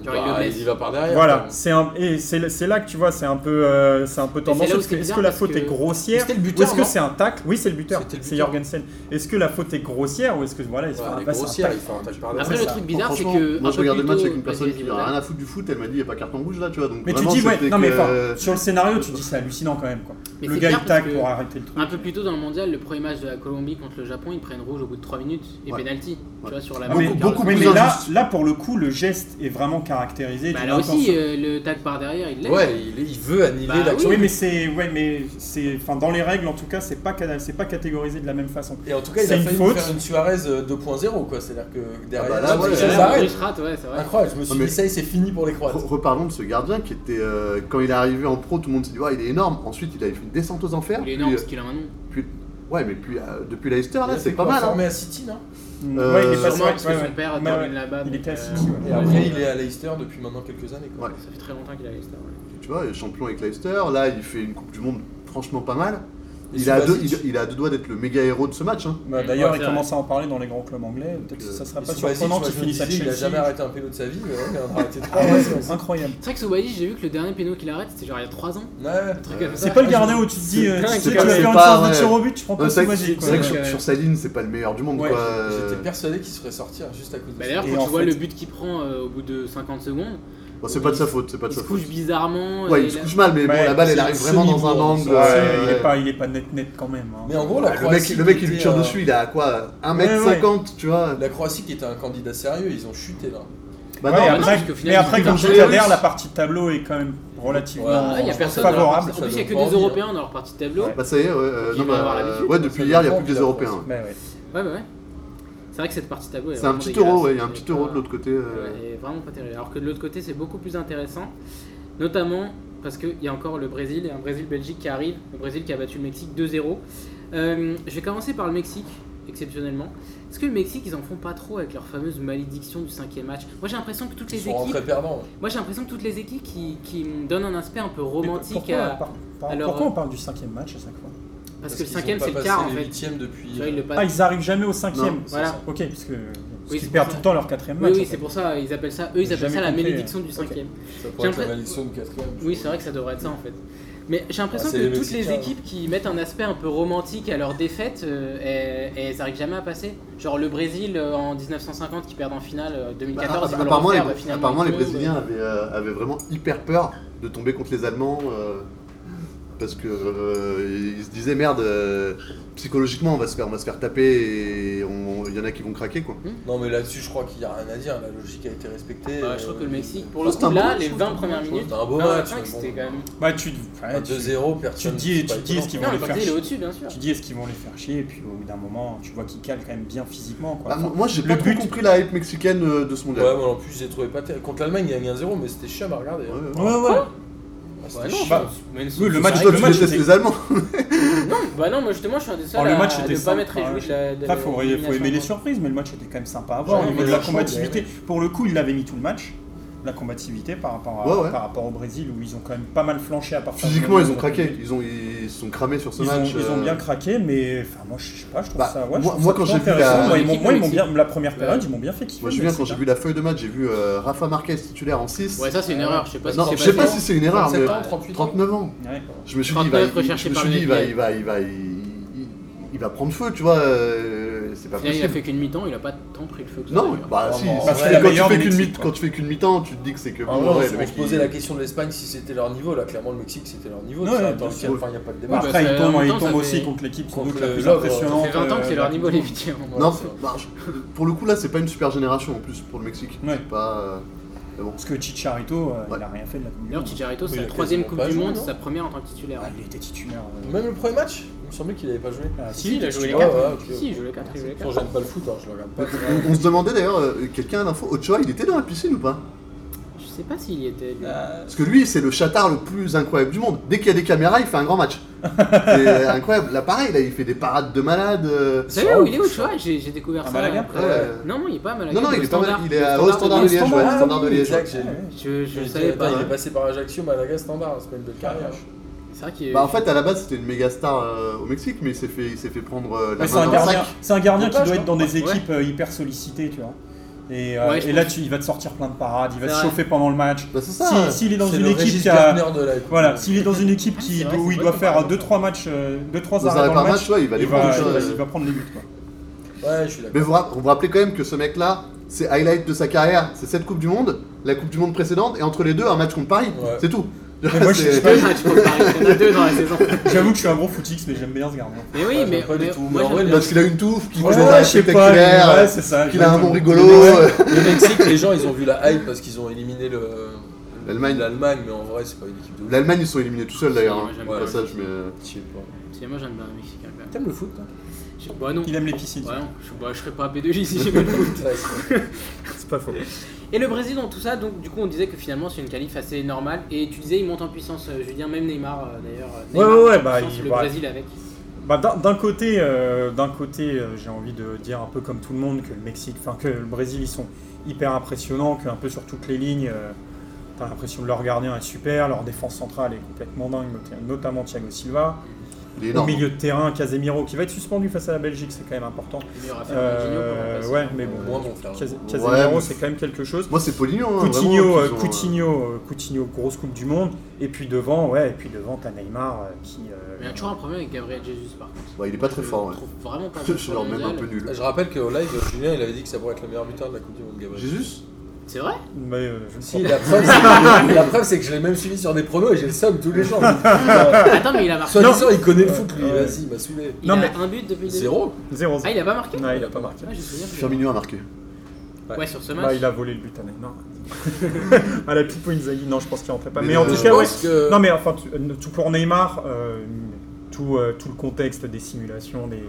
S1: Genre, il le
S2: Bah,
S1: blesse.
S2: il y va par derrière.
S4: Voilà,
S2: quoi.
S4: c'est un et c'est c'est là que tu vois, c'est un peu euh, c'est un peu
S1: là
S4: tendancieux
S1: où
S4: parce que
S1: c'est
S4: est-ce
S1: bizarre,
S4: que la
S1: parce
S4: faute
S1: que-
S4: est grossière
S2: C'était le
S4: ou
S2: buteur,
S4: est-ce que
S2: non
S4: c'est un tacle Oui, c'est le buteur,
S2: C'était le
S4: c'est
S2: buteur.
S4: Jorgensen. Est-ce que la faute est grossière ou est-ce que voilà, est-ce
S2: Ouais,
S4: qu'on
S2: elle est
S4: passe un
S2: grossière,
S4: tacle
S2: il fait un tac par derrière.
S1: Après,
S4: c'est
S1: le
S4: ça.
S1: truc bizarre, c'est
S3: Franchement,
S1: que.
S3: moi
S1: un
S3: je
S1: peu
S3: regardais
S1: plus
S3: le match
S1: tôt- euh,
S3: avec une personne
S1: Vas-y,
S3: qui
S1: vas-y,
S3: n'a
S1: vas-y.
S3: rien à foutre du foot, elle m'a dit il n'y a pas carton rouge là, tu vois. Donc
S4: Mais tu
S3: vraiment,
S4: dis ouais,
S3: c'était
S4: non mais
S3: que-
S4: enfin, sur le scénario, tu dis c'est hallucinant quand même quoi.
S1: Mais
S4: le
S1: c'est
S4: gars
S1: bizarre
S4: il tacle
S1: parce que-
S4: pour arrêter le truc.
S1: Un peu plus tôt dans le mondial, le premier match de la Colombie contre le Japon, ils prennent rouge au bout de 3 minutes et
S3: Ouais.
S1: penalty.
S3: Ouais.
S1: Tu vois, sur la
S4: Ah,
S1: même
S4: mais-
S3: Beaucoup-
S1: carte.
S3: beaucoup
S4: oui,
S3: plus
S4: mais là,
S3: injuste.
S4: là pour le coup, le geste est vraiment caractérisé.
S1: Bah,
S4: d'une
S1: là aussi,
S4: intention.
S1: euh, le tag par derrière, il l'est.
S2: Ouais, il, il veut annihiler
S1: Bah
S2: l'action.
S4: Oui, mais c'est ouais, mais c'est enfin dans les règles en tout cas, c'est pas cana- c'est pas catégorisé de la même façon.
S2: Et en tout cas, il
S4: C'est
S2: a
S4: une
S2: failli
S4: faute.
S2: faire une Suarez euh, 2.0, quoi. C'est-à-dire que derrière,
S3: Ah bah là,
S2: là,
S3: ouais,
S2: les
S1: C'est
S2: choses
S3: là,
S1: vrai,
S2: arrêtent.
S1: Bruce Rat, ouais, c'est vrai.
S2: Incroyable, je me suis
S3: Non, mais-
S2: dit, ça y est, c'est fini pour les Croates.
S3: Re- Reparlons de ce gardien qui était. euh, quand il est arrivé en pro, tout le monde s'est dit ouais, il est énorme. Ensuite, il avait fait une descente aux enfers.
S1: Il est
S3: puis,
S1: énorme
S3: euh,
S1: parce qu'il a un nom.
S3: puis- ouais, mais puis, euh, depuis Leicester,
S2: Il a
S3: là, c'est
S2: fait
S3: pas
S2: quoi,
S3: mal. hein.
S2: Formé à City, non
S3: Euh,
S4: Ouais, il est
S1: Sûrement
S3: Bah,
S4: passé. ouais,
S1: parce que
S4: ouais,
S1: son
S4: ouais.
S1: père
S4: Ouais,
S1: termine
S4: ouais.
S1: là-bas.
S4: Il
S1: donc,
S4: était
S1: euh,
S4: assis. ouais.
S2: Et après, il est à Leicester depuis maintenant quelques années, quoi.
S3: Ouais.
S1: Ça fait très longtemps qu'il a les stars.
S3: Tu vois, champion avec Leicester, là, il fait une Coupe du Monde franchement pas mal. Il a, deux,
S2: Subasic.
S3: il, il a deux doigts d'être le méga héros de ce match. hein.
S4: Bah,
S1: Ouais,
S4: D'ailleurs,
S1: c'est
S4: il
S1: vrai.
S4: commence à en parler dans les grands clubs anglais. Peut-être
S3: euh,
S4: que ça serait
S2: Et
S4: pas
S2: Subasic,
S4: surprenant
S2: moi,
S4: qu'il
S2: je me
S4: finisse à
S2: disais,
S4: Chelsea.
S2: Il a jamais arrêté un pélo de sa vie, mais ouais, il en a arrêté trois.
S4: Ah ouais,
S2: ouais.
S4: c'est incroyable.
S1: C'est vrai que Subasic, j'ai vu que le dernier péno qu'il arrête, c'était genre il y a 3 ans.
S2: Ouais,
S1: truc comme
S2: ouais.
S1: ça.
S4: C'est pas le gardien où tu te dis,
S1: C'est dingue,
S4: euh, tu
S1: c'est
S4: sais, tu vas
S1: quand même
S4: faire une
S3: pas,
S4: séance de
S3: ouais.
S4: tir au but, tu prends
S3: Ouais,
S4: pas
S3: Euh, c'est vrai
S4: tout
S3: que,
S4: magique.
S3: c'est vrai que
S1: Ouais.
S3: sur, sur sa ligne, c'est pas le meilleur du monde.
S2: Ouais,
S3: quoi.
S2: J'étais persuadé qu'il se ferait sortir juste à cause de
S1: Bah,
S2: ça.
S1: D'ailleurs,
S4: Et
S1: quand
S4: en
S1: tu vois
S4: fait-
S1: le but qu'il prend euh, au bout de 50 secondes,
S3: Bon, c'est pas de sa faute, c'est pas de
S1: il
S3: sa
S1: se
S3: faute.
S1: couche bizarrement.
S3: Ouais,
S1: et
S3: il se
S1: a-
S3: couche mal, mais bon,
S4: Ouais,
S3: la balle, elle
S2: c'est
S3: arrive vraiment dans un
S2: semi-bourre,
S3: angle.
S2: ça.
S4: Ouais,
S3: euh,
S4: il, est pas, il est pas net net quand même. hein.
S2: Mais en gros, la
S3: Le mec,
S2: Croatie.
S3: le mec,
S2: qui
S3: il lui
S2: était,
S3: tire
S2: euh,
S3: dessus, il a quoi 1m50, tu vois
S2: La Croatie qui était un candidat sérieux, ils ont chuté là.
S3: Bah
S4: Ouais,
S3: non,
S4: et
S1: bah
S4: après,
S1: parce qu'au final,
S4: mais
S1: ils
S4: après,
S1: ont
S3: joué
S4: comme
S3: les
S4: je disais, derrière,
S3: Russes.
S4: la partie de tableau est quand même relativement
S1: Ah, il y a personne.
S4: favorable.
S1: En plus, il n'y a que
S2: Ça donne
S1: des
S2: pas envie,
S1: Européens dans leur partie de tableau.
S4: Ouais.
S3: Bah ça y est, ouais, euh,
S1: Ils
S3: non,
S1: vont
S3: bah,
S1: avoir l'habitude,
S3: ouais,
S2: ça,
S3: depuis
S2: ça
S3: hier, il n'y a
S2: donne
S3: plus que des
S2: envie, la
S3: Européens.
S2: France.
S3: ouais.
S4: Mais ouais.
S1: Ouais, bah ouais. C'est vrai que cette partie de tableau. elle est
S3: C'est un
S1: vraiment
S3: petit euro,
S1: dégueulasse.
S3: ouais, il y a un petit euro
S1: Ouais.
S3: de l'autre côté. euh,
S1: Ouais, et vraiment pas terrible. Alors que de l'autre côté, c'est beaucoup plus intéressant, notamment parce qu'il y a encore le Brésil et un Brésil-Belgique qui arrive. Le Brésil qui a battu le Mexique 2-0. Euh, je vais commencer par le Mexique, exceptionnellement. Est-ce que le Mexique, ils en font pas trop avec leur fameuse malédiction du cinquième match Moi, j'ai l'impression que toutes
S2: Ils
S1: les
S2: sont
S1: équipes,
S2: rentrés perdants.
S1: moi, j'ai l'impression que toutes les équipes qui, qui me donnent un aspect un peu
S4: Mais
S1: romantique,
S4: pourquoi,
S1: à-
S4: par- par-
S1: alors,
S4: pourquoi
S1: euh,
S4: on parle du cinquième match à chaque fois
S1: parce que le cinquième, c'est le quart en fait.
S2: huitième
S1: Tu vois, ils
S2: depuis.
S1: le passent.
S4: Ah, ils arrivent jamais au cinquième.
S3: Non,
S4: c'est
S1: voilà.
S4: ça. Ok, parce
S1: bah,
S4: que parce
S1: Oui,
S4: qu'ils
S1: c'est pour
S4: perdent tout
S1: ça.
S4: le temps leur quatrième
S1: Oui,
S4: match. en
S1: oui,
S4: fait.
S1: c'est pour ça, ils appellent ça, eux, ils
S4: J'ai
S1: appellent ça
S4: jamais
S1: la
S4: compris, euh.
S1: malédiction du
S4: ok.
S1: cinquième.
S2: Ça pourrait être
S1: J'ai
S2: la
S1: l'impression-
S2: malédiction du quatrième. je
S1: Oui,
S2: pense.
S1: c'est vrai que ça devrait être ça en fait. Mais j'ai l'impression
S2: Ah, c'est
S1: que
S2: les
S1: toutes les
S2: Mexicains.
S3: hein.
S1: équipes qui mettent un aspect un peu romantique à leur défaite, euh, elles- elles n'arrivent jamais à passer. Genre le Brésil euh, en 1950 qui perd en finale euh,
S3: bah,
S1: 2014, ils veulent
S3: apparemment,
S1: refaire,
S3: les,
S1: bah, finalement,
S3: apparemment,
S1: ils
S3: les
S1: tombent.
S3: Brésiliens avaient, euh, avaient vraiment hyper peur de tomber contre les Allemands euh, parce que euh, ils se disaient merde, euh, psychologiquement, on va se faire, on va se faire taper et on- il y en a qui vont craquer quoi.
S2: Non, mais là-dessus, je crois qu'il n'y a rien à dire. La logique a été respectée.
S1: Ouais, je trouve que le Mexique, pour
S3: Ah,
S1: le
S3: c'était euh, un
S1: coup,
S3: bon
S1: là,
S3: match,
S1: les
S3: je
S1: 20
S3: trouve,
S1: premières
S2: je trouve.
S1: minutes, ah,
S2: C'était un beau
S1: non, la
S2: match,
S1: fin,
S2: mais bon.
S1: c'était quand même.
S4: Bah, tu, ouais,
S2: À
S4: tu-
S2: 2-0, personne.
S4: dis-
S2: c'est pas
S4: tu dis
S2: étonnant.
S4: ce qu'ils vont
S1: Non,
S4: les
S1: le
S4: faire
S1: Brésil est au-dessus, bien sûr.
S4: tu dis est-ce qu'ils vont les faire chier, et puis au bout d'un moment, tu vois qu'ils calent quand même bien physiquement. Quoi.
S3: Ah, moi, moi, j'ai
S4: le
S3: pas trop
S4: but-
S3: compris la hype mexicaine euh, de ce mondial.
S2: Ouais, moi en plus, j'ai trouvé pas terrible. Contre l'Allemagne, il y a 1-0, mais c'était chiant à regarder. hein.
S3: Ouais, ouais.
S4: Ouais, ouais.
S2: Ah, c'était
S1: Ouais, non,
S2: chiant.
S4: bah,
S1: mais-
S4: Oui, le match,
S3: Toi,
S4: le
S3: tu
S4: match
S3: détestes
S4: était-
S3: les Allemands.
S1: Bah non, moi justement, je suis un des seuls
S4: Alors, le
S1: à-
S4: match
S1: à
S4: était
S1: ne pas
S4: simple,
S1: m'être réjoui
S4: hein.
S1: de la. de
S4: Ça, faut, faut
S1: l'élimination,
S4: aimer les
S1: quoi.
S4: surprises, mais le match était quand même sympa à voir.
S2: Ouais,
S4: Au niveau
S2: mais
S4: de la
S2: chaud,
S4: combativité, pour le coup, il l'avait mis tout le match. La combativité par rapport, à-
S3: Ouais, ouais.
S4: par rapport au Brésil, où ils ont quand même pas mal flanché à partir du
S3: Physiquement,
S4: moment
S3: ils
S4: où
S3: ont craqué,
S4: perdu.
S3: ils ont ils se sont cramés sur ce
S4: Ils,
S3: match.
S4: ont, ils ont
S3: euh,
S4: bien craqué, mais enfin, moi, je sais pas, je trouve
S3: Bah,
S4: ça. ouais, je
S3: moi-
S4: trouve
S3: moi,
S4: ça
S3: quand
S4: trop
S3: j'ai vu la-
S4: intéressant. Moi, ils m'ont- moi, ils m'ont
S1: L'équipe
S4: bien, la première
S1: Ouais.
S4: période, ils m'ont bien fait kiffer.
S3: Moi, je me
S4: mais
S3: souviens quand
S4: c'est
S3: j'ai vu la feuille de match, j'ai vu euh, Rafa Marquez titulaire en 6.
S1: Ouais, ça, c'est une erreur, je sais pas si
S3: non,
S1: c'est
S3: je sais
S1: passé.
S3: pas si c'est une erreur,
S2: 37
S3: mais
S2: ans, 38 ans.
S3: 39 ans.
S4: dingue. Ouais.
S3: Je me suis dit, il va,
S1: 39
S3: il, je
S1: recherché
S3: me
S1: par
S3: suis
S1: le
S3: dit, il va,
S1: FBI.
S3: il va, il va, il, il- il va prendre feu, tu vois. euh, c'est pas
S1: Là, il a
S3: possible.
S1: fait qu'une mi-temps, il a pas tant pris le feu que ça.
S3: Non,
S1: d'ailleurs.
S3: bah
S2: Ah,
S3: si.
S2: bon,
S3: si,
S2: bah,
S3: si,
S2: c'est la
S3: quand, tu
S4: meilleure
S3: fais
S4: des
S3: qu'une
S4: équipes,
S3: mi-
S4: quoi.
S3: quand tu fais qu'une mi-temps, tu te dis que c'est que.
S2: Ah
S3: bon,
S2: non,
S3: ouais,
S2: on
S3: le mec,
S2: se
S3: il-
S2: posait la question de l'Espagne si c'était leur niveau. Là, clairement, le Mexique, c'était leur niveau.
S4: Ouais,
S2: ça,
S4: ouais,
S2: dans
S4: bien
S2: lequel,
S3: sûr.
S2: enfin, il n'y a pas de débat.
S1: Bah,
S4: Après,
S1: ça-
S4: ils tombent,
S1: en même
S4: ils
S1: temps,
S4: tombent
S1: ça
S4: aussi
S1: fait-
S4: contre l'équipe sans
S2: contre
S4: doute la
S2: le
S4: plus
S2: Logre, ça fait
S1: Ça
S4: impressionnante.
S1: fait 20 ans que
S4: euh,
S1: c'est leur niveau,
S4: du
S1: les
S4: monde.
S1: vidéos.
S3: Non,
S2: c'est vrai.
S3: bah, je- pour le coup, là, c'est pas une super génération en plus pour le Mexique.
S4: Ouais.
S3: C'est pas. euh, mais bon.
S4: Parce que Chicharito, euh,
S3: Ouais.
S4: il a rien fait de la Coupe du
S1: D'ailleurs,
S4: Monde.
S1: Chicharito,
S2: Oui,
S1: c'est
S2: il a
S1: la troisième Coupe
S2: quasiment
S1: du
S2: pas joué,
S1: Monde,
S2: non
S1: c'est sa première en tant que titulaire.
S4: Ah, il était titulaire. euh,
S2: Même le premier match, il me semblait qu'il n'avait pas joué.
S4: Ah,
S1: Si, il a joué les
S2: Ouais,
S1: 4.
S2: ouais, ok.
S1: Si, il joue les 4. Il joue les
S2: Pourtant,
S1: 4.
S2: j'aime pas le foot, hein, je le regarde pas.
S3: On, on se demandait d'ailleurs, euh, quelqu'un a l'info, Ochoa, il était dans la piscine ou pas
S1: Je sais pas s'il y était. lui.
S4: Ah,
S3: Parce que lui, c'est le chatard le plus incroyable du monde. Dès qu'il y a des caméras, il fait un grand match. C'est incroyable. Là, pareil, là, il fait des parades de malade. euh,
S1: Vous savez
S2: ça,
S1: où il est,
S2: ça.
S1: Ochoa J'ai j'ai découvert
S4: À
S1: ça.
S4: Malaga
S1: après.
S3: euh,
S1: Non, non, il est pas à Malaga.
S3: Non, non,
S1: au
S3: il est pas mal.
S1: Standard.
S3: Il est à-
S1: Au
S3: au standard de
S1: Liège. Ah
S3: Liège. ouais, le standard de Liège.
S2: Exact, j'ai-
S1: Je, je
S2: j'ai dit,
S1: savais
S2: attends,
S1: pas.
S2: Il est passé par Ajaccio, Malaga, Standard, c'est pas une belle carrière.
S1: C'est vrai qu'il est.
S3: Bah, en fait, à la base, c'était une méga star euh, au Mexique, mais il s'est fait, il s'est fait prendre euh, la
S4: Ouais, c'est
S3: main
S4: un
S3: dans le
S4: gardien,
S3: sac.
S4: c'est un gardien
S2: Ou
S4: qui
S2: pas,
S4: doit
S2: je
S4: être dans des
S1: crois. Ouais.
S4: équipes euh, hyper sollicitées, tu vois. Et, euh,
S1: Ouais, je
S4: et là, tu, il va te sortir plein de parades, il va
S1: C'est
S4: se
S1: vrai.
S4: chauffer pendant le match.
S3: Bah, c'est ça.
S4: Si- S'il est dans
S2: C'est
S4: une
S2: le
S4: équipe
S2: Régis
S4: qui a,
S2: Gardner de la Coupe.
S4: voilà, s'il est dans une équipe
S1: Ah, c'est
S4: qui,
S1: vrai, c'est
S4: où il
S1: vrai
S4: doit
S1: qu'on
S4: faire
S1: parle.
S4: 2-3 matchs, 2-3
S3: Dans un
S4: arrêts
S3: arrêt
S4: dans
S3: par
S4: le
S3: match,
S4: match,
S3: ouais, il va
S4: il
S3: les
S4: va,
S3: prendre.
S4: il, va,
S3: euh.
S4: il va prendre les buts. Quoi.
S2: Ouais, je suis
S3: Mais
S2: d'accord.
S3: vous rapp- vous vous rappelez quand même que ce mec-là, c'est highlight de sa carrière, c'est cette Coupe du Monde, la Coupe du Monde précédente, et entre les deux, un match contre Paris.
S2: Ouais.
S3: C'est tout.
S4: Mais moi, je-
S3: C'est-
S4: je-
S1: Deux matchs pour Paris, il y en a deux dans la saison.
S4: J'avoue que je suis un gros footix, mais j'aime bien ce gardien.
S1: Mais oui,
S2: Ouais,
S1: mais.
S2: j'aime pas du
S1: mais-
S2: tout,
S1: moi,
S2: mais en
S1: j'aime
S2: vrai,
S1: bien.
S3: Parce qu'il a une touffe, qu'il
S4: Ouais,
S3: joue dans un
S4: je sais pas,
S3: spectaculaire,
S4: ouais, c'est ça.
S3: euh, qu'il a un
S4: exactement.
S3: nom rigolo. euh.
S4: Ouais.
S2: Le Mexique, les gens, ils ont vu la hype parce qu'ils ont éliminé le.
S3: L'Allemagne.
S2: L'Allemagne, mais en vrai, c'est pas une équipe de.
S3: L'Allemagne, ils sont éliminés tout seuls d'ailleurs, hein,
S1: Ouais, j'aime
S3: au
S2: pas.
S3: passage, mais. euh,
S2: Je sais pas.
S1: Si, Moi, j'aime bien le Mexicain quand même.
S2: T'aimes le foot, toi
S1: Je- Bah, non.
S4: Il aime les piscines.
S1: Bah, non, je- bah, je serais pas à B2J si j'aimais le foot.
S2: Ouais, c'est-
S4: C'est pas faux.
S1: Et le Brésil dans tout ça, donc du coup on disait que finalement c'est une qualif assez normale. Et tu disais il monte en puissance, euh, Julien, même Neymar euh, d'ailleurs. euh,
S4: Ouais,
S1: Neymar
S4: ouais, ouais,
S1: monte en
S4: bah,
S1: puissance,
S4: il-
S1: le
S4: bah,
S1: Brésil avec.
S4: Bah, d'un- d'un côté, euh, d'un côté, euh, j'ai envie de dire un peu comme tout le monde que le Mexique, enfin que le Brésil, ils sont hyper impressionnants, qu'un peu sur toutes les lignes, euh, t'as l'impression que leur gardien est super, leur défense centrale est complètement dingue, not- notamment Thiago Silva.
S3: Il est
S4: Au
S3: énorme.
S4: milieu de terrain, Casemiro qui va être suspendu face à la Belgique, c'est quand même important.
S1: Il y aura Fernandinho pour
S4: Euh,
S1: remplacer.
S4: ouais, mais bon.
S2: Moins bon, frère.
S4: Case-
S3: Ouais,
S4: Casemiro,
S3: mais-
S4: c'est quand même quelque chose.
S3: Moi, c'est Poligno. Hein,
S4: Coutinho,
S3: vraiment,
S4: euh,
S3: qu'ils ont,
S4: Coutinho, euh, Coutinho, grosse coupe du monde. Et puis devant, ouais, et puis devant, t'as Neymar euh, qui. euh,
S1: Mais il y a toujours un problème avec Gabriel Jesus par contre.
S3: Ouais, il est pas très
S1: Je
S3: fort,
S1: le
S3: ouais.
S1: trouve vraiment pas
S3: Je
S1: bon
S3: suis
S1: sur
S3: genre
S1: le
S3: même un peu
S1: mondial.
S3: nul.
S2: Je rappelle qu'au live, Julien, il avait dit que ça pourrait être le meilleur buteur de la Coupe du Monde, Gabriel.
S3: Jésus
S1: C'est vrai
S4: mais, euh, je ne
S2: Si,
S4: crois
S2: la preuve, c'est que, la preuve, c'est que je l'ai même suivi sur des pronos et j'ai le somme tous les jours. Soit
S1: Attends, mais il a marqué.
S2: disant, il connaît le foot, lui,
S4: Ouais.
S2: vas-y, il m'a saoulé.
S1: Il
S4: Non,
S1: a
S4: mais-
S1: un but depuis le début.
S2: Zéro
S4: pas. 0-0.
S1: Ah, il a pas marqué
S4: Non, il a pas marqué.
S1: Ah, je me souviens. plus.
S3: Firmino a marqué.
S1: Ouais, sur ce match.
S4: Bah, il a volé le but à Neymar. à la Pipo Inzaghi, non, je pense qu'il rentrait pas. Mais, en
S2: euh,
S4: tout
S2: je
S4: cas, ouais.
S2: pense que-
S4: Non, mais enfin, tu- euh, tout pour Neymar, euh, tout, euh, tout le contexte des simulations, des.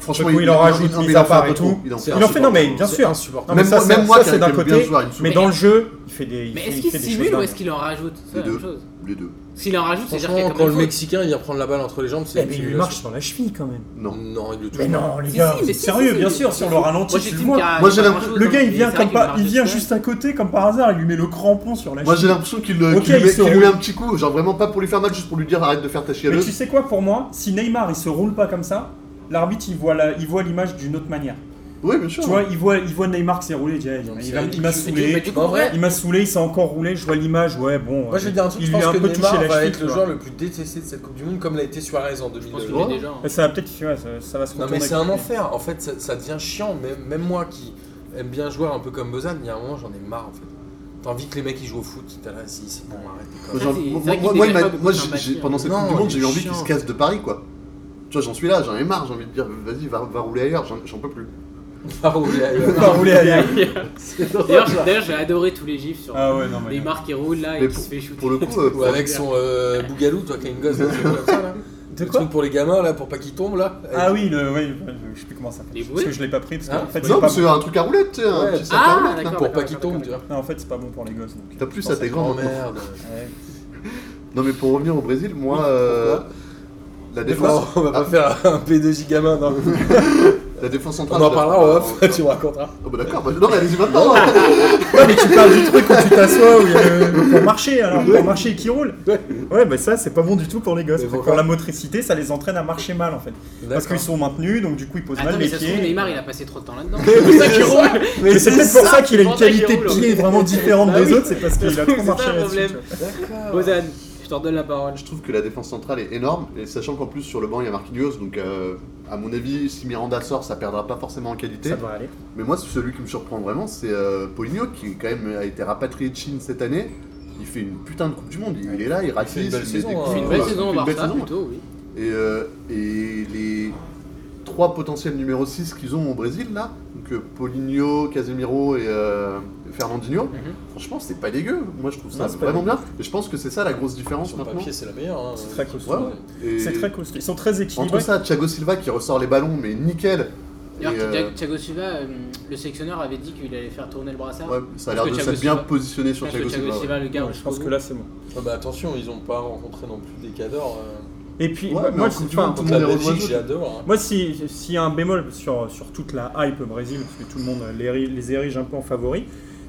S3: Franchement,
S4: Oui, il en rajoute,
S3: non, mais
S4: mis
S3: il en
S4: à
S3: fait
S4: part
S3: un peu
S4: et tout.
S3: trop. Il en fait
S2: C'est
S3: un
S4: Il en
S3: peu
S4: fait,
S3: trop.
S4: non, mais bien sûr.
S2: insupportable.
S4: Non, mais
S3: Même
S4: ça,
S3: moi-
S4: c'est-
S3: même moi
S4: ça,
S3: qui
S4: c'est
S3: aime
S4: d'un
S3: bien le
S4: côté.
S3: joueur, il me saoule.
S4: mais dans le jeu, il fait des. il
S1: Mais
S4: fait-
S1: est-ce
S4: il
S1: qu'il
S4: fait des
S1: simule
S4: choses
S1: ou est-ce
S4: dingues.
S1: qu'il en rajoute C'est
S3: Les
S1: la même
S3: deux.
S1: chose.
S3: Les deux.
S1: S'il en rajoute, c'est-à-dire qu'il y a
S2: Franchement,
S1: quand
S2: quand
S1: même
S2: le
S1: faute.
S2: Mexicain, il vient prendre la balle entre les jambes, c'est
S4: Eh,
S2: une
S4: Mais il
S2: simulation.
S4: marche sur la cheville quand même.
S3: Non.
S2: Non, il le touche.
S4: Mais
S2: pas.
S4: non, les
S1: Si,
S4: gars,
S1: si, mais
S4: c'est
S1: si,
S4: sérieux,
S1: si,
S4: bien
S1: mais
S4: sûr,
S1: si,
S4: sur
S1: si.
S4: le ralenti,
S1: Moi, j'ai
S4: tu le
S1: dit
S4: vois.
S1: qu'il y a-
S3: Moi,
S1: il y a
S3: j'ai
S1: pas
S3: l'impression-
S1: grand-chose
S4: Le
S1: dans
S4: gars, il
S1: les
S4: vient
S1: arcs,
S4: comme pas,
S1: marque
S4: il
S1: des
S4: vient
S1: stats.
S4: juste à côté, comme par hasard, il lui met le crampon sur la
S3: Moi j'ai
S4: cheville.
S3: l'impression qu'il le-
S4: Ok,
S3: qu'il lui
S4: il
S3: met-
S4: se
S3: qu'il lui
S4: roule.
S3: met un petit coup, genre vraiment pas pour lui faire mal, juste pour lui dire arrête de faire ta
S4: Mais
S3: chialeuse.
S4: tu sais quoi, pour moi, si Neymar il se roule pas comme ça, l'arbitre il voit la- il voit l'image d'une autre manière.
S3: Oui, bien sûr.
S4: Tu vois, il voit, il voit Neymar qui s'est roulé, il dit, eh,
S2: Donc,
S4: il
S2: c'est
S4: va- il
S2: ridicule.
S4: m'a
S1: Mais tu- mais
S4: saoulé. Bah,
S1: tu
S2: En
S1: comprends
S2: vrai,
S4: Il m'a saoulé, il s'est encore roulé, je vois l'image, ouais bon.
S2: Moi, je
S4: euh,
S2: vais dire un truc,
S4: il
S2: je
S4: lui
S2: pense
S4: a un
S2: que
S4: peu touché
S2: Neymar
S4: la
S2: va
S4: cheville.
S2: être le
S4: tu vois.
S2: joueur le plus détesté de cette Coupe du Monde, comme l'a été Suarez en
S1: Je pense
S2: 2002.
S1: qu'il est déjà. hein.
S4: Et Ça va peut-être, ouais, ça, ça va se
S2: Non
S4: retourner.
S2: mais c'est un enfer, en fait ça, ça devient chiant, même, même moi qui aime bien jouer un peu comme Bozan, il y a un moment j'en ai marre en fait. T'as envie que les mecs ils jouent au foot, t'as là, si c'est bon arrête les
S3: Moi,
S2: conneries.
S3: genre,
S1: c'est-
S3: moi-
S1: c'est vrai
S3: moi-
S1: qu'il
S3: moi,
S1: dégage
S3: il m'a-
S1: pas beaucoup
S3: moi,
S1: de
S3: j'ai-
S1: sympathie.
S3: j'ai- pendant cette
S2: Non,
S3: Coupe du Monde,
S2: il
S3: j'ai eu
S2: est
S3: envie qu'il
S2: chiant.
S3: se casse de Paris, quoi. Tu vois, j'en suis là, j'en ai marre, j'ai envie de dire, vas-y, va, va rouler ailleurs, j'en j'en peux plus.
S2: Ah, roulez ailleurs.
S4: Pas roulé ailleurs.
S1: D'ailleurs, j'ai- d'ailleurs, j'ai adoré tous les gifs sur
S4: Ah ouais, non mais.
S1: Neymar qui roule là
S3: Mais
S1: et qui se fait shooter.
S3: Pour le coup, euh,
S2: Ou avec son euh, bougalou, toi qui as une gosse, là, c'est comme ça là.
S4: De
S2: le
S4: quoi
S2: truc pour les gamins là, pour pas qu'ils tombent là.
S4: Ah oui, le, ouais, je- je sais plus comment ça
S1: Les
S4: s'appelle.
S1: bouées
S4: Parce que je l'ai pas pris parce
S2: Hein
S4: qu'en fait,
S3: non,
S4: c'est pas
S3: mais c'est un truc à roulette, tu sais, un
S2: Ouais,
S3: petit sac à
S1: Ah,
S3: roulette, là.
S1: d'accord,
S2: Pour pas
S1: d'accord,
S2: qu'ils
S1: d'accord,
S2: tombent, tu
S1: d'accord.
S2: vois.
S4: bon- non, en fait, c'est pas bon pour les gosses. donc,
S3: T'as
S4: euh,
S3: plus
S4: je pense
S3: à tes
S4: que-
S2: Oh
S3: grands.
S2: merde.
S4: Ouais.
S3: Non, mais pour revenir au Brésil, moi, euh, la
S2: Des fois,
S3: défense.
S2: on va pas faire un P2J gamin, non.
S3: La défense centrale.
S2: On en parlera en off,
S3: Ah,
S2: tu me raconteras.
S3: bah d'accord, bah, non, mais allez-y maintenant.
S4: Ouais, mais tu parles du truc quand tu t'assois où il y a le pour marcher, alors pour marcher qui roule.
S2: Ouais.
S4: Ouais, bah ça, c'est pas bon du tout pour les gosses.
S2: Mais
S4: Pour
S2: pourquoi
S4: la motricité, ça les entraîne à marcher mal en fait. Parce qu'ils sont maintenus, donc du coup, ils posent
S1: Attends,
S4: mal
S1: mais
S4: les
S1: ça se trouve,
S4: pieds.
S1: Neymar il a passé trop de temps là-dedans.
S2: Mais
S1: C'est ça
S2: c'est
S1: qu'il
S2: ça.
S1: roule.
S4: Mais c'est
S2: c'est
S4: peut-être pour
S1: ça,
S4: ça qu'il a une
S1: pour ça qu'il
S4: qualité de
S1: roule.
S4: pied vraiment différente
S1: Bah
S4: des
S1: oui.
S4: autres, c'est parce qu'il a
S1: C'est
S4: trop
S1: ça,
S4: marché
S1: le
S4: là-dessus.
S1: problème.
S4: tu vois.
S2: D'accord.
S1: Ozan, je t'en donne la parole.
S3: Je trouve que la défense centrale est énorme, et sachant qu'en plus sur le banc il y a Marquinhos, donc euh, à mon avis, si Miranda sort, ça perdra pas forcément en qualité.
S4: Ça devrait aller.
S3: Mais moi, celui qui me surprend vraiment, c'est euh, Paulinho, qui quand même a été rapatrié de Chine cette année. Il fait une putain de Coupe du Monde. Il, il est là, il ratisse,
S2: fait une belle
S3: met
S2: saison,
S3: des
S2: hein.
S3: coups
S1: C'est
S3: de
S1: une
S2: Ouais,
S1: belle
S3: poing,
S1: saison au
S3: il fait une belle
S1: Barça
S3: saison.
S1: plutôt, oui.
S3: Et, euh, et les trois potentiels numéro 6 qu'ils ont au Brésil, là, donc euh, Paulinho, Casemiro et euh, Fernandinho,
S1: Mhm.
S3: franchement, c'est pas dégueu. Moi, je trouve ça
S4: Non, c'est pas
S3: vraiment bien. Et je pense que c'est ça la grosse différence
S2: Sur le
S3: maintenant.
S2: papier, c'est la meilleure. hein.
S4: C'est très costaud.
S3: Ouais, ouais. Et
S4: C'est très costaud. Ils sont très
S3: Entre
S4: équilibrés.
S3: ça, Thiago Silva qui ressort les ballons, mais nickel. Et,
S1: D'ailleurs,
S3: euh,
S1: Thiago- Thiago Silva, euh, le sélectionneur avait dit qu'il allait faire tourner le brassard.
S3: euh, ouais, ça a l'air
S1: Parce
S3: de
S1: que
S3: s'être
S1: Thiago
S3: bien
S1: Silva-
S3: positionné
S1: Je
S3: sur
S1: pense que
S3: Thiago Silva. ouais.
S1: Silva, le gars,
S4: Ouais, Je pense que là, c'est bon.
S2: Ah bah attention, ils ont pas rencontré non plus des cadors. euh,
S4: Et puis,
S3: Ouais, mais en
S4: moi,
S3: Coupe
S4: c'est
S3: du
S4: pas
S3: Monde,
S4: un
S3: tout
S2: contre
S3: le
S2: la
S3: monde est
S2: Belgique,
S3: rejoint.
S2: j'adore. hein.
S4: Moi, si- s'il y a un bémol sur, sur toute la hype au Brésil, parce que tout le monde les, ri- les érige un peu en favori,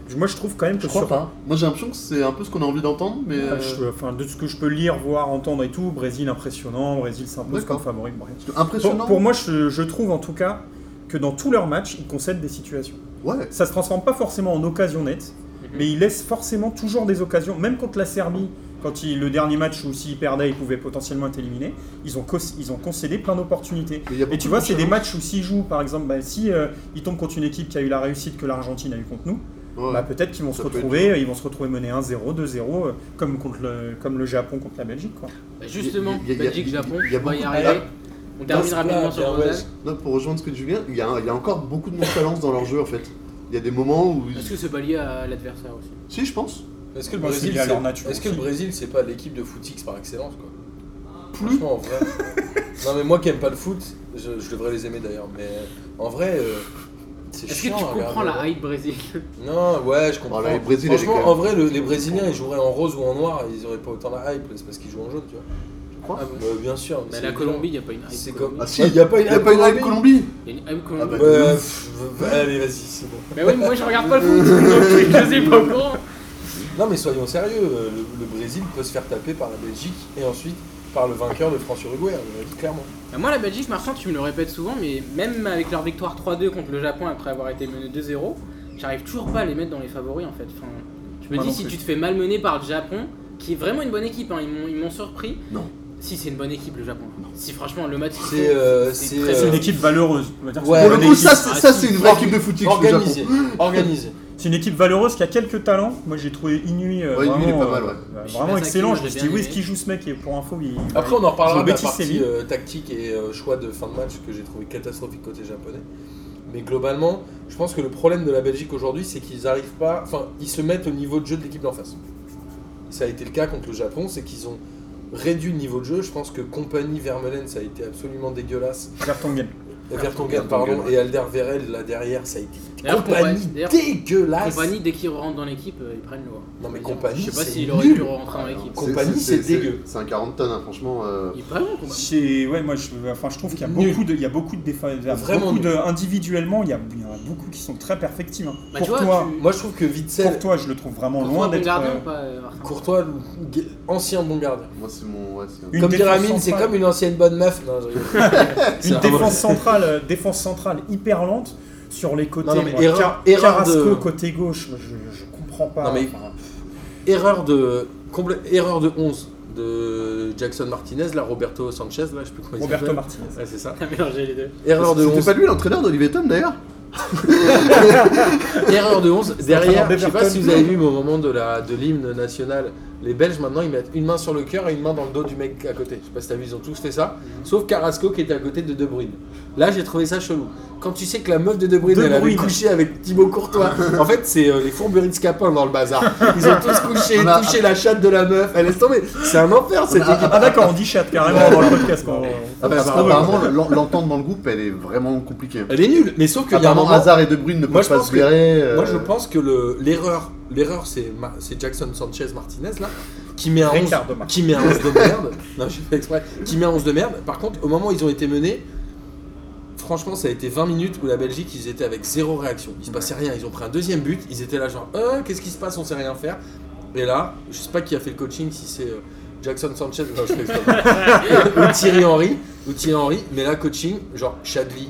S4: je- moi je trouve quand même que
S3: Je crois
S4: sur.
S3: pas. Moi j'ai l'impression que c'est un peu ce qu'on a envie d'entendre, mais.
S4: Enfin,
S3: euh,
S4: je- enfin, de ce que je peux lire, voir, entendre et tout, Brésil impressionnant, Brésil s'impose
S3: D'accord.
S4: comme favori. bref. Pour,
S3: Impressionnant.
S4: pour moi, je, je trouve en tout cas que dans tous leurs matchs, ils concèdent des situations.
S3: Ouais.
S4: Ça se transforme pas forcément en occasion nette,
S3: Mhm.
S4: mais ils laissent forcément toujours des occasions, même contre la Serbie. Quand ils- le dernier match où s'ils perdaient, ils pouvaient potentiellement être éliminés. Ils ont, cons- ils ont concédé plein d'opportunités.
S3: Mais il y a
S4: Et
S3: beaucoup
S4: tu
S3: de
S4: vois, c'est des
S3: nonchalance.
S4: matchs où s'ils jouent, par exemple, bah, si euh, ils tombent contre une équipe qui a eu la réussite que l'Argentine a eu contre nous,
S3: Ouais.
S4: bah, peut-être qu'ils vont
S3: Ça
S4: se
S3: peut être
S4: retrouver, ils vont se retrouver menés 1-0, 2-0, euh, comme contre le, comme le Japon contre la Belgique. Quoi.
S3: Euh,
S1: Bah, justement,
S3: Il y a- il y a-
S1: Belgique-Japon,
S3: il y a
S1: on va y
S3: beaucoup-
S1: arriver. On termine
S2: Dans ce
S1: rapidement
S2: plat,
S1: sur
S2: bien
S1: Ozan.
S2: ouais.
S3: Non, pour rejoindre ce que tu viens, il y a, il y a encore beaucoup de nonchalance dans leur jeu en fait. Il y a des moments où.
S1: Est-ce que c'est pas lié à l'adversaire aussi
S3: Si, je pense.
S2: Est-ce que le
S4: Moi, c'est
S2: Brésil,
S4: lié à leur
S2: c'est
S4: nature
S2: est-ce que le
S4: aussi.
S2: Brésil, c'est pas l'équipe de footix par excellence quoi Franchement, en vrai. non mais moi qui aime pas le foot, je, je devrais les aimer d'ailleurs, mais en vrai, euh, c'est
S1: Est-ce que tu
S2: chiant. à
S1: comprends
S2: regarder. hein.
S1: la hype Brésil
S2: Non, ouais, je comprends.
S3: Voilà, le Brésil, elle est
S2: Franchement,
S3: quand
S2: en
S3: même-
S2: vrai, le- les Brésiliens, ils joueraient en rose ou en noir, ils auraient pas autant la hype, c'est parce qu'ils jouent en jaune, tu vois.
S3: Tu crois
S2: Ah, bah, bien sûr. mais
S1: Bah,
S2: c'est
S1: La
S2: évident.
S1: Colombie, il n'y a pas une
S2: C'est
S1: hype.
S2: comme.
S1: Colombie.
S3: Ah si,
S2: Ouais, y a pas
S3: Il
S2: une
S3: n'y a pas une hype Colombie
S1: Il y a une hype
S3: Ah, bah,
S1: Colombie.
S2: Ouais, pff, bah, allez, vas-y, c'est bon.
S1: Mais oui, moi je regarde pas le foot, donc je suis pas au courant.
S2: Non mais soyons sérieux, euh, le, le Brésil peut se faire taper par la Belgique et ensuite par le vainqueur de France-Uruguay, hein, à mon avis, clairement.
S1: Bah, moi, la Belgique, Marchand, tu me le répètes souvent, mais même avec leur victoire 3-2 contre le Japon après avoir été mené 2-0, j'arrive toujours pas à les mettre dans les favoris en fait. Enfin, je me
S4: Moi
S1: dis,
S4: non
S1: si
S4: plus.
S1: tu te fais malmener par le Japon, qui est vraiment une bonne équipe, hein, ils m'ont- ils m'ont surpris.
S3: Non.
S1: Si, c'est une bonne équipe le Japon. Si, franchement, le match. ils
S2: C'est,
S1: font,
S2: euh, c'est,
S1: très
S2: euh,
S4: C'est
S1: solide.
S4: une équipe valeureuse. on va dire que
S2: Ouais,
S4: c'est
S3: Pour
S4: une
S3: le
S4: bonne
S3: coup,
S4: équipe.
S3: ça, c'est ça, c'est une vraie équipe de footy.
S2: Organisé, organisé.
S4: C'est une équipe valeureuse qui a quelques talents. Moi, j'ai trouvé Inui euh,
S3: Ouais, Inui,
S4: vraiment,
S3: il est pas mal, ouais.
S4: euh, bah,
S1: Je sais
S4: vraiment
S1: pas,
S4: excellent.
S1: Sakhi,
S4: Je
S1: moi, je
S4: me suis
S1: l'ai
S4: dit,
S1: bien
S4: oui,
S1: aimé.
S4: ce qu'il joue ce mec, et pour info, il.
S2: Après, on en reparlera
S4: Ils ont
S2: de la
S4: bêtis, c'est
S2: partie
S4: lui.
S2: euh, tactique et euh, choix de fin de match que j'ai trouvé catastrophique côté japonais. Mais globalement, je pense que le problème de la Belgique aujourd'hui, c'est qu'ils arrivent pas. Enfin, ils se mettent au niveau de jeu de l'équipe d'en face. Ça a été le cas contre le Japon, c'est qu'ils ont réduit le niveau de jeu. Je pense que compagnie Vermeulen, ça a été absolument dégueulasse.
S4: Vertonghen.
S2: Vertonghen,
S3: Vertonghen,
S2: pardon,
S3: ouais.
S2: et Alder Verel, là derrière, ça a été
S1: D'ailleurs,
S2: compagnie
S1: Compa- d'ailleurs,
S2: dégueulasse.
S1: Compagnie, dès qu'ils rentrent dans l'équipe, euh, ils prennent le haut.
S2: Non, mais
S1: Je
S2: Compagnie,
S1: sais pas
S2: c'est
S1: s'il aurait
S2: nul. Ah,
S1: pu rentrer dans l'équipe.
S2: Compagnie, c'est dégueu.
S3: C'est un 40 tonnes, hein, franchement. euh,
S1: Il est pas bon, Compagnie.
S4: C'est ouais, moi je, enfin, je trouve qu'il y a
S2: Nul.
S4: beaucoup de, il y a beaucoup de défauts, il y a
S2: Vraiment
S4: beaucoup
S2: nul.
S4: de individuellement, il y, a, il y en a beaucoup qui sont très perfectibles. hein.
S1: Bah, tu
S4: pour
S1: vois,
S4: toi,
S1: tu-
S2: Moi, je trouve que Vitzel,
S4: pour toi, je le trouve vraiment
S1: Courtois,
S4: loin
S1: bon
S4: d'être.
S1: gardien
S4: euh,
S1: ou pas, euh, Martin
S2: Courtois, ancien bon gardien.
S3: Moi, c'est mon. Ouais, c'est un-
S4: Une
S2: comme
S4: défense
S2: Pyramide, c'est
S4: centrale.
S2: comme une ancienne bonne meuf. Non, je rigole. C'est
S4: euh, une
S2: un vrai-
S4: défense centrale, euh, défense centrale hyper lente sur les côtés.
S2: Non, non, mais
S4: moi,
S2: erreur-
S4: Car-
S2: erreur
S4: Carrasco
S2: de-
S4: côté gauche, moi, je, je comprends pas.
S2: Non, mais-
S4: enfin,
S2: Erreur de, complè- erreur de 11 de Jackson Martinez, là, Roberto Sanchez, là, je sais plus comment il
S4: Roberto
S2: s'appelle.
S4: Martinez.
S2: Ouais, c'est ça.
S1: T'as mélangé les deux.
S2: Erreur de
S3: C'était
S2: 11.
S3: pas lui l'entraîneur d'Olivetum d'ailleurs Ah,
S2: Erreur de 11.
S4: Fernand
S2: Derrière, je sais pas
S4: Beverton.
S2: si vous avez vu mais au moment de la de l'hymne national, les Belges maintenant ils mettent une main sur le cœur et une main dans le dos du mec à côté. Je sais pas si t'as vu, ils ont tous fait ça,
S4: Mhm.
S2: sauf Carrasco qui était à côté de De Bruyne. Là, j'ai trouvé ça chelou. Quand tu sais que la meuf de De Bruyne,
S4: De
S2: elle avait
S4: Bruyne.
S2: couché avec Thibaut Courtois. En fait, c'est euh, les fourberies de Scapin dans le bazar. Ils ont tous couché,
S3: On a-
S2: touché la chatte de la meuf. Elle laisse tomber. C'est un enfer cette équipe.
S4: Ah d'accord, on dit chat carrément dans le podcast. quand on-
S3: Ah bah,
S2: Parce qu'on
S3: Apparemment, l'en- l'entente dans le groupe, elle est vraiment compliquée.
S2: Elle est nulle, mais sauf qu'il y a un
S3: Apparemment,
S2: moment.
S3: Hazard et De Bruyne ne
S2: Moi,
S3: peuvent
S2: je
S3: pas
S2: pense
S3: se
S2: que-
S3: verrer. euh,
S2: Moi, je pense que le- l'erreur, l'erreur, c'est Ma- c'est Jackson Sanchez Martinez là, qui met un 11,
S4: Ricardo Martinez.
S2: qui met un 11 de merde. Non, j'ai fait exprès. Qui met un 11 de merde. Par contre, au moment où ils ont été menés, franchement, ça a été 20 minutes où la Belgique, ils étaient avec zéro réaction. Il se passait rien. Ils ont pris un deuxième but. Ils étaient là genre, Euh, qu'est-ce qui se passe On sait rien faire. Et là, je sais pas qui a fait le coaching, si c'est euh, Jackson Sanchez non, je fais exprès. ou Thierry Henry, ou Thierry Henry. Mais là, coaching, genre Chadli,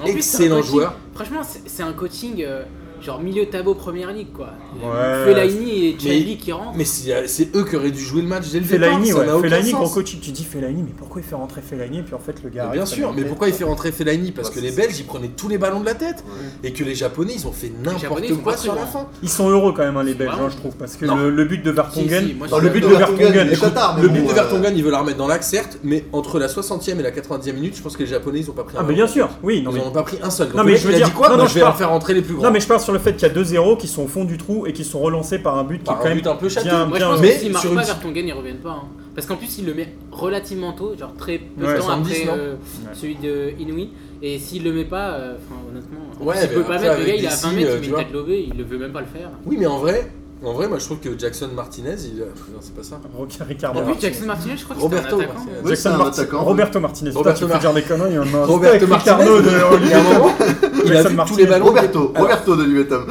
S1: En plus, c'est un
S2: excellent
S1: coaching-
S2: joueur.
S1: Franchement, c'est c'est un coaching euh, genre milieu de tableau première ligue quoi.
S4: Ouais.
S1: Fellaini et
S2: Mais-
S1: Chadli qui rentrent.
S2: Mais c'est c'est eux qui auraient dû jouer le match dès le
S4: Fellaini,
S2: départ. ça n'a
S4: ouais.
S2: aucun
S4: Fellaini,
S2: sens.
S4: gros coach, tu dis Fellaini, mais pourquoi il fait rentrer Fellaini Et puis en fait, le
S2: Mais
S4: gars. arrive,
S2: Ah, bien
S4: ça
S2: sûr,
S4: met
S2: mais
S4: une
S2: pourquoi il
S4: tête.
S2: fait rentrer Fellaini Parce
S3: Bah,
S2: que
S3: c'est-
S2: les Belges, ils prenaient tous les ballons de la tête. Et que les Japonais, ils ont fait
S1: Japonais,
S2: n'importe
S1: ils sont
S2: quoi
S1: pas
S2: sur
S1: très
S2: la
S1: bons.
S2: fin.
S4: Ils sont heureux quand même, hein, les Belges,
S1: Vraiment
S4: hein, je trouve. Parce que
S2: Non.
S4: le, le but de Vertonghen.
S1: Si, si, moi,
S3: Dans
S1: je
S3: le
S1: suis
S3: but de
S4: Vertonghen,
S3: Vertonghen, il est
S4: écoute,
S3: bâtard, mais
S2: Le
S3: bon,
S2: but de
S3: euh,
S2: Vertonghen, ils veulent la remettre dans l'axe, certes, mais entre la 60e et la 90e minute, je pense que les Japonais, ils ont pas pris un.
S4: Ah, mais
S2: ballon.
S4: bien sûr, oui.
S2: Ils
S4: Non,
S2: en
S4: mais,
S2: ont pas pris un seul. Donc
S4: Non,
S2: le
S4: mais
S2: mec,
S4: je veux
S2: il a
S4: dire-
S2: dit quoi
S4: non,
S2: Bah,
S4: non,
S2: Je
S4: je
S2: vais leur
S4: parle-
S2: faire rentrer les plus grands.
S4: non, mais je parle sur le fait qu'il y a 2-0 qui sont au fond du trou et qui sont relancés par un but qui
S2: Par
S4: est
S2: un
S4: quand même
S2: but un peu château.
S4: bien,
S1: Moi je
S4: bien-
S1: pense
S2: mais
S1: que s'il marque
S2: sur une-
S1: pas Vertonghen ils reviennent pas. hein. Parce qu'en plus il le met relativement tôt, genre très peu
S4: Ouais,
S1: de temps
S2: 70,
S1: après
S2: non
S1: euh,
S4: Ouais.
S1: celui de Inouï. Et s'il le met pas, euh, enfin honnêtement, en
S2: Ouais,
S1: plus, il
S2: mais
S1: peut pas
S2: après,
S1: mettre le
S2: avec
S1: gars, il est à
S2: Messi,
S1: 20 mètres,
S2: euh,
S1: il met
S2: tu
S1: une
S2: vois.
S1: tête lobée, il le veut même pas le faire.
S2: Oui, mais en vrai, en vrai, moi je trouve que Jackson Martinez, il. Non, c'est pas ça.
S4: Ricardo
S1: En plus
S4: Martinez.
S1: Jackson Martinez je crois que c'était un
S2: Ah, Roberto
S1: attaquant.
S2: Martinez.
S3: Oui, c'est
S4: Jackson
S3: un
S4: Marti-
S3: attaquant, oui.
S4: Roberto Martinez. Putain,
S2: Roberto
S4: tu peux
S2: Mar-
S4: dire des conneries. on a un
S2: Roberto
S4: steak,
S2: Martinez,
S4: Ricardo de
S2: il y a un moment, il a
S4: Jackson
S2: vu tous
S4: Martinez.
S2: les ballons.
S3: Roberto,
S2: Alors, Ah,
S3: Roberto d'Olivetum.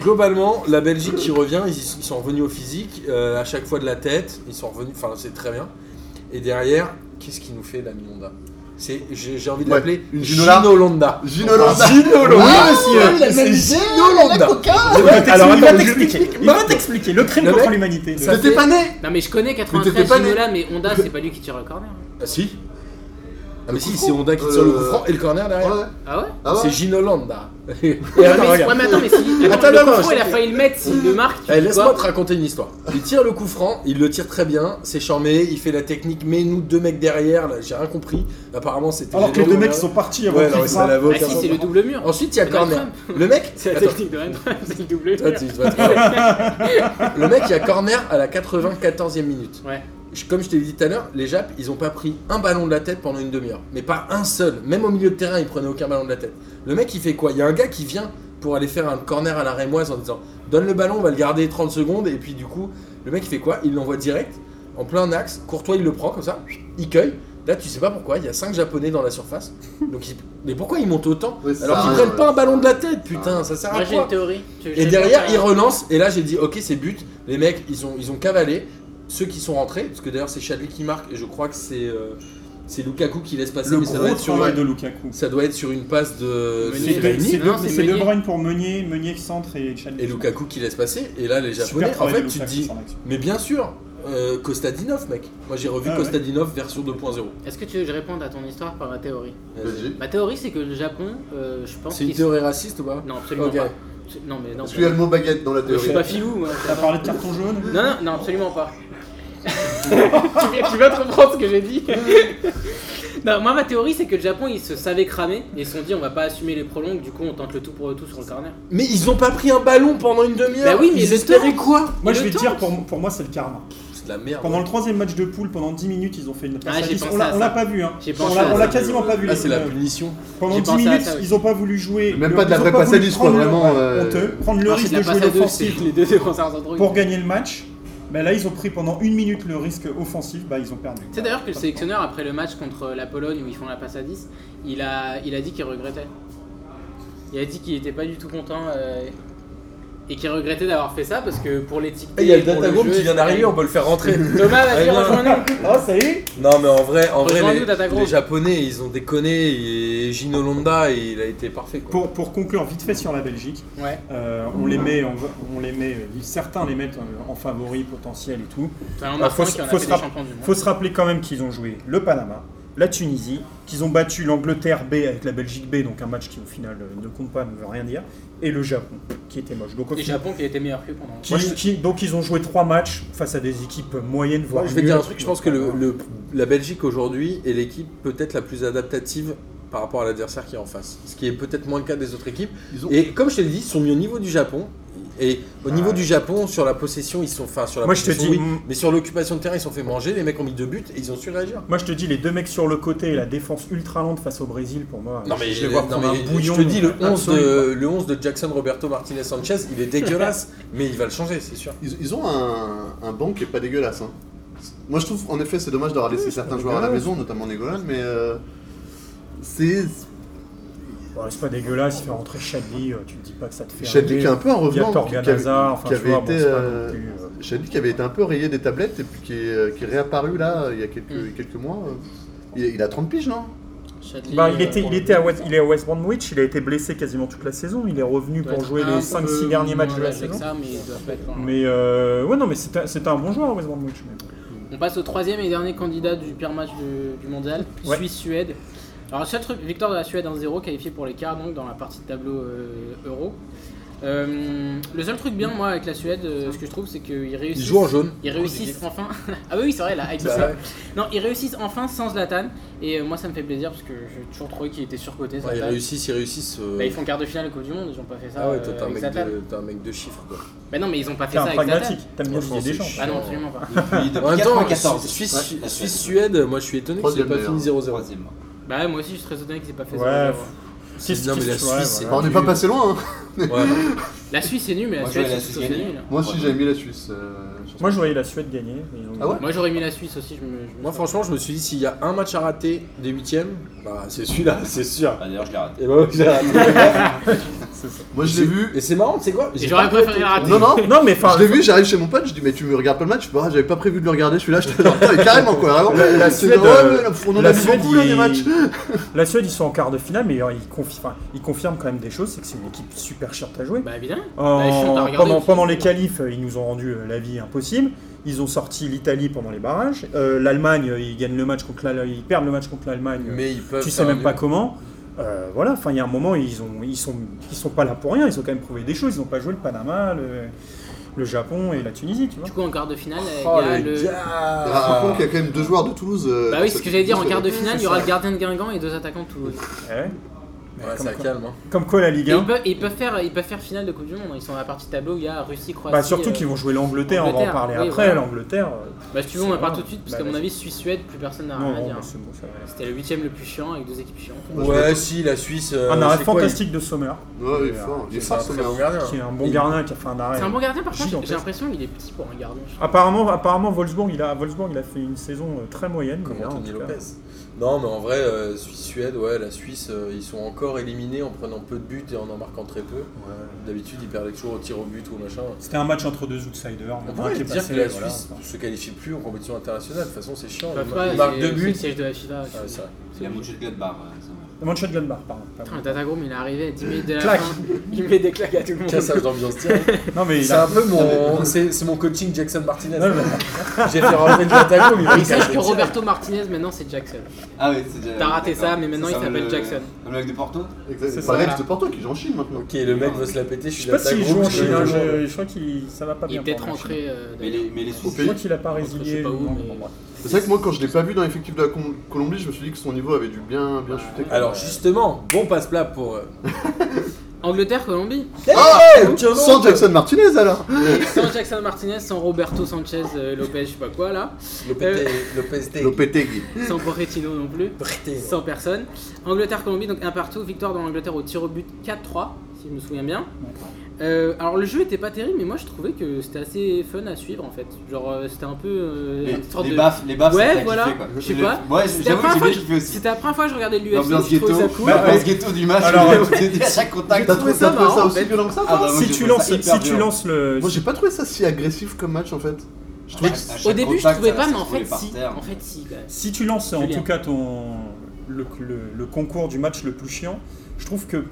S2: Globalement, la Belgique qui revient, ils, ils sont revenus au physique, euh, à chaque fois de la tête, ils sont revenus, enfin c'est très bien. Et derrière, qu'est-ce qui nous fait la Mimonda C'est, j'ai j'ai envie de
S3: Ouais,
S2: l'appeler
S3: une Ginola. Ah,
S2: Ginolanda.
S3: Gino Landa.
S2: Ginolanda,
S4: monsieur.
S2: Ah, c'est Ginolanda.
S4: Il va t'expliquer-
S2: Alors,
S4: il va
S2: attends,
S4: t'expliquer. Il va t'expliquer. Le crime
S2: Le
S4: contre
S2: mec-
S4: l'humanité.
S2: Ça-
S3: T'étais pas né
S1: Non mais je connais
S3: t'étais
S1: 93
S3: pas né.
S1: Ginola mais Honda c'est pas lui qui tire le corner.
S2: Ah si Ah mais si,
S3: coup
S2: c'est Honda qui
S3: franc.
S2: tire le coup
S3: Euh,
S2: franc et le corner
S3: Ouais.
S2: derrière.
S1: Ah ouais
S3: Ah ouais
S2: C'est Ginolanda.
S1: Ouais,
S4: Attends,
S1: mais-
S4: regarde.
S1: ouais, mais attends, mais si.
S2: Attends,
S1: Attends, le
S2: non, non,
S1: coup franc,
S2: je-
S1: il a failli le mettre, s'il le marque. tu
S2: Eh,
S1: dis
S2: Laisse-moi
S1: quoi
S2: te raconter une histoire. Il tire le coup franc, il le tire très bien, c'est charmé, il fait la technique, mais nous deux mecs derrière, là, j'ai rien compris. Apparemment, c'était.
S4: Alors que les deux
S2: Ginolanda.
S4: mecs sont partis avant
S2: Ouais,
S4: qu'il
S2: non, mais ça
S4: frappe.
S2: l'avait
S1: Ah
S2: aucun
S1: si,
S2: sens.
S1: c'est le double mur.
S2: Ensuite, il y a
S1: Donald
S2: corner.
S1: Trump.
S2: Le mec,
S1: C'est la
S2: Attends.
S1: technique de Donald Trump, c'est le double
S2: Toi,
S1: mur.
S2: tu- tu vas trouver. le mec, il y a corner à la 94e minute.
S1: Ouais.
S2: Je- Comme je t'ai dit tout à l'heure, les Japs, ils ont pas pris un ballon de la tête pendant une demi-heure. Mais pas un seul. Même au milieu de terrain, ils prenaient aucun ballon de la tête. Le mec, il fait quoi Il y a un gars qui vient pour aller faire un corner à la Rémoise en disant Donne le ballon, on va le garder 30 secondes. Et puis, du coup, le mec, il fait quoi Il l'envoie direct, en plein axe. Courtois, il le prend comme ça, il cueille. Là, tu sais pas pourquoi, il y a 5 japonais dans la surface. Donc, ils- Mais pourquoi ils montent autant
S3: Ouais, ça
S2: Alors qu'ils
S3: arrive,
S2: prennent
S3: ouais.
S2: pas un ballon de la tête, putain, ça sert à
S1: Moi j'ai
S2: quoi
S1: une théorie. Tu-
S2: et
S1: j'ai-
S2: derrière, ils relancent. Et là, j'ai dit, ok, c'est but. Les mecs, ils ont, ils ont cavalé. Ceux qui sont rentrés, parce que d'ailleurs c'est Chadli qui marque, et je crois que c'est euh, c'est Lukaku qui laisse passer,
S4: Le
S2: mais ça doit,
S4: gros
S2: être sur,
S4: travail de Lukaku.
S2: ça doit être sur une passe de.
S1: Meunier.
S4: C'est
S1: Meunier.
S4: de, c'est
S1: Non,
S4: de,
S1: c'est
S4: c'est de
S1: Meunier.
S4: Bruyne pour Meunier, Meunier qui centre et Chadli.
S2: Et Lukaku qui laisse passer, et là les Japonais, en
S4: travail
S2: fait
S4: de
S2: tu te
S4: Lukaku
S2: dis,
S4: sur l'action.
S2: mais bien sûr, euh, Kostadinov mec. Moi j'ai revu
S4: Ah ouais.
S2: Kostadinov version 2.0.
S1: Est-ce que tu veux que je réponde à ton histoire par ma théorie
S3: Vas-y.
S1: Ma théorie, c'est que le Japon, euh, je pense
S2: C'est une
S1: qu'il.
S2: théorie raciste ou pas
S1: Non, absolument
S2: Ok.
S1: pas. Non, mais non.
S3: Parce qu'il y a le mot baguette dans la
S1: Je
S3: théorie.
S1: suis pas filou, moi.
S4: T'as parlé de carton jaune
S1: Non, non, non, absolument pas. tu, tu vas te comprendre ce que j'ai dit. non, moi, ma théorie, c'est que le Japon, ils se savaient cramer et ils se sont dit, on va pas assumer les prolongues, du coup, on tente le tout pour le tout sur le corner.
S2: Mais ils ont pas pris un ballon pendant une demi-heure
S1: Bah oui, mais
S2: Ils
S1: le
S2: espéraient
S1: temps.
S2: quoi
S4: Moi
S1: Et
S4: je
S1: le
S4: vais te dire,
S1: temps
S4: pour, pour moi c'est le karma.
S2: C'est de la merde.
S4: Pendant le troisième match de poule, pendant 10 minutes, ils ont fait une passe
S1: Ah,
S4: à
S1: j'ai
S4: 10.
S1: pensé
S4: On l'a
S1: à
S4: on
S1: ça.
S4: l'a pas vu, hein.
S1: J'ai
S4: On
S1: pensé à
S4: l'a on l'a
S1: ça.
S4: quasiment pas vu.
S2: Là
S4: les-
S2: Ah, c'est la
S4: euh,
S2: punition.
S4: Pendant
S1: J'ai
S4: 10
S1: pensé à
S4: minutes,
S1: ça aussi.
S4: ils ont pas voulu jouer.
S3: Même
S4: Le-
S3: pas de la
S4: ils ont
S3: vraie passe à
S4: voulu
S3: 10, quoi,
S4: prendre le-
S3: vraiment,
S4: ouais,
S3: euh,
S4: honteux. Prendre le
S1: Non, Ah, c'est
S4: risque
S1: de la
S4: de jouer
S1: passe à deux, c'est
S4: l'offensive
S1: les deux défenseurs centraux.
S4: pour gagner le match. Mais là, ils ont pris pendant une minute le risque offensif, bah ils ont perdu.
S1: Tu sais d'ailleurs que le sélectionneur, après le match contre la Pologne où ils font la passe à 10, il a, il a dit qu'il regrettait. Il a dit qu'il était pas du tout content euh, et qu'il regrettait d'avoir fait ça parce que pour l'étiquette.
S4: Ah,
S2: Et il y a le Datagome qui vient d'arriver, on peut le faire rentrer.
S1: Thomas, vas-y,
S2: Eh bien.
S1: rejoins-nous.
S4: Oh, ça y est
S2: Non mais en vrai, en vrai
S1: Rejoins-nous,
S2: les,
S1: Datagome.
S2: les Japonais ils ont déconné et Gino Londa il a été parfait quoi.
S4: pour, pour conclure vite fait sur la Belgique,
S1: Ouais.
S4: euh, on les met, on, va- on les met, euh, certains les mettent euh, en favoris potentiels et tout.
S1: Enfin, on
S4: Alors,
S1: a
S4: Ah, faut
S1: faut,
S4: se-
S1: qui en a
S4: faut
S1: fait
S4: se
S1: des
S4: rapp-
S1: champions du monde.
S4: Faut se rappeler quand même qu'ils ont joué le Panama, la Tunisie, qu'ils ont battu l'Angleterre B avec la Belgique B, donc un match qui au final euh, ne compte pas, ne veut rien dire, et le Japon, qui était moche. Donc, au
S1: Et
S4: final-
S1: Japon qui a été meilleur que pendant.
S4: qui- qui- donc ils ont joué trois matchs face à des équipes moyennes, voire
S2: Moi, je vais te
S4: nulles.
S2: dire un truc, je pense que le,
S4: Donc,
S2: le- la Belgique aujourd'hui est l'équipe peut-être la plus adaptative par rapport à l'adversaire qui est en face. Ce qui est peut-être moins le cas des autres équipes.
S3: Ils ont-
S2: Et comme je te l'ai dit, ils sont mis au niveau du Japon. Et au
S4: Ouais.
S2: niveau du Japon, sur la possession, ils sont. Enfin, sur la
S4: Ah. Moi, je te
S2: possession,
S4: dis-
S2: oui, mais sur l'occupation de terrain, ils sont fait manger. Les mecs ont mis deux buts et ils ont su réagir.
S4: Moi je te dis, les deux mecs sur le côté et la défense ultra lente face au Brésil, pour moi,
S2: Non, mais
S4: je les vois
S2: non,
S4: prendre
S2: mais
S4: un bouillon.
S2: Je te dis, le 11,
S4: absolu, quoi.
S2: de, le 11 de Jackson Roberto Martinez Sanchez, il est dégueulasse, mais il va le changer, c'est sûr.
S3: Ils, ils ont un, un banc qui est pas dégueulasse. hein. Moi je trouve en effet c'est dommage d'avoir laissé certains
S4: pas
S3: joueurs à la
S4: dégueulasse.
S3: maison, notamment Négolan, mais euh, c'est.
S4: Bon, c'est pas dégueulasse, il fait rentrer Chadli, euh, tu te dis pas que ça te fait
S3: Chadli
S4: rêver.
S3: qui est un peu un
S4: Il y a
S3: revenant, qui,
S4: Torgan
S3: qui avait,
S4: Hazard, enfin,
S3: qui
S4: tu
S3: avait
S4: vois, bon,
S3: été,
S4: c'est pas
S3: euh,
S4: non plus, euh,
S3: Chadli qui avait été un peu rayé des tablettes et puis qui est, qui est réapparu là il y a quelques, quelques mois. euh, Il, il a 30 piges non
S1: Chadli,
S4: Bah,
S1: euh,
S4: il était,
S1: pour
S4: il
S1: le
S4: était à
S1: coup,
S4: West, il est à West Bromwich, il a été blessé quasiment toute la saison, il est revenu
S1: doit
S4: pour
S1: être
S4: jouer
S1: un
S4: les 5-6
S1: peu
S4: derniers matchs de
S1: moins hein.
S4: la
S1: âgé que
S4: saison.
S1: ça, mais il doit pas être loin.
S4: Mais euh, ouais, non, mais c'était c'était un bon joueur à West Bromwich. mais bon.
S1: On passe au troisième et dernier candidat du pire match du, du mondial,
S4: Ouais.
S1: Suisse-Suède. Alors, seul truc, victoire de la Suède 1-0, qualifiée pour les quarts, donc dans la partie de tableau euh, euro. Euh, le seul truc bien, moi, avec la Suède, euh, ce que je trouve, c'est qu'ils
S2: Ils
S1: réussissent.
S2: jouent en jaune.
S1: Ils réussissent enfin. ah, bah oui, c'est vrai, là, avec
S2: Bah
S1: ça.
S2: ouais.
S1: Non, ils réussissent enfin sans Zlatan. Et euh, moi, ça me fait plaisir parce que j'ai toujours trouvé qu'il était surcoté.
S2: Ouais, ils
S1: Zlatan.
S2: réussissent, ils réussissent. euh,
S1: Bah, ils font quart de finale de Coupe du Monde, ils ont pas fait ça.
S2: Ah ouais, toi,
S1: euh,
S2: t'es un,
S1: avec
S2: mec
S1: Zlatan.
S2: de- t'es un mec de chiffres, quoi.
S1: Bah, non, mais ils ont pas fait
S4: T'es
S1: ça
S4: un
S1: avec Zlatan.
S4: pragmatique, t'aimes bien
S2: Franchement,
S4: l'idée des
S2: c'est
S4: gens.
S1: Ah non, absolument pas.
S5: Depuis, depuis
S2: En même temps,
S5: 94.
S2: Suisse-
S5: Ouais.
S2: Suisse- Suisse-Suède, moi je suis étonné que ça ait pas
S3: Troisième
S2: fini 0-0.
S5: Troisième.
S1: Bah, ouais, moi aussi, je suis très étonné qu'ils aient pas fait
S4: Ouais,
S1: ça.
S4: faut-
S2: C'est- non, mais la Suisse, c'est-
S3: Bah, On n'est pas passé loin. hein.
S2: Ouais.
S1: La Suisse est nulle, mais la
S5: Moi,
S1: Suède,
S5: j'aurais la
S1: c'est
S5: Suisse
S1: plutôt
S5: gagnée.
S1: nul.
S3: Moi aussi j'avais mis la Suisse. euh, sur ce
S4: Moi, je voyais la Suède gagner. mais ils ont-
S3: Ah ouais
S1: Moi j'aurais mis la Suisse aussi, je me. je me
S2: Moi
S1: sens-
S2: franchement je me suis dit s'il y a un match à rater des huitièmes, bah c'est celui-là, c'est sûr.
S5: Ah, D'ailleurs, je l'ai raté.
S2: Et bah oui, j'ai raté.
S3: Moi je l'ai
S2: C'est-
S3: vu.
S2: Et c'est marrant, c'est quoi
S1: Et j'aurais préféré la rater.
S3: Non non.
S4: Non, mais enfin,
S3: je l'ai vu, j'arrive chez mon pote, je dis mais tu me regardes pas le match, bah j'avais pas prévu de le regarder, celui-là, je te genre, putain, mais carrément quoi, vraiment.
S4: La- la
S3: C'est
S4: Suède,
S3: genre,
S4: euh,
S3: ouais, on en
S4: la
S3: a vu
S4: Suède,
S3: beaucoup là
S4: ils-
S3: des matchs.
S4: la Suède, ils sont en quart de finale, mais euh, ils, confi- enfin, ils confirment quand même des choses, c'est que c'est une équipe super chère à jouer.
S1: Bah évidemment.
S4: En-
S1: Bah, chiant, t'as regardé
S4: pendant,
S1: aussi.
S4: pendant les qualifs, euh, ils nous ont rendu euh, la vie impossible. Ils ont sorti l'Italie pendant les barrages. Euh, L'Allemagne, euh, ils gagnent le match contre la- ils perdent le match contre l'Allemagne. euh,
S2: Mais ils peuvent.
S4: tu sais
S2: faire
S4: même
S2: mieux.
S4: pas comment. Euh, voilà, enfin, il y a un moment, ils ont, ils sont, ils sont pas là pour rien. Ils ont quand même prouvé des choses. Ils n'ont pas joué le Panama, le, le Japon et la Tunisie, tu vois.
S1: Du coup en quart de finale, euh, il
S2: Oh
S1: y a
S2: le
S1: le.
S4: Ah,
S3: Rappelons
S2: gars
S3: qu'il y a quand même deux joueurs de Toulouse. euh,
S1: Bah oui,
S3: dans
S1: c'est ce
S3: cette
S1: que j'allais dire, en
S3: équipe,
S1: quart de
S3: euh,
S1: finale, il y
S4: ça.
S1: aura le gardien de Guingamp et deux attaquants de Toulouse.
S4: Eh Ouais.
S2: Ouais,
S4: Comme
S2: ça
S4: quoi.
S2: calme. hein.
S4: Comme quoi, la Ligue
S1: Et
S4: 1.
S1: ils, peuvent, et ils peuvent faire, ils peuvent faire finale de Coupe du Monde, ils sont à la partie de tableau, il y a Russie, Croatie.
S4: Bah, surtout
S1: euh,
S4: qu'ils vont jouer l'Angleterre, on va en
S1: Angleterre,
S4: parler
S1: oui,
S4: après.
S1: voilà.
S4: L'Angleterre. euh,
S1: Bah si tu veux, on en
S4: C'est
S1: parle
S4: vrai.
S1: tout de suite, parce
S4: Bah,
S1: qu'à mon
S4: vas-y.
S1: avis, Suisse-Suède, plus personne n'a
S4: non,
S1: rien à
S4: non,
S1: dire.
S4: bah, c'est bon, ça va.
S1: C'était le huitième le plus chiant avec deux équipes chiantes.
S2: Ouais, si, la Suisse. euh,
S4: Un
S2: c'est
S4: arrêt
S2: quoi, Ah,
S4: fantastique de Sommer,
S3: Ouais, il est fort, il est
S2: il- C'est un
S3: fort ce
S2: très
S3: gars.
S2: bon gardien. hein.
S4: qui est un bon
S2: Il-
S4: gardien qui a fait un arrêt.
S1: C'est un bon gardien par contre,
S4: Gigantesque.
S1: j'ai l'impression qu'il est petit pour un gardien. je trouve.
S4: Apparemment, apparemment Wolfsburg, il a, à Wolfsburg, il a fait une saison euh, très moyenne.
S2: Comme
S4: mais là, en
S2: Anthony
S4: tout cas.
S2: Lopez. Non, mais en vrai, euh, Suisse-Suède, ouais, la Suisse, euh, ils sont encore encore éliminé en prenant peu de buts et en en marquant très peu. D'habitude, ils perdaient toujours au tir au but ou au machin.
S4: C'était un match entre deux outsiders.
S2: On
S4: un
S2: pourrait
S4: qui est
S2: dire
S4: passé,
S2: que la
S4: voilà.
S2: Suisse ne se qualifie plus en compétition internationale. De toute façon, c'est chiant.
S1: Bah,
S2: Ils
S1: pas,
S2: mar- ils marquent
S1: c'est-
S2: deux
S1: c'est
S2: buts.
S1: le siège de la FIDA.
S2: Ah, c'est vrai.
S5: C'est la mouche de Gladbach. ouais, ça va.
S4: Mönchengladbach, pardon. pas
S1: Putain, le
S4: moi.
S1: Datagrom, il est arrivé à 10 minutes de la
S4: Claque.
S1: fin. Il met des claques à tout le monde.
S2: Cassage d'ambiance directe.
S4: Non, mais il
S2: C'est
S4: a-
S2: un peu mon, c'est c'est mon coaching Jackson Martinez.
S4: Non, mais-
S2: J'ai fait rentrer de l'attaque, mais
S1: Il
S2: il
S1: sache
S2: casse
S1: que
S2: des tirs.
S1: Roberto Martinez, maintenant, c'est Jackson.
S5: Ah oui, c'est déjà.
S1: T'as raté ça, mais maintenant, il
S5: d'accord.
S1: s'appelle
S5: C'est ça,
S1: Jackson.
S5: Comme le mec de Porto
S3: Exactement.
S4: C'est
S3: Bah,
S4: ça.
S3: Rex de Porto qui joue en Chine maintenant.
S2: Ok, le mec veut se la péter, je
S4: Je
S2: suis
S4: sais pas s'il joue en
S2: l'attaque,
S4: Chine,
S2: groupe, euh,
S4: hein,
S2: je-
S4: je, je crois qu'il ça va pas
S1: Il
S4: bien.
S1: est peut-être
S4: pour la Chine.
S1: rentré. euh,
S5: Mais les, mais les Suisses.
S4: Je crois qu'il a pas résilié.
S1: pas où,
S4: non,
S1: mais-
S4: bon, bref.
S3: C'est vrai que moi, quand je l'ai pas vu dans l'effectif de la Com- Colombie, je me suis dit que son niveau avait dû bien, bien chuter. quoi.
S2: Alors justement, bon passe-plat pour... euh,
S1: Angleterre, Colombie.
S4: Eh,
S2: Thiago Silva.
S3: Sans Jackson Martinez alors
S1: Et sans Jackson Martinez, sans Roberto Sanchez euh, Lopez, je sais pas quoi là.
S2: Lopez-
S4: Eh.
S2: Lopez Teg.
S3: Lopetegui.
S1: Sans Pochettino non plus.
S2: Prêté.
S1: 100 personnes. Angleterre-Colombie, donc un partout. Victoire dans l'Angleterre au tir au but 4-3, si je me souviens bien. Euh, alors le jeu était pas terrible, mais moi je trouvais que c'était assez fun à suivre en fait. Genre euh, c'était un peu euh,
S5: Les,
S1: une sorte
S5: les
S1: de-
S5: baffes, les baffes,
S1: Ouais,
S5: c'est ça
S1: voilà.
S5: qui fait quoi.
S1: Je sais
S5: Le-
S1: pas.
S5: Ouais,
S1: C'était la
S5: j'avoue
S1: première
S5: que j'ai
S1: fois
S5: bien
S1: que-
S5: kiffé aussi.
S1: C'était la première fois que je regardais
S5: L'ambiance
S1: l'UFC, je trouvais
S5: ghetto,
S1: ça cool.
S5: l'ambiance ghetto du match, euh,
S4: Alors, euh,
S5: le- c'était à chaque contact.
S3: T'as
S1: trouvé
S3: trouvé
S1: ça
S3: ça,
S1: marrant, en
S3: aussi
S1: fait.
S3: violent que ça
S5: Ah,
S3: toi
S5: bah, moi,
S4: Si
S5: j'ai
S4: tu
S5: trouvé
S4: lances,
S5: ça hyper
S4: si tu
S5: violent.
S4: lances le.
S3: Moi, j'ai pas trouvé ça si agressif comme match en fait. Je trouvais que
S5: À chaque
S1: Au début je
S5: contact,
S1: trouvais
S5: ça-
S1: pas,
S5: ça
S1: mais en
S5: se roulait
S1: fait
S5: par
S1: si.
S5: terre.
S1: En fait si. quand même.
S4: Si tu lances en
S1: Julien.
S4: tout cas ton le, le- le concours du match le plus chiant, je trouve que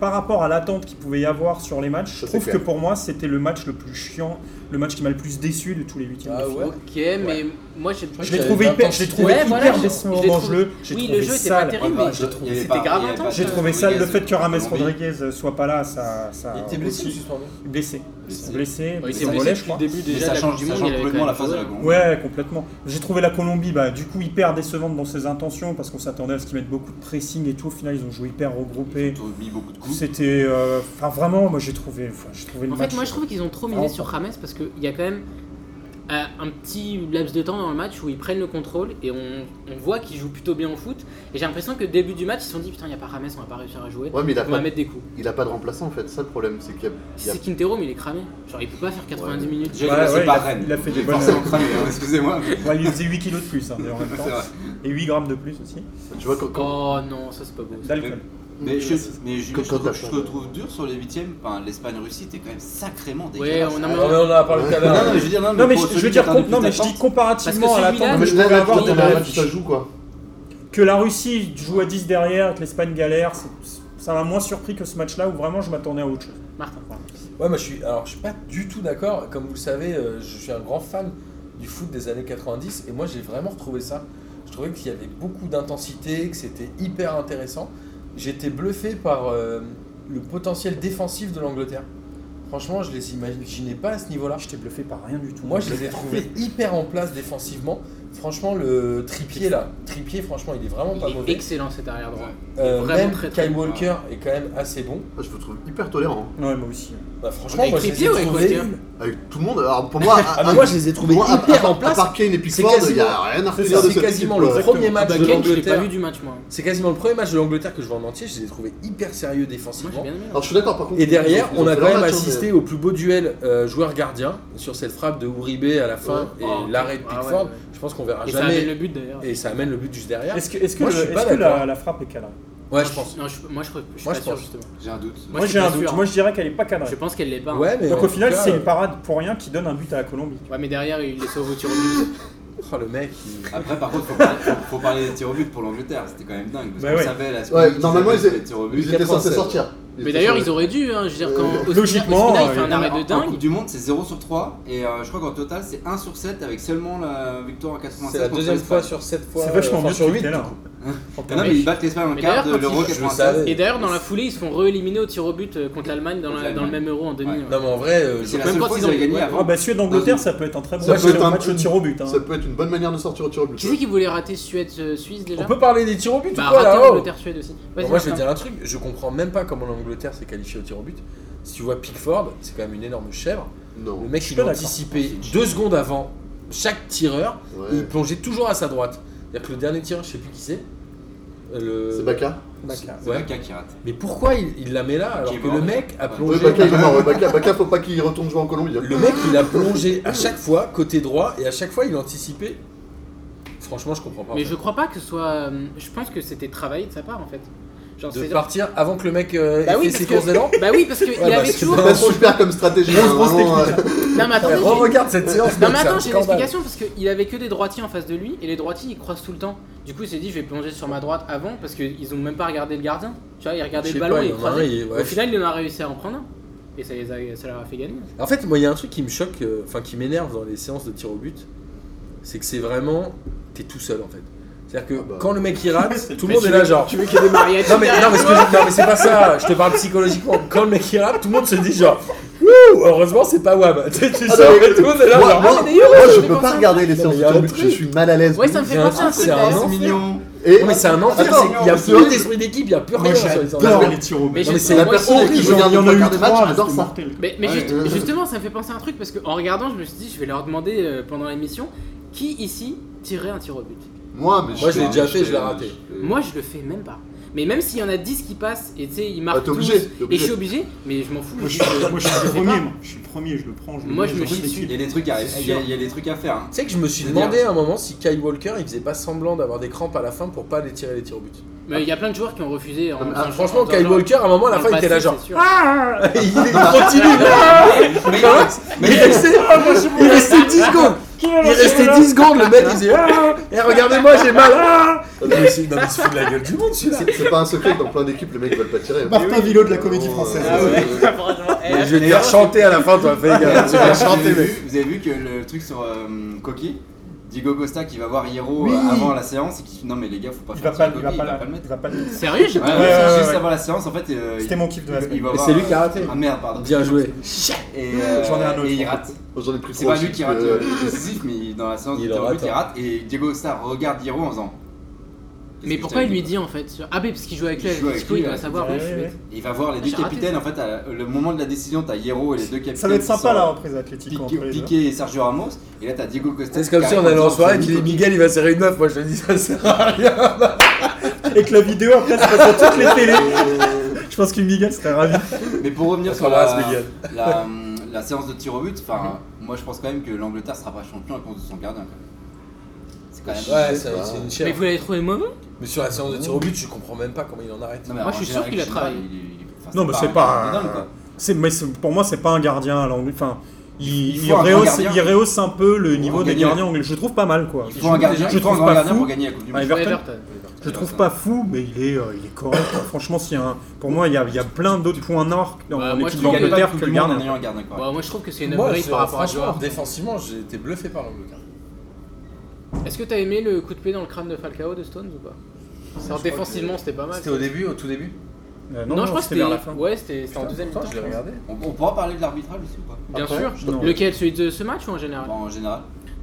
S4: par rapport à l'attente qu'il pouvait y avoir sur les matchs, je
S3: Ça, c'est
S4: trouve
S3: clair.
S4: que pour moi c'était le match le plus chiant, le match qui m'a le plus déçu de tous les huitièmes.
S2: Ah
S4: de
S2: ouais
S4: finale.
S1: Ok, mais moi j'ai
S2: crois
S4: Je
S2: qu'il
S4: l'ai
S2: y
S4: trouvé
S2: avait
S4: hyper,
S2: de
S4: je l'ai
S2: l'intensité.
S4: trouvé
S1: Ouais,
S4: hyper
S1: voilà, je-
S4: décevant
S1: je l'ai
S4: dans le
S1: trouvé-
S4: jeu. J'ai
S1: Oui,
S4: trouvé
S1: le jeu était
S4: sale.
S1: pas terrible,
S5: Ouais,
S1: mais
S5: je l'ai trouvé-
S1: c'était grave
S5: il y avait pas-
S1: intense.
S4: J'ai trouvé ça, le
S5: Rodriguez,
S4: fait que Rames
S5: Colombie.
S4: Rodriguez soit pas là, ça. ça
S2: Il était blessé ou suspendu
S4: Blessé.
S5: Blessé.
S4: Blessé,
S1: Ouais, il
S4: blessé
S1: s'est
S4: au
S1: blessé
S4: relais, je
S1: depuis le
S4: crois.
S1: début
S5: Mais
S1: déjà de
S5: ça
S1: la Coupe
S5: change
S1: du
S5: ça
S1: Monde.
S5: change
S1: il avait
S5: complètement
S1: quand
S5: la
S1: même
S5: phase de la
S1: joué.
S5: Colombie.
S4: Ouais, complètement. J'ai trouvé la Colombie, bah, du coup, hyper décevante dans ses intentions parce qu'on s'attendait à ce qu'ils mettent beaucoup de pressing et tout. Au final, ils ont joué hyper regroupé.
S5: Ils ont mis beaucoup de coups.
S4: C'était. euh, Enfin, vraiment, moi, j'ai trouvé, enfin, j'ai trouvé le
S1: En
S4: match.
S1: fait, moi je trouve qu'ils ont trop misé sur Rames parce qu'il y a quand même euh, un petit laps de temps dans le match où ils prennent le contrôle et on, on voit qu'ils jouent plutôt bien au foot. Et j'ai l'impression que début du match ils se sont dit putain, il n'y a pas Rames, on va pas réussir à jouer.
S3: Ouais, mais il a,
S1: on va
S3: pas,
S1: mettre des coups.
S3: il a pas de remplaçant en fait, ça le problème, c'est qu'il y a. il y a-
S1: C'est Quintero, mais il est cramé. Genre il peut pas faire 90
S3: Ouais.
S1: minutes.
S5: J'ai
S4: Ouais,
S5: commencé
S4: ouais,
S5: par
S4: il a-
S5: Rennes.
S4: il a fait des
S5: J'ai
S4: bonnes-
S5: forcément cramé, hein, excusez-moi.
S4: Ouais, il faisait 8 kilos de plus, hein, d'ailleurs, en même temps.
S5: C'est vrai.
S4: Et 8 grammes de plus aussi.
S3: Tu vois, quand, quand-
S1: Oh non, ça c'est pas beau. ça.
S4: D'alcool.
S5: Mais je, mais je,
S3: Quand-
S5: je
S3: quand
S5: trouve,
S3: t'as
S5: je
S3: fait-
S5: te trouve dur sur les huitièmes. Enfin, l'Espagne-Russie, t'es quand même sacrément
S1: Ouais,
S5: dégueulasse.
S1: on a
S2: Non mais on en a parlé tout à
S5: Ah, Non,
S2: l'heure.
S5: non, mais je veux dire, non,
S4: Non, mais
S5: pour
S4: je, je
S5: celui
S4: veux
S5: qui
S4: dire,
S5: attend
S4: com-
S5: depuis
S4: non, mais je
S5: longtemps,
S4: dis comparativement
S1: Parce
S4: à
S1: que celui-là,
S4: l'attente
S3: Non,
S4: que
S3: mais
S1: je
S4: je
S3: là,
S4: pouvais
S3: là,
S4: avoir
S3: dans
S4: dans
S3: la
S4: le
S3: match,
S4: match.
S3: ça joue quoi
S4: Que la Russie joue à 10 derrière, que l'Espagne galère, c'est- ça m'a moins surpris que ce match-là où vraiment je m'attendais à autre chose.
S1: Martin.
S2: Ouais, moi je suis, alors, je suis pas du tout d'accord. Comme vous le savez, euh, je suis un grand fan du foot des années 90 et moi j'ai vraiment retrouvé ça. Je trouvais qu'il y avait beaucoup d'intensité, que c'était hyper intéressant. J'étais bluffé par euh, le potentiel défensif de l'Angleterre. Franchement, je les imaginais pas à ce niveau-là.
S4: Je t'ai bluffé par rien du tout.
S2: Moi, je les ai trouvés hyper en place défensivement. Franchement, le tripier là, tripier, franchement, il est vraiment pas
S1: Il est
S2: mauvais.
S1: excellent cet arrière droit.
S2: Euh,
S1: vraiment
S2: même
S1: très, très
S2: Kyle
S1: bon.
S2: Walker est quand même assez bon.
S3: Ah, Je le trouve hyper tolérant.
S4: Ouais, moi aussi.
S2: Bah, franchement,
S1: Avec
S2: moi je, les
S1: Trippier
S2: ai
S1: ou avec
S2: trouvés,
S1: Walker
S3: Avec tout le monde, alors pour moi.
S2: Ah,
S3: à-
S2: mais
S3: à-
S2: moi, je les ai trouvés
S3: hein. moi, à-
S2: hyper
S3: à-
S2: en place.
S3: À part Kane et
S2: C'est
S3: Pickford, il y a
S2: quasiment-
S3: rien à
S2: C'est
S3: refaire de
S2: c'est
S3: cette
S2: quasiment
S3: équipe,
S2: le
S3: quoi.
S2: premier match
S1: Bah, Kane,
S2: de
S1: je l'ai pas vu
S2: l'Angleterre.
S1: du match moi.
S2: C'est quasiment le premier match de l'Angleterre que je vois en entier. Je les ai trouvés hyper sérieux
S1: Moi j'ai
S2: défensivement.
S1: bien aimé.
S3: Alors je suis d'accord par contre.
S2: Et derrière,
S3: ils ont- ils
S2: on
S3: ont
S2: a
S3: fait
S2: quand
S3: leur
S2: même
S3: match, hein,
S2: assisté au plus beau duel euh, joueur-gardien sur cette frappe de Uribe à la fin
S1: Ouais.
S2: et
S1: Oh,
S2: l'arrêt de
S1: ah ouais,
S2: Pickford.
S1: ouais.
S2: Je pense qu'on verra
S1: Et ça
S2: jamais.
S1: amène le but d'ailleurs.
S2: Et ça amène le but juste derrière.
S4: Est-ce que, est-ce que,
S2: Moi,
S4: le-
S2: je suis pas
S4: est-ce que la,
S2: d'accord.
S4: la frappe est cadrée
S2: Ouais, je pense.
S1: Non, je- moi je je suis pas
S2: Moi, je
S1: sûr
S2: pense.
S1: justement.
S5: J'ai un doute.
S1: Moi,
S4: Moi,
S1: je suis
S4: j'ai
S1: pas
S4: un doute.
S1: sûr.
S4: Moi, je dirais qu'elle est pas cadrée.
S1: Je pense qu'elle l'est pas. hein.
S2: Ouais, mais
S4: Donc
S2: en
S4: au
S2: tout
S4: final,
S2: cas,
S4: c'est
S2: euh,
S4: une parade pour rien qui donne un but à la Colombie.
S1: Ouais, mais derrière il les sauve au tir au but.
S2: Oh, le mec. il-
S5: Après, par contre, faut parler, faut- faut parler des tirs au but pour l'Angleterre. C'était quand même dingue. Parce
S4: Bah
S5: qu'on
S4: ouais.
S5: savait la
S3: Ouais, normalement, ils
S5: avaient
S3: étaient-
S5: les tirs au but.
S3: Ils étaient censés
S2: 87.
S3: sortir.
S1: Mais d'ailleurs, ils
S3: sortis.
S1: auraient dû, hein, je veux dire, quand
S3: Euh,
S1: Ospina-
S4: logiquement,
S1: Ospina, il fait
S4: euh,
S1: un arrêt de
S5: En Coupe
S1: dingue.
S5: du Monde, c'est 0 sur 3. Et euh, je crois qu'en total, c'est 1 sur 7 avec seulement la victoire en 96.
S2: C'est la
S5: contre
S2: deuxième
S5: l'Espagne.
S2: fois sur 7 fois.
S4: C'est vachement
S2: enfin,
S4: mieux
S2: sur
S4: sur
S2: 8.
S4: là.
S5: Ah Non, mais ils battent l'Espagne en
S1: Mais
S5: quart de
S1: d'ailleurs, quand
S5: l'Euro
S1: ils-
S2: Je savais.
S5: 96.
S1: Et d'ailleurs, dans la foulée, ils se font rééliminer au tir au but euh, contre l'Allemagne dans, la-
S5: Contre
S1: dans le
S5: l'Allemagne.
S1: même euro en demi.
S5: Ouais.
S4: hein.
S1: ouais.
S2: Non, mais en vrai, euh,
S5: C'est
S2: je-
S5: la
S1: même
S5: seule
S1: quand
S5: fois
S1: ils
S5: qu'ils avaient
S1: ont-
S5: gagné
S1: ouais.
S5: avant.
S4: Ah
S2: ben,
S4: bah Suède-Angleterre, ça peut être un très bon
S3: Ça
S4: match,
S3: peut être
S4: un
S3: un-
S4: match au tir au but. hein.
S3: Ça peut être une bonne manière de sortir au tir au but.
S1: Qui c'est qui voulait rater Suède-Suisse déjà
S2: On peut parler des tirs au but
S1: Bah,
S2: ou quoi
S1: rater
S2: là oh
S1: Angleterre-Suède aussi. Vas-y,
S2: Bon, moi, je vais
S1: Martin.
S2: dire un truc, je comprends même pas comment l'Angleterre s'est qualifiée au tir au but. Si tu vois Pickford, c'est quand même une énorme chèvre. Le
S3: Non.
S2: mec,
S4: suis
S2: il a
S4: pas d'accord.
S2: anticipé deux secondes avant chaque tireur
S3: Ouais.
S2: et il plongeait toujours à sa droite. C'est-à-dire que le dernier tireur, je sais plus qui c'est. euh, Le...
S3: C'est Baka
S4: Baka.
S5: C'est
S2: Ouais.
S5: Baka qui rate.
S2: Mais pourquoi il, il la met là alors
S5: Qui est
S2: que
S5: mort,
S2: le
S5: ouais.
S2: mec a
S5: Ouais.
S3: Oui,
S2: plongé
S3: Baka, il est mort. ouais, Baka, Baka, faut pas qu'il retourne jouer en Colombie.
S2: Le mec, il a plongé à chaque fois côté droit et à chaque fois il anticipait. Franchement, je comprends pas.
S1: Mais je crois pas que ce soit. euh, Je pense que c'était travaillé de sa part en fait. Genre,
S2: de
S1: c'est-
S2: partir avant que le mec euh,
S1: Bah
S2: ait
S1: oui,
S2: fait
S1: parce
S2: ses
S1: que-
S2: courses d'élan.
S1: Bah oui, parce qu'il
S2: Ouais, bah,
S1: avait
S2: c'est
S1: toujours.
S2: pas-
S3: pas super comme stratégie.
S2: Grosse,
S3: hein,
S2: grosse
S3: vraiment,
S2: technique.
S3: euh,
S1: Non, mais attendez, j'ai-
S2: Regarde cette séance.
S1: Non mais
S2: mec, Oh, c'est
S1: attends,
S2: un
S1: j'ai une
S2: scandale.
S1: explication parce qu'il avait que des droitiers en face de lui et les droitiers ils croisent tout le temps. Du coup il s'est dit je vais plonger sur ma droite avant parce qu'ils ont même pas regardé le gardien. Tu vois, ils regardaient
S2: Je sais
S1: le ballon
S2: pas,
S1: et
S2: il
S1: ils
S2: en a un,
S1: croisaient.
S2: il- ouais.
S1: Au final il en a réussi à en prendre un et ça, les a, ça leur a fait gagner.
S2: En fait, moi, il y a un truc qui me choque, euh, enfin qui m'énerve dans les séances de tir au but, c'est que c'est vraiment. T'es tout seul en fait. C'est-à-dire que
S3: Ah bah.
S2: quand le mec il rate,
S4: C'est
S2: tout
S4: le
S2: le monde est là, genre.
S1: Tu veux qu'il y ait des mariages
S2: Non mais, non, mais ce que je- non, mais c'est pas ça, je te parle psychologiquement. Quand le mec il rate, tout le monde se dit genre. Wouh, heureusement c'est pas Wab. Tu sais, tu
S3: Ah,
S2: sors
S3: non,
S2: et tout le monde est là,
S3: Moi,
S2: genre.
S3: moi-
S1: Ah, mais d'ailleurs,
S3: moi,
S1: ça
S3: je
S1: fait
S3: peux pas
S1: penser-
S3: regarder les
S2: Non,
S3: séances
S2: mais il y a un
S3: de tir,
S2: truc.
S3: je suis mal à l'aise.
S1: Ouais ça me fait
S2: Il y a un
S1: penser à
S2: truc,
S1: ce
S2: c'est un
S1: truc.
S2: an.
S5: C'est mignon.
S3: Et
S2: Non, mais c'est un enfer,
S3: Attends,
S2: c'est qu'il y a
S3: c'est
S2: plus
S3: vrai.
S2: d'esprit d'équipe, il y a plus rien.
S4: Moi
S2: sur les
S4: j'adore
S2: séances.
S4: les tirs au
S1: Mais
S2: Non,
S4: but.
S2: mais
S1: j'ai-
S2: c'est
S1: moi,
S2: la
S1: je-
S2: personne
S3: aussi,
S2: qui
S4: Il
S3: je
S2: joue.
S4: y en a
S3: regarde
S4: eu
S3: le match,
S4: trois,
S3: j'adore
S4: c'était
S3: ça.
S4: mortel.
S1: Mais, mais
S3: Ouais,
S1: juste-
S3: euh.
S1: justement, ça me fait penser à un truc parce qu'en regardant, je me suis dit, je vais leur demander euh, pendant l'émission qui ici tirerait un tir au but.
S3: Moi, mais
S2: Moi, je l'ai déjà fait, je l'ai
S3: je-
S5: euh,
S2: raté.
S3: je-
S1: Moi, je le fais même pas. Mais même s'il y en a 10 qui passent et tu sais, ils marquent
S3: t'es
S1: tous,
S3: obligé, t'es
S1: et
S3: obligé.
S1: je suis obligé, mais je m'en fous.
S4: Moi je
S1: je- je-
S4: suis moi, je suis
S1: je
S4: le
S1: sais
S4: premier,
S1: pas.
S4: moi. je suis le premier, je le prends. je le
S1: Moi,
S4: mets,
S1: je me
S4: j'en
S1: chie
S4: mets
S1: dessus.
S5: Il y a des trucs à, il y a, il y a des trucs à faire. hein.
S2: Tu sais que je me suis
S5: Je veux dire-
S2: demandé à un moment si Kyle Walker il faisait pas semblant d'avoir des crampes à la fin pour pas les tirer les tirs au but.
S1: Mais il y a plein de joueurs qui ont refusé. En,
S3: Ah,
S1: en- en-
S2: Franchement,
S1: en-
S2: Kyle
S1: en-
S2: Walker à un moment à la
S1: dans
S2: fin
S1: le
S2: il était là
S1: passé,
S2: genre.
S1: c'est sûr.
S2: Ah Il est continu
S5: Mais-
S1: Ah
S2: Comment
S5: mais-
S2: Il restait, il restait 10 secondes Il restait 10 secondes, le mec il disait Ah Et regardez-moi, j'ai mal ah Non, mais c'est- non, mais il se fout de la gueule du monde celui-là
S3: C'est c'est pas un secret que dans plein d'équipes, les mecs veulent pas tirer. hein.
S4: Martin Villot de la comédie
S3: Oh,
S4: française.
S3: Ah ouais.
S1: Franchement, eh,
S2: Mais Je vais te faire chanter à la fin, toi, fais gaffe, tu vas
S5: Vous avez
S2: chanter, mec
S5: vu- Vous avez vu que le truc sur euh, Koki, Diego Costa qui va voir Hiro
S4: Oui.
S5: euh, avant la séance et qui dit non mais les gars faut pas
S4: Il
S5: faire
S4: va
S5: ça,
S4: pas,
S5: Koki,
S4: il va pas, la-
S5: le
S4: il
S5: mettre.
S4: va pas le-
S1: Sérieux, j'ai
S5: Ouais,
S1: pas-
S5: ouais,
S4: ouais,
S5: c'est
S4: ouais,
S5: juste
S4: ouais.
S5: avant la séance en fait. euh,
S4: C'était mon kiff de la
S5: il- il
S4: semaine.
S5: va
S2: Et
S5: voir,
S2: c'est lui qui a raté
S5: euh, Ah merde pardon.
S2: Bien joué
S5: Et, euh,
S4: J'en ai un autre.
S5: et il rate.
S3: J'en ai pris
S5: C'est
S3: trop
S5: pas lui
S3: aussi,
S5: qui rate
S3: euh,
S5: le décisif mais dans la séance
S2: Il
S5: de
S2: le
S5: tir au but,
S2: rate,
S5: il
S2: hein.
S5: rate et Diego Costa regarde Hiro en faisant. Qu'est-ce
S1: Mais
S5: que
S1: pourquoi
S5: je
S1: il
S5: t'ai
S1: lui dit en fait sur- Ah, mais parce qu'il joue avec
S5: Il
S1: lui,
S5: joue
S1: avec
S5: avec
S1: Isco,
S5: lui,
S1: il doit
S5: ouais.
S1: savoir.
S4: Ouais,
S1: je suis
S4: ouais,
S1: bête.
S5: Et il va voir les
S1: Ah,
S5: deux
S1: j'ai raté
S5: capitaines
S1: ça.
S5: en fait à le moment de la décision t'as Hiro et les deux capitaines.
S4: Ça va être
S5: qui
S4: sympa hein.
S5: sont
S4: la reprise athlétique entre
S5: Piqué,
S4: les deux.
S5: Piqué et Sergio Ramos et là t'as Diego Costa.
S2: C'est comme
S5: qui
S2: si on
S5: arrive
S2: allait en
S5: disant,
S2: soirée et
S5: c'est
S2: tu dis
S5: Koki.
S2: Miguel il va serrer une meuf, moi je te dis ça sert à rien
S4: Et que la vidéo après sera sur toutes les télés. Je pense que Miguel serait ravi.
S5: Mais pour revenir
S2: On
S5: sur
S2: t'embrasse,
S5: la,
S2: Miguel.
S5: la, hum, la séance de tir au but, enfin, moi je pense quand même que l'Angleterre sera pas champion à cause de son gardien. quand même. C'est quand même.
S2: Ouais, c'est c'est une
S1: Mais
S2: chair
S1: vous l'avez trouvé mauvais
S2: Mais sur la séance de tir au but, je comprends même pas comment il en arrête
S5: Non, mais
S1: Moi,
S5: en
S1: je suis sûr
S5: général,
S1: qu'il a
S5: je sais pas,
S1: travaillé.
S5: il- il- enfin,
S4: Non, mais c'est
S5: un
S4: pas.
S5: gardien dingue, quoi.
S4: C'est, mais c'est- pour moi, c'est pas un gardien à l'anglais. Enfin, il,
S5: Il faut
S4: il
S5: un grand
S4: rehausse,
S5: gardien.
S4: il rehausse un peu le
S5: faut
S4: niveau
S5: un
S4: des
S5: gardien.
S4: gardiens anglais. Je trouve pas mal, quoi.
S5: Il faut un gardien,
S4: je
S5: il faut un
S4: trouve
S5: grand
S4: pas
S5: gardien
S4: fou.
S5: pour gagner la Coupe du
S4: Ah,
S5: Monde.
S4: Everton. Je
S5: Ouais,
S4: trouve
S5: ça.
S4: pas fou, mais il est, euh, il est correct. quoi. Franchement, s'il y a un- pour moi, il y a, il y a plein d'autres points nord dans
S1: Bah, moi,
S4: l'équipe
S1: je trouve
S5: Il gagne pas la
S4: d'Angleterre
S5: Coupe
S4: que
S5: du
S4: le
S5: Monde en
S1: hein.
S4: gardien.
S5: ayant un gardien. quoi.
S1: Moi je trouve que c'est une
S2: Moi,
S1: upgrade
S2: c'est-
S1: par rapport à ce
S2: franchement,
S1: joueur.
S2: défensivement, j'ai été bluffé par l'Angleterre.
S1: Est-ce que t'as aimé le coup de pied dans le crâne de Falcao de Stones ou pas Alors, Défensivement, c'était pas mal.
S2: C'était au début, au tout début
S4: Euh,
S1: Non, je crois que
S4: c'était vers la
S1: c'était.
S4: fin.
S1: Ouais, c'était c'était en deuxième mi-temps.
S2: je l'ai regardé.
S5: On, on pourra parler de l'arbitrage aussi ou pas
S1: Bien
S3: Après,
S1: sûr.
S3: je
S4: t'en-
S1: Lequel Celui de ce match ou en général
S5: Bon, En général.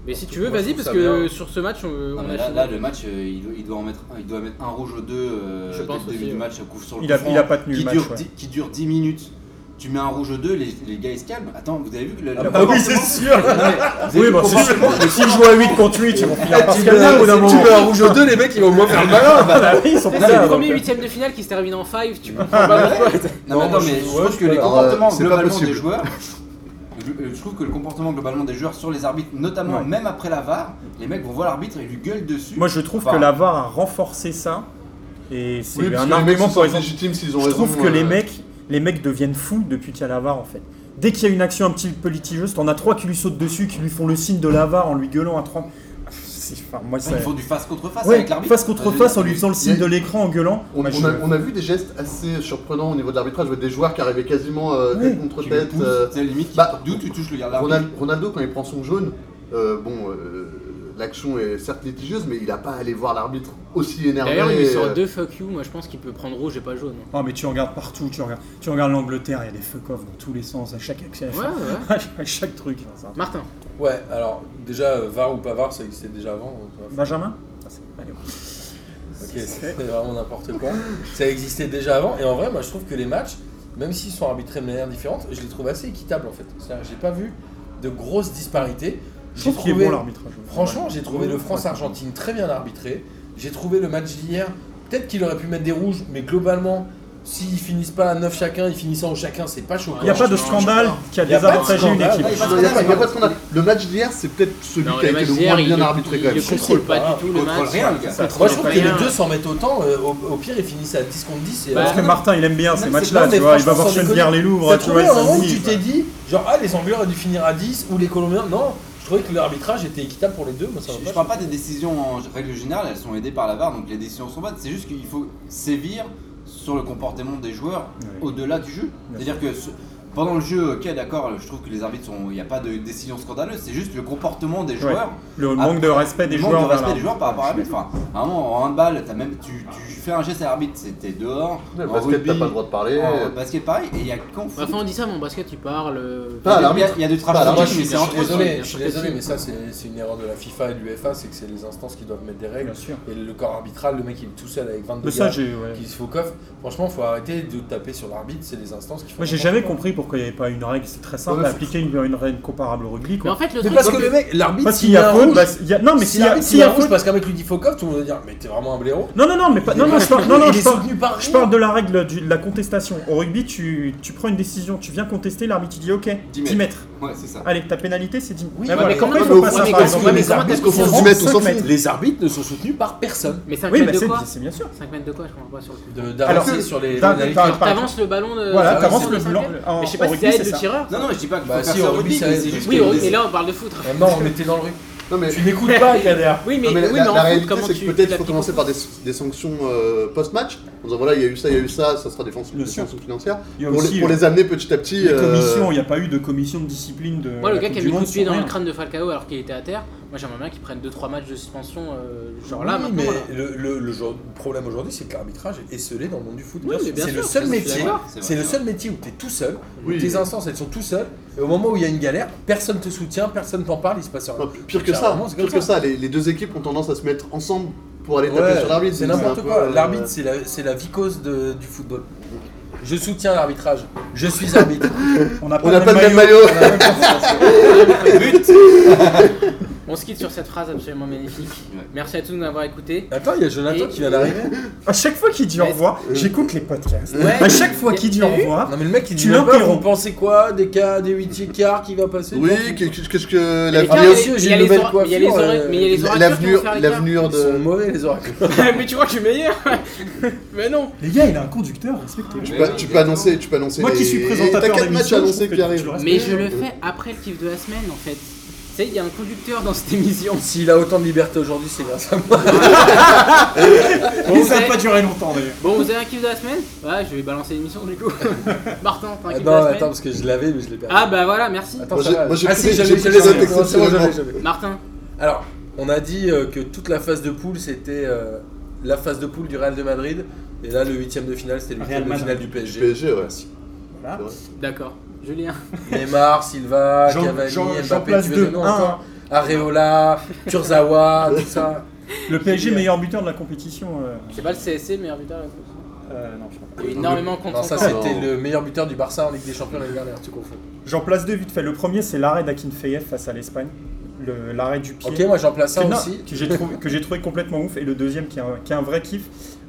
S1: Mais si tu veux,
S2: Moi, je
S1: vas-y,
S2: trouve
S1: parce
S2: ça
S1: que
S2: bien.
S1: sur ce match, on,
S5: Non,
S1: on
S5: mais
S1: a
S5: là,
S1: fini.
S5: là, le match, euh, il doit, il doit en mettre, un- il doit mettre un rouge aux deux euh,
S1: Je
S5: dès
S1: pense
S5: le début
S1: aussi,
S5: du
S1: ouais.
S5: match, coup sur le
S4: Il a,
S5: coup
S4: il
S5: franc,
S4: a pas tenu
S5: qui
S4: le match.
S5: dure,
S4: ouais.
S5: 10 qui dure 10 minutes. Tu mets un rouge aux deux, les, les gars ils se calment. Attends, vous avez vu que le. le
S4: Ah oui,
S5: comportement-
S4: c'est sûr
S5: Non, mais vous avez
S4: Oui,
S5: vu
S4: bah,
S5: le
S4: c'est
S5: comportement-
S4: sûr. S'ils jouent à 8 contre 8, ils vont finir par se calmer au bout d'un
S2: Ah, tu
S4: moment.
S2: mets un rouge aux deux, les mecs ils vont au moins faire le malin
S4: Bah oui, ils sont
S1: C'est
S4: pas là,
S1: le
S4: donc,
S1: premier
S4: euh.
S1: huitième de finale qui se termine en 5, tu comprends pas pourquoi.
S5: Non, mais
S2: Non,
S5: attends,
S2: je-
S5: mais je,
S2: ouais,
S5: trouve
S2: je
S5: que les
S2: peux-
S5: comportements
S3: euh, c'est pas
S5: globalement des
S3: possible.
S5: joueurs. Je, euh, je trouve que le comportement globalement des joueurs sur les arbitres, notamment
S4: Ouais.
S5: même après la VAR, les mecs vont voir l'arbitre et lui gueulent dessus.
S4: Moi, je trouve
S5: Enfin,
S4: que la VAR a renforcé ça. Et c'est
S3: Oui, parce
S4: un
S3: que les mecs
S4: argument
S3: se
S4: pour
S3: sentent
S4: exemple.
S3: légitimes s'ils ont
S4: Je
S3: raison.
S4: trouve que les
S3: euh,
S4: mecs, les mecs deviennent fous depuis qu'il y a la VAR, en fait. Dès qu'il y a une action un petit peu litigieuse, t'en as trois qui lui sautent dessus, qui lui font le signe de la VAR en lui gueulant à trois. C'est- Enfin, moi, ça.
S5: ils font du face contre face
S4: Ouais,
S5: avec l'arbitre. Euh,
S4: face contre face en lui faisant le signe
S3: Il y
S4: de
S3: a-
S4: l'écran en gueulant.
S3: On,
S4: Bah,
S3: on
S4: je-
S3: a, on a vu des gestes assez surprenants au niveau de l'arbitrage, je vois des joueurs qui arrivaient quasiment euh,
S4: Ouais,
S3: tête contre
S5: Tu le
S3: tête.
S5: pousses,
S3: euh,
S5: c'est limite,
S3: bah,
S5: d'où tu touches le gars
S3: Ronald-
S5: l'arbitre.
S3: Ronaldo, quand il prend son jaune, euh, bon, euh, l'action est certes litigieuse, mais il a pas à aller voir l'arbitre aussi énervé.
S1: D'ailleurs, il lui sort
S3: euh,
S1: deux fuck you, moi je pense qu'il peut prendre rouge et pas jaune.
S4: Ah, mais tu regardes partout, tu regardes, tu regardes l'Angleterre, il y a des fuck off dans tous les sens, à chaque action, à
S1: Ouais, ouais.
S4: chaque- à chaque truc. enfin, ça.
S1: Martin,
S2: Ouais, alors déjà, euh, VAR ou pas VAR, ça existait déjà avant. donc, ouais.
S4: Benjamin Ah, c'est- allez, on-
S2: Ok, c'est vraiment n'importe quoi. Ça existait déjà avant, et en vrai, moi je trouve que les matchs, même s'ils sont arbitrés de manière différente, je les trouve assez équitables en fait. C'est-à-dire, j'ai pas vu de grosses disparités.
S4: Je
S2: J'ai
S4: trouve qu'il est
S2: trouvé,
S4: bon l'arbitrage.
S2: franchement, j'ai trouvé le France-Argentine très bien arbitré. J'ai trouvé le match d'hier, peut-être qu'il aurait pu mettre des rouges, mais globalement, S'ils finissent pas à 9 chacun, ils finissent en chacun, c'est pas choquant.
S4: Il n'y a pas de
S2: Je-
S4: scandale qui a
S2: Il y a pas de
S4: désavantagé une
S2: scandale.
S4: équipe.
S5: Ouais, il y a
S3: Ah, Non, il n'y a, pas- il y a pas de scandale. Le match d'hier, c'est peut-être celui
S1: Non,
S3: qui a
S1: le
S3: été
S1: match
S3: le
S1: d'hier,
S3: moins
S1: il
S3: bien
S1: le-
S3: arbitré quand
S1: Il
S3: même.
S1: le contrôle pas
S2: pas.
S1: du tout le
S5: Il contrôle
S1: match.
S5: rien, le
S1: Ça
S5: gars.
S2: Moi
S1: contrôle
S2: je trouve
S1: pas
S2: que les
S1: rien.
S2: deux s'en mettent autant, euh, au, au pire ils finissent à 10 contre 10 et
S1: Bah,
S4: Parce que
S2: euh,
S4: Martin, il aime bien ces
S2: c'est-
S4: matchs-là,
S2: non, mais
S4: tu vois. Il va
S2: franchement,
S4: voir
S2: sans
S4: Chennevière les
S2: t'as
S4: Louvres, tu vois,
S2: trouvé
S4: il
S2: un moment où tu
S4: samedi.
S2: t'es dit, genre ah les Anglais auraient dû finir à 10 ou les Colombiens, non, je trouvais que l'arbitrage était équitable pour les deux, moi ça
S5: Je,
S2: m'a
S5: je parle pas des décisions en règle générale, elles sont aidées par la barre, donc les décisions sont bonnes. C'est juste qu'il faut sévir sur le comportement des joueurs
S4: Ouais.
S5: au-delà du jeu.
S4: Bien
S5: C'est-à-dire que ce- pendant le jeu, ok, d'accord, je trouve que les arbitres sont. Il n'y a pas de décision scandaleuse, c'est juste le comportement des
S4: Ouais.
S5: joueurs.
S2: Ah,
S4: Le manque de respect des
S5: Le manque
S4: joueurs.
S5: de
S4: envers
S5: respect
S4: l'arbitre.
S5: des joueurs par rapport à l'arbitre. Enfin, à un moment, en handball, t'as même, tu, tu fais un geste à l'arbitre, c'était dehors.
S3: Le
S5: en
S3: basket, t'as
S5: rugby,
S3: pas le droit de parler.
S5: En
S1: Oh.
S5: basket, pareil, et il y a qu'en
S1: Bah,
S5: foot.
S1: Enfin, on dit ça, mais en basket, tu parles. euh,
S3: Pas à
S5: Il y a-
S3: l'arbitre.
S5: Il y a du
S3: Pas à
S5: trafic,
S2: moi
S5: mais
S2: je suis,
S5: c'est
S2: je suis
S5: entre eux,
S2: désolé,
S5: quoi.
S2: je suis désolé, mais ça c'est c'est une erreur de la FIFA et de l'UEFA, c'est que c'est les instances qui doivent mettre des règles.
S4: Bien sûr.
S2: Et le corps arbitral, le mec il est tout seul avec 22
S4: Mais ça,
S2: gars
S4: j'ai. ouais.
S2: qui se faucoffent. Franchement, faut arrêter de taper sur l'arbitre, c'est les instances qui font.
S4: Moi, j'ai
S2: n'importe
S4: jamais
S2: quoi.
S4: compris pourquoi il n'y avait pas une règle. C'est très simple
S3: Ouais,
S4: à
S3: c'est-
S4: appliquer une, une règle comparable au rugby.
S1: Mais
S4: Quoi.
S1: en fait, le
S2: Mais
S1: truc.
S2: parce que
S1: Donc,
S2: le mec, l'arbitre,
S4: Parce
S2: s'il
S4: qu'il y a faute, bah, il y a- non, mais
S2: si
S4: s'il y a, s'il y a
S2: rouge,
S4: faute-
S2: parce qu'un mec lui dit faux cop, tout le monde va dire mais t'es vraiment un blaireau.
S4: Non, non, non, mais pas, non, non, je parle, non, non,
S2: il
S4: je
S2: est
S4: parle,
S2: soutenu par
S4: je parle de la règle du- de la contestation. Au rugby, tu, tu prends une décision, tu viens contester, l'arbitre il dit ok, 10 mètres.
S5: 10 mètres. Ouais, c'est ça.
S4: Allez, ta pénalité c'est 10 mètres.
S2: Oui,
S4: Eh
S2: mais
S4: voilà.
S1: comment
S4: Pourquoi
S1: ils
S4: il faut
S1: font-
S4: pas
S1: oui,
S4: ça
S1: mais
S4: par
S1: comment-
S4: exemple
S1: oui, mais comment
S2: parce
S1: t'as-
S2: qu'au fond
S4: ils
S2: de 10
S4: sont
S2: mètres, on
S4: cinq
S2: s'en fout.
S4: mètres.
S2: Les arbitres ne sont soutenus par personne.
S1: Mais 5
S4: Oui,
S1: mètres
S4: mais
S1: de
S4: c'est
S1: quoi
S4: c'est bien sûr.
S1: 5 mètres de quoi Je comprends pas sur le coup.
S2: De- D'avancer
S5: Alors,
S2: sur les.
S4: t'as-
S2: les-
S4: t'as-
S1: Alors, t'avances le ballon de.
S4: Voilà,
S1: sur-
S4: t'avances
S1: sur
S4: le
S1: cinq
S4: blanc-
S1: mètres
S4: en-
S1: Mais je sais
S4: au
S1: pas si
S4: rugby,
S1: ça aide
S4: c'est
S1: le
S4: ça.
S1: tireur.
S5: Non, non, mais je dis pas qu'il faut
S2: Bah,
S5: faire
S2: si,
S5: ça
S2: au
S5: au
S2: rugby,
S5: rugby,
S2: ça
S5: mais
S2: aide.
S5: c'est juste
S1: Oui,
S5: que
S1: au-
S5: les-
S1: et là on parle de foutre.
S2: Ah Non, on était dans le rue.
S3: Non, mais
S2: Tu n'écoutes pas, Kader.
S1: Oui, mais,
S3: Non, mais
S1: oui,
S3: la,
S1: mais
S3: la
S1: en fait,
S3: réalité,
S1: comment
S3: c'est
S1: tu
S3: que peut-être il faut
S1: l'appliques
S3: commencer
S1: au
S3: par
S1: foot
S3: des, des sanctions euh, post-match, en disant voilà, il y a eu ça, il y a eu ça, ça sera des sanctions,
S4: Bien
S3: des
S4: sûr.
S3: sanctions financières,
S4: Il y a
S3: pour,
S4: aussi euh,
S3: les, pour les amener petit à petit.
S4: les
S3: euh,
S4: commissions, il n'y a pas eu de commission de discipline de.
S1: Moi, le
S4: Euh, la
S1: gars
S4: Coupe
S1: qui a mis
S4: du
S1: le
S4: Monde
S1: coup de pied
S4: sur
S1: dans le
S4: rien.
S1: crâne de Falcao alors qu'il était à terre, moi j'aimerais bien qu'ils prennent 2-3 matchs de suspension, euh, genre là,
S2: Oui,
S1: maintenant.
S2: mais
S1: là.
S2: le, le- le jour- le problème aujourd'hui, c'est que l'arbitrage est esselé dans le monde du foot.
S1: Oui, mais bien
S2: c'est le
S1: sûr,
S2: seul
S1: je suis
S2: métier.
S1: d'accord.
S5: C'est vrai,
S2: C'est le
S5: c'est
S2: seul métier où tu es tout seul, où
S3: Oui.
S2: tes instances elles sont tout seules, et au moment où il y a une galère, personne te soutient, personne t'en parle, il se passe rien.
S3: non, pire que ça,
S2: Clairement, c'est comme
S3: pire que ça, les, les deux équipes ont tendance à se mettre ensemble pour aller taper sur
S2: Ouais,
S3: l'arbitre.
S2: c'est
S3: donc
S2: n'importe
S3: un peu,
S2: quoi.
S3: euh,
S2: L'arbitre, c'est la, c'est la vicose de- du football. Je soutiens l'arbitrage. Je suis arbitre.
S4: On n'a
S3: On n'a pas
S4: le
S3: de même maillot.
S4: on a pas-
S1: On se quitte sur cette phrase absolument magnifique.
S5: Ouais.
S1: Merci à tous de nous avoir écoutés.
S2: Attends, il y a Jonathan
S1: Et-
S2: qui vient d'arriver.
S4: À chaque fois qu'il dit au
S1: Mais-
S4: revoir, j'écoute les podcasts.
S1: Ouais.
S4: À chaque fois
S1: Et-
S4: qu'il dit
S1: t'as
S4: au
S1: vu
S4: revoir,
S2: Non, mais le mec, il dit
S4: Tu
S2: même pas,
S4: l'interromps.
S2: vous pensez quoi Des cas, des huitiers quarts qui va passer
S3: Oui, qu'est-ce qu'est-ce que
S1: Mais
S2: Ah,
S1: tiens,
S2: bien
S3: l'avenir-
S2: sûr,
S1: il y
S2: j'ai
S1: a
S2: une
S1: les
S2: nouvelle
S1: ora- mais il y a les
S2: coiffure,
S1: ora-
S2: euh,
S1: mais il y a les oracles qui vont
S3: l'avenir
S1: faire les quarts.
S3: l'avenir
S2: Ils sont
S3: de.
S2: mauvais, les oracles.
S1: mais tu crois que je suis meilleur Mais non
S4: les gars, il a un conducteur, respectez-le.
S3: Tu
S5: Mais
S3: peux,
S5: oui,
S3: tu peux
S5: exactement.
S3: annoncer, tu peux annoncer.
S4: Moi qui
S3: les-
S4: suis présentateur
S3: T'as quatre
S4: d'émission,
S3: matchs
S4: je
S3: annoncés
S4: trouve
S3: qui
S4: que
S3: arrivent. Hum,
S4: tu le
S1: Mais
S4: respectes.
S1: je
S3: euh,
S1: le fais après le kiff de la semaine en fait. Tu sais, il y a un conducteur dans cette émission.
S2: S'il a autant de liberté aujourd'hui, c'est grâce à moi.
S1: Bon,
S4: Et
S1: vous
S4: ça n'a
S1: avez-
S4: pas duré longtemps d'ailleurs.
S1: Bon, vous avez un kiff de la semaine Ouais, je vais balancer l'émission du coup. Martin, t'as un kiff de
S2: non,
S1: la
S2: Eh ben,
S1: semaine
S2: attends, parce que je l'avais, mais je l'ai perdu.
S1: Ah bah voilà, merci.
S2: attends,
S3: Moi,
S2: ça
S3: j'ai-
S2: va.
S3: moi, j'ai
S2: ah
S3: pris-
S2: si,
S3: j'ai
S2: j'avais,
S3: pris
S2: j'avais,
S3: ça
S2: j'avais,
S3: exceptionnellement.
S2: c'est bon, j'avais, j'avais.
S1: Martin,
S2: Alors, on a dit euh, que toute la phase de poule, c'était euh, la phase de poule du Real de Madrid. Et là, le huitième de finale, c'était le huitième
S4: Real
S2: de
S4: Madrid.
S2: finale du PSG.
S3: PSG, ouais.
S4: Voilà.
S1: d'accord. Julien.
S2: Neymar,
S1: Ah,
S2: Silva,
S4: Jean-
S2: Cavani,
S4: Jean- Jean
S2: Mbappé,
S4: place
S2: tu veux
S4: deux,
S2: des noms
S4: un.
S2: encore Areola, Kurzawa, tout ça.
S4: Le PSG
S2: bien.
S4: meilleur buteur de la compétition. euh,
S1: euh, C'est pas le CSC, meilleur buteur.
S4: euh, non, je crois pas.
S1: Il y a eu énormément contre
S2: Non, ça,
S1: encore.
S2: c'était
S3: Non.
S2: le meilleur buteur du Barça en Ligue des Champions l'année dernière, tu confonds.
S4: J'en place deux vite fait. Le premier, c'est l'arrêt d'Akinfeyev face à l'Espagne. Le- L'arrêt du pied.
S2: Ok, moi j'en place
S4: que,
S2: un
S4: non,
S2: aussi.
S4: que j'ai trouvé, que j'ai trouvé complètement ouf. Et le deuxième, qui est un, qui est un vrai kiff,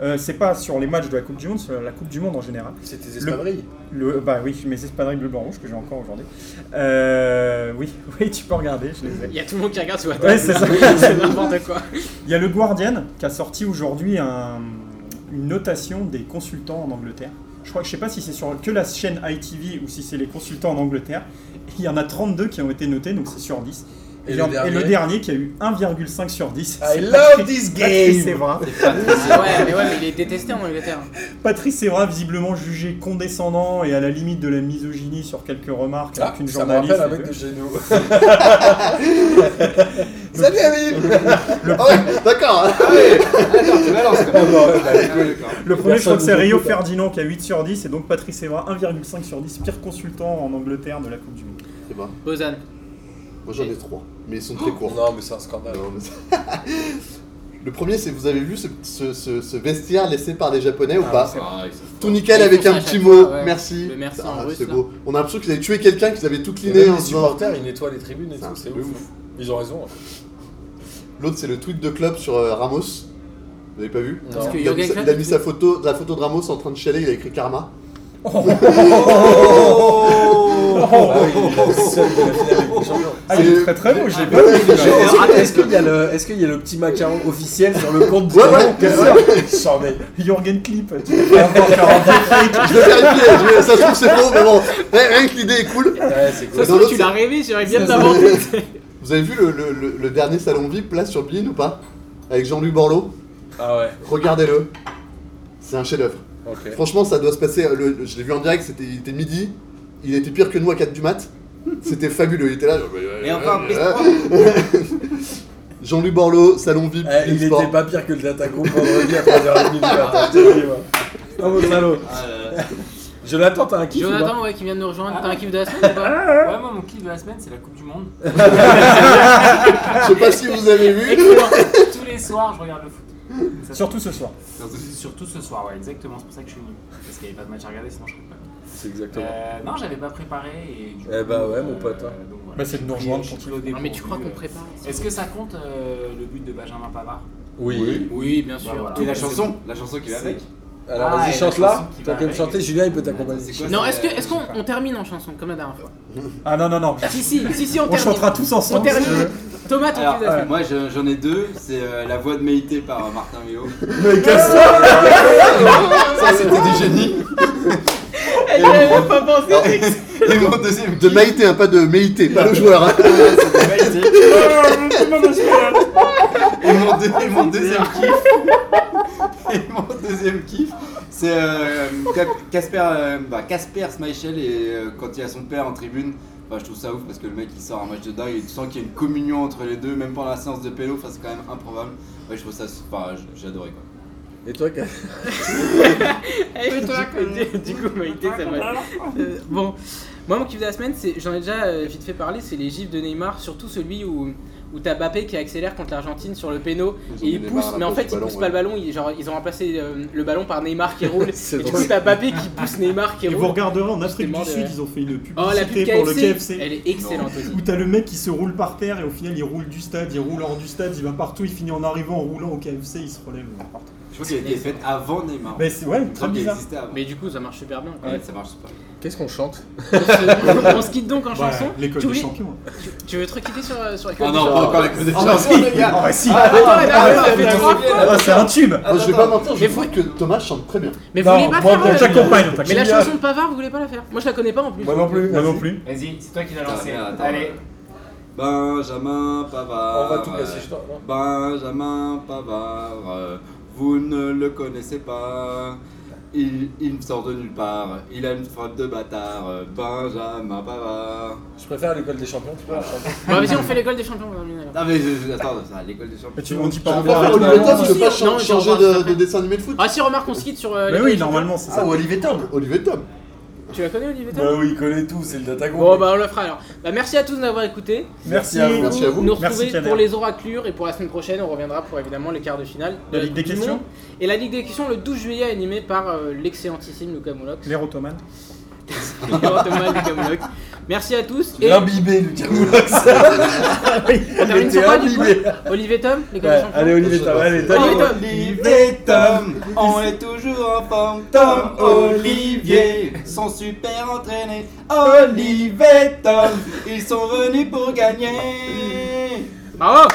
S4: euh, c'est pas sur les matchs de la Coupe du Monde, c'est la Coupe du Monde en général.
S2: C'était Espadrilles.
S4: Le, bah oui, mes espadrilles bleu blanc rouge que j'ai encore aujourd'hui. Euh, oui, oui, tu peux regarder, je les ai.
S1: Il y a tout le monde qui regarde sur la
S4: Ouais, c'est ça.
S1: c'est n'importe quoi.
S4: Il y a le Guardian qui a sorti aujourd'hui un- une notation des consultants en Angleterre. Je crois que je sais pas si c'est sur que la chaîne ITV ou si c'est les consultants en Angleterre. Il y en a 32 qui ont été notés, donc c'est sur 10.
S2: Et
S4: Et,
S2: le
S4: en- et
S2: dernier
S4: qui a eu 1,5 sur 10.
S2: I
S4: c'est
S2: love this
S4: Patrice
S2: game!
S4: Evra.
S1: Ah ouais, mais ouais, mais il est détesté en Angleterre.
S4: Patrice Evra, visiblement jugé condescendant et à la limite de la misogynie sur quelques remarques
S2: Ah,
S4: avec une
S2: ça me rappelle
S4: journaliste.
S2: un mec de chez nous. Salut Amine
S3: Ah ouais, d'accord. Ah ouais.
S5: D'accord, tu balances quand même. Ah, ouais, d'accord.
S4: Le premier, je crois que c'est
S2: Personne ne
S4: Rio
S2: l'écoute, hein.
S4: Ferdinand qui a 8 sur 10 et donc Patrice Evra 1,5 sur 10, pire consultant en Angleterre de la Coupe du Monde.
S3: C'est bon.
S1: Bozan.
S3: Eh ben, Moi j'en ai trois, mais ils sont très courts.
S2: Non, mais c'est un scandale.
S3: Non, mais ça- Le premier, c'est vous avez vu ce, ce- ce- ce vestiaire laissé par les Japonais ou pas
S5: Ah, ouais, ça se
S3: Tout
S5: voit.
S3: nickel
S1: Ils
S3: avec
S1: font
S3: un
S1: ça à
S3: petit
S1: chaque
S3: mot,
S1: fois, ouais.
S3: merci.
S1: Le merci en
S3: Ah,
S1: russe,
S3: C'est
S1: là.
S3: beau. On a l'impression qu'ils avaient tué quelqu'un, qu'ils avaient tout
S2: Et
S3: cliné
S2: même
S3: en
S2: les
S3: se disant-
S2: supporters, ils nettoient les tribunes et
S3: Putain,
S2: tout, c'est
S3: de
S2: ouf.
S3: ouf.
S2: Ils ont raison. hein.
S3: L'autre, c'est le tweet de Klopp sur euh, Ramos. Vous n'avez pas vu
S1: Parce
S2: Non. Ah
S1: que
S3: il a, mis,
S1: Jürgen
S3: sa-
S1: Klopp,
S3: il a mis
S1: il
S3: sa photo, la photo de Ramos en train de chialer, il a écrit Karma.
S5: Oh
S2: Ah oui, le seul de la finale avec les champions.
S4: Ah, il est très très beau, je l'ai pas vu.
S2: Genre, est-ce que- Est-ce qu'il y, a le- est-ce qu'il y a le petit macaron officiel sur le compte du
S3: Ouais,
S2: Ramos
S3: ouais,
S2: Bien
S3: ouais.
S2: sûr. J'en ai.
S4: Jürgen Clip. tu peux pas encore faire un vieux fake.
S3: Je vais vérifier, je vais- ça se trouve c'est faux, mais bon, Eh, rien que l'idée est cool.
S2: Ouais, c'est cool.
S1: Ça se trouve, tu l'as rêvé, j'aurais bien t'inventer.
S3: Vous avez vu le, le- le- le dernier salon VIP là sur Bean ou pas Avec Jean-Luc Borloo
S2: Ah ouais,
S3: Regardez-le. C'est un chef-d'œuvre.
S2: ok.
S3: Franchement, ça doit se passer. le- le- je l'ai vu en direct, c'était, il était midi. Il était pire que nous à 4 du mat. C'était fabuleux. Il était là.
S5: Et encore un
S3: Jean-Luc Borloo, salon VIP.
S2: Eh, il
S3: e-sport.
S2: était pas pire que le Data Group vendredi à 3h30 du matin, je te dis, moi. Oh mon salaud.
S5: Euh,
S2: Jonathan, t'as un kiff ou pas
S1: Jonathan, ouais, qui vient de nous rejoindre. T'as un kiff de la semaine ou pas
S6: Ouais, moi, mon kiff de la semaine, c'est la Coupe du Monde.
S3: Je sais pas si vous avez vu.
S6: Tous les soirs, je regarde le foot. Ça-
S4: Surtout ce soir.
S6: Surtout ce soir, ouais, exactement. C'est pour ça que je suis venu. Parce qu'il n'y avait pas de match à regarder, sinon je serais pas. venu.
S2: C'est exactement.
S6: Euh, non, j'avais pas préparé. Et du euh,
S2: Eh bah ouais, mon pote, hein.
S6: donc voilà. euh,
S4: Bah, c'est de nous rejoindre pour
S6: Je suis au
S1: Non, mais tu crois qu'on
S6: dépourvu, euh.
S1: prépare ça
S6: Est-ce que ça compte euh, le but de Benjamin Pavard
S2: Oui.
S1: Oui, bien
S6: Bah,
S1: sûr.
S6: voilà.
S5: Et la chanson La chanson qui va avec
S2: Alors
S6: Ah,
S2: vas-y,
S6: et la
S2: chante-la.
S6: chanson qui
S2: Toi
S6: va
S2: qui aimes
S6: avec.
S2: chanter, Julien, il peut t'accompagner.
S5: C'est quoi
S1: Non,
S5: c'est,
S1: est-ce que
S5: euh,
S1: est-ce qu'on on termine en chanson comme la dernière fois
S4: Ah non, non, non.
S1: Si, si, si, si, on
S4: On
S1: termine.
S4: chantera tous
S1: On
S4: ensemble. si tu
S1: termine.
S4: veux.
S1: Thomas, ton
S5: Alors,
S1: kiff de la semaine.
S5: moi je- j'en ai deux, c'est euh, La voix de Méité par euh, Martin Méo.
S4: Mais casse-toi
S3: Ça, c'était du génie.
S1: Elle avait pas pensé.
S5: Et mon deuxième
S3: De Maïté, hein, pas de Méité, pas le joueur. hein.
S1: Ah,
S5: Et mon, deux- et mon deuxième kiff, et mon deuxième kiff, c'est euh, Cap- Casper, euh, bah, Casper Smeichel et euh, quand il y a son père en tribune. Bah, je trouve ça ouf parce que le mec il sort un match de dingue et tu sens qu'il y a une communion entre les deux, même pendant la séance de pélo, enfin, c'est quand même improbable. Ouais, je trouve ça, enfin, j- j'ai adoré quoi.
S2: Et toi, Ka-
S1: Eh, toi, que- Du coup, Maïté, ça m'a. Euh, Bon, moi, mon kiff de la semaine, c'est- j'en ai déjà euh, vite fait parler, c'est les gifs de Neymar, surtout celui où. Où t'as Bappé qui accélère contre l'Argentine sur le péno
S3: Ils ont
S1: et il
S3: mis Neymar à
S1: pousse,
S3: la
S1: mais en
S3: place
S1: fait
S3: du
S1: il pousse
S3: ballon,
S1: pas le ballon, ils- genre, ils ont remplacé euh, le ballon par Neymar qui roule.
S2: C'est
S1: et du
S2: drôle.
S1: coup t'as Bappé qui pousse Neymar qui
S7: Et vous
S1: roule.
S7: regarderez en
S1: J'étais
S7: Afrique
S1: mort
S7: du
S1: de
S7: Sud,
S1: rire.
S7: ils ont fait une
S1: Oh la
S7: publicité
S1: pub
S7: pour le
S1: KFC,
S7: KFC.
S1: elle est excellente aussi.
S7: Où t'as le mec qui se roule par terre et au final il roule du stade, il roule hors du stade, il va partout, il finit en arrivant en roulant au KFC, il se relève partout.
S5: Je crois qu'il a été fait avant Neymar.
S7: Mais c'est ouais,
S5: Il me
S7: très
S5: semble qu'il
S7: bizarre.
S5: existait avant.
S1: Mais du coup ça marche super bien. quoi.
S5: Ouais, ça marche pas.
S2: Qu'est-ce qu'on chante
S1: on se quitte donc en
S4: Bah,
S7: Ouais,
S1: chanson.
S7: L'école
S1: tu,
S7: des
S1: voulais-
S7: champions.
S1: tu- tu veux te quitter sur, euh, sur la
S5: Ah
S1: queue
S5: non, pas encore les coups de chance.
S1: Oh,
S4: Ah ouais, si
S1: Attends, attends, attends,
S4: Ah,
S1: fait
S4: attends,
S1: trois fois.
S4: Ah, C'est un tube
S3: Moi, je vais pas mentir, je
S1: Mais
S3: trouve que Thomas chante très bien.
S1: Mais vous
S4: Non,
S1: voulez
S4: bon,
S1: pas
S4: bon,
S1: faire euh,
S4: on t'accompagne, on t'accompagne.
S1: Mais la chanson de Pavard, vous voulez pas la faire Moi je la connais pas en plus.
S2: Moi non plus.
S4: Moi non plus.
S6: Vas-y, c'est toi qui l'as
S2: Ah,
S5: Attends,
S6: lancé.
S5: attends,
S6: Allez,
S5: Benjamin Pavard.
S2: On va tout casser, je t'en- non.
S5: Benjamin Pavard, euh, vous ne le connaissez pas. Il, il sort de nulle part. Il a une frappe de bâtard. euh, Benjamin Pavard.
S2: Je préfère l'école des champions, tu peux la chanter.
S1: Bon, Ah, vas-y, on fait l'école des champions. on va terminer, alors.
S5: Non mais je, je- attends, c'est à l'école des champions.
S4: Ah, Mais tu on dit
S3: Tu
S4: pas
S3: veux
S4: envers
S3: pas faire
S4: le
S3: Olivier
S4: ballon.
S3: Tom, tu veux pas
S1: Si, si, non,
S3: ch-
S1: mais
S3: changer
S1: j'en
S3: de,
S1: parle
S3: de dessin animé de foot
S1: Ah si, remarque, on se quitte sur. euh, les
S4: Mais Bah oui,
S1: Golden
S4: normalement, c'est ça.
S3: Olivier Tom Olivier Tom
S1: Shoes. Tu la connais, Olivier Tom
S2: Bah oui, il connaît tout, c'est le Data Group.
S1: Bon, bah on le fera alors. Bah merci à tous d'avoir écouté.
S4: Merci
S2: à
S4: à
S2: vous.
S4: vous.
S3: Merci à vous.
S1: Nous
S4: Merci,
S1: retrouver
S4: Kader.
S1: pour les oraclures et pour la semaine prochaine, on reviendra pour évidemment les quarts de finale. de
S4: La Ligue des
S1: Coupe du
S4: questions.
S1: Monde. Et la Ligue des questions le 12 juillet animée par euh, l'excellentissime Lucas Moulox.
S4: Les rotomanes.
S1: Thomas, Lucas Moulox. Merci à tous et on
S2: Imbibé, Lucas Moulox.
S1: termine
S2: était
S1: sur quoi du coup
S2: imbibé.
S1: Olivier Tom, les
S2: Ouais, Allez, Olivier,
S3: Je
S2: Tom,
S3: sais pas.
S2: allez, Tom.
S1: Olivier Tom.
S5: Olivier Tom, on est toujours en forme. Tom, Olivier, sont super entraînés. Olivier Tom, ils sont venus pour gagner.
S1: Bravo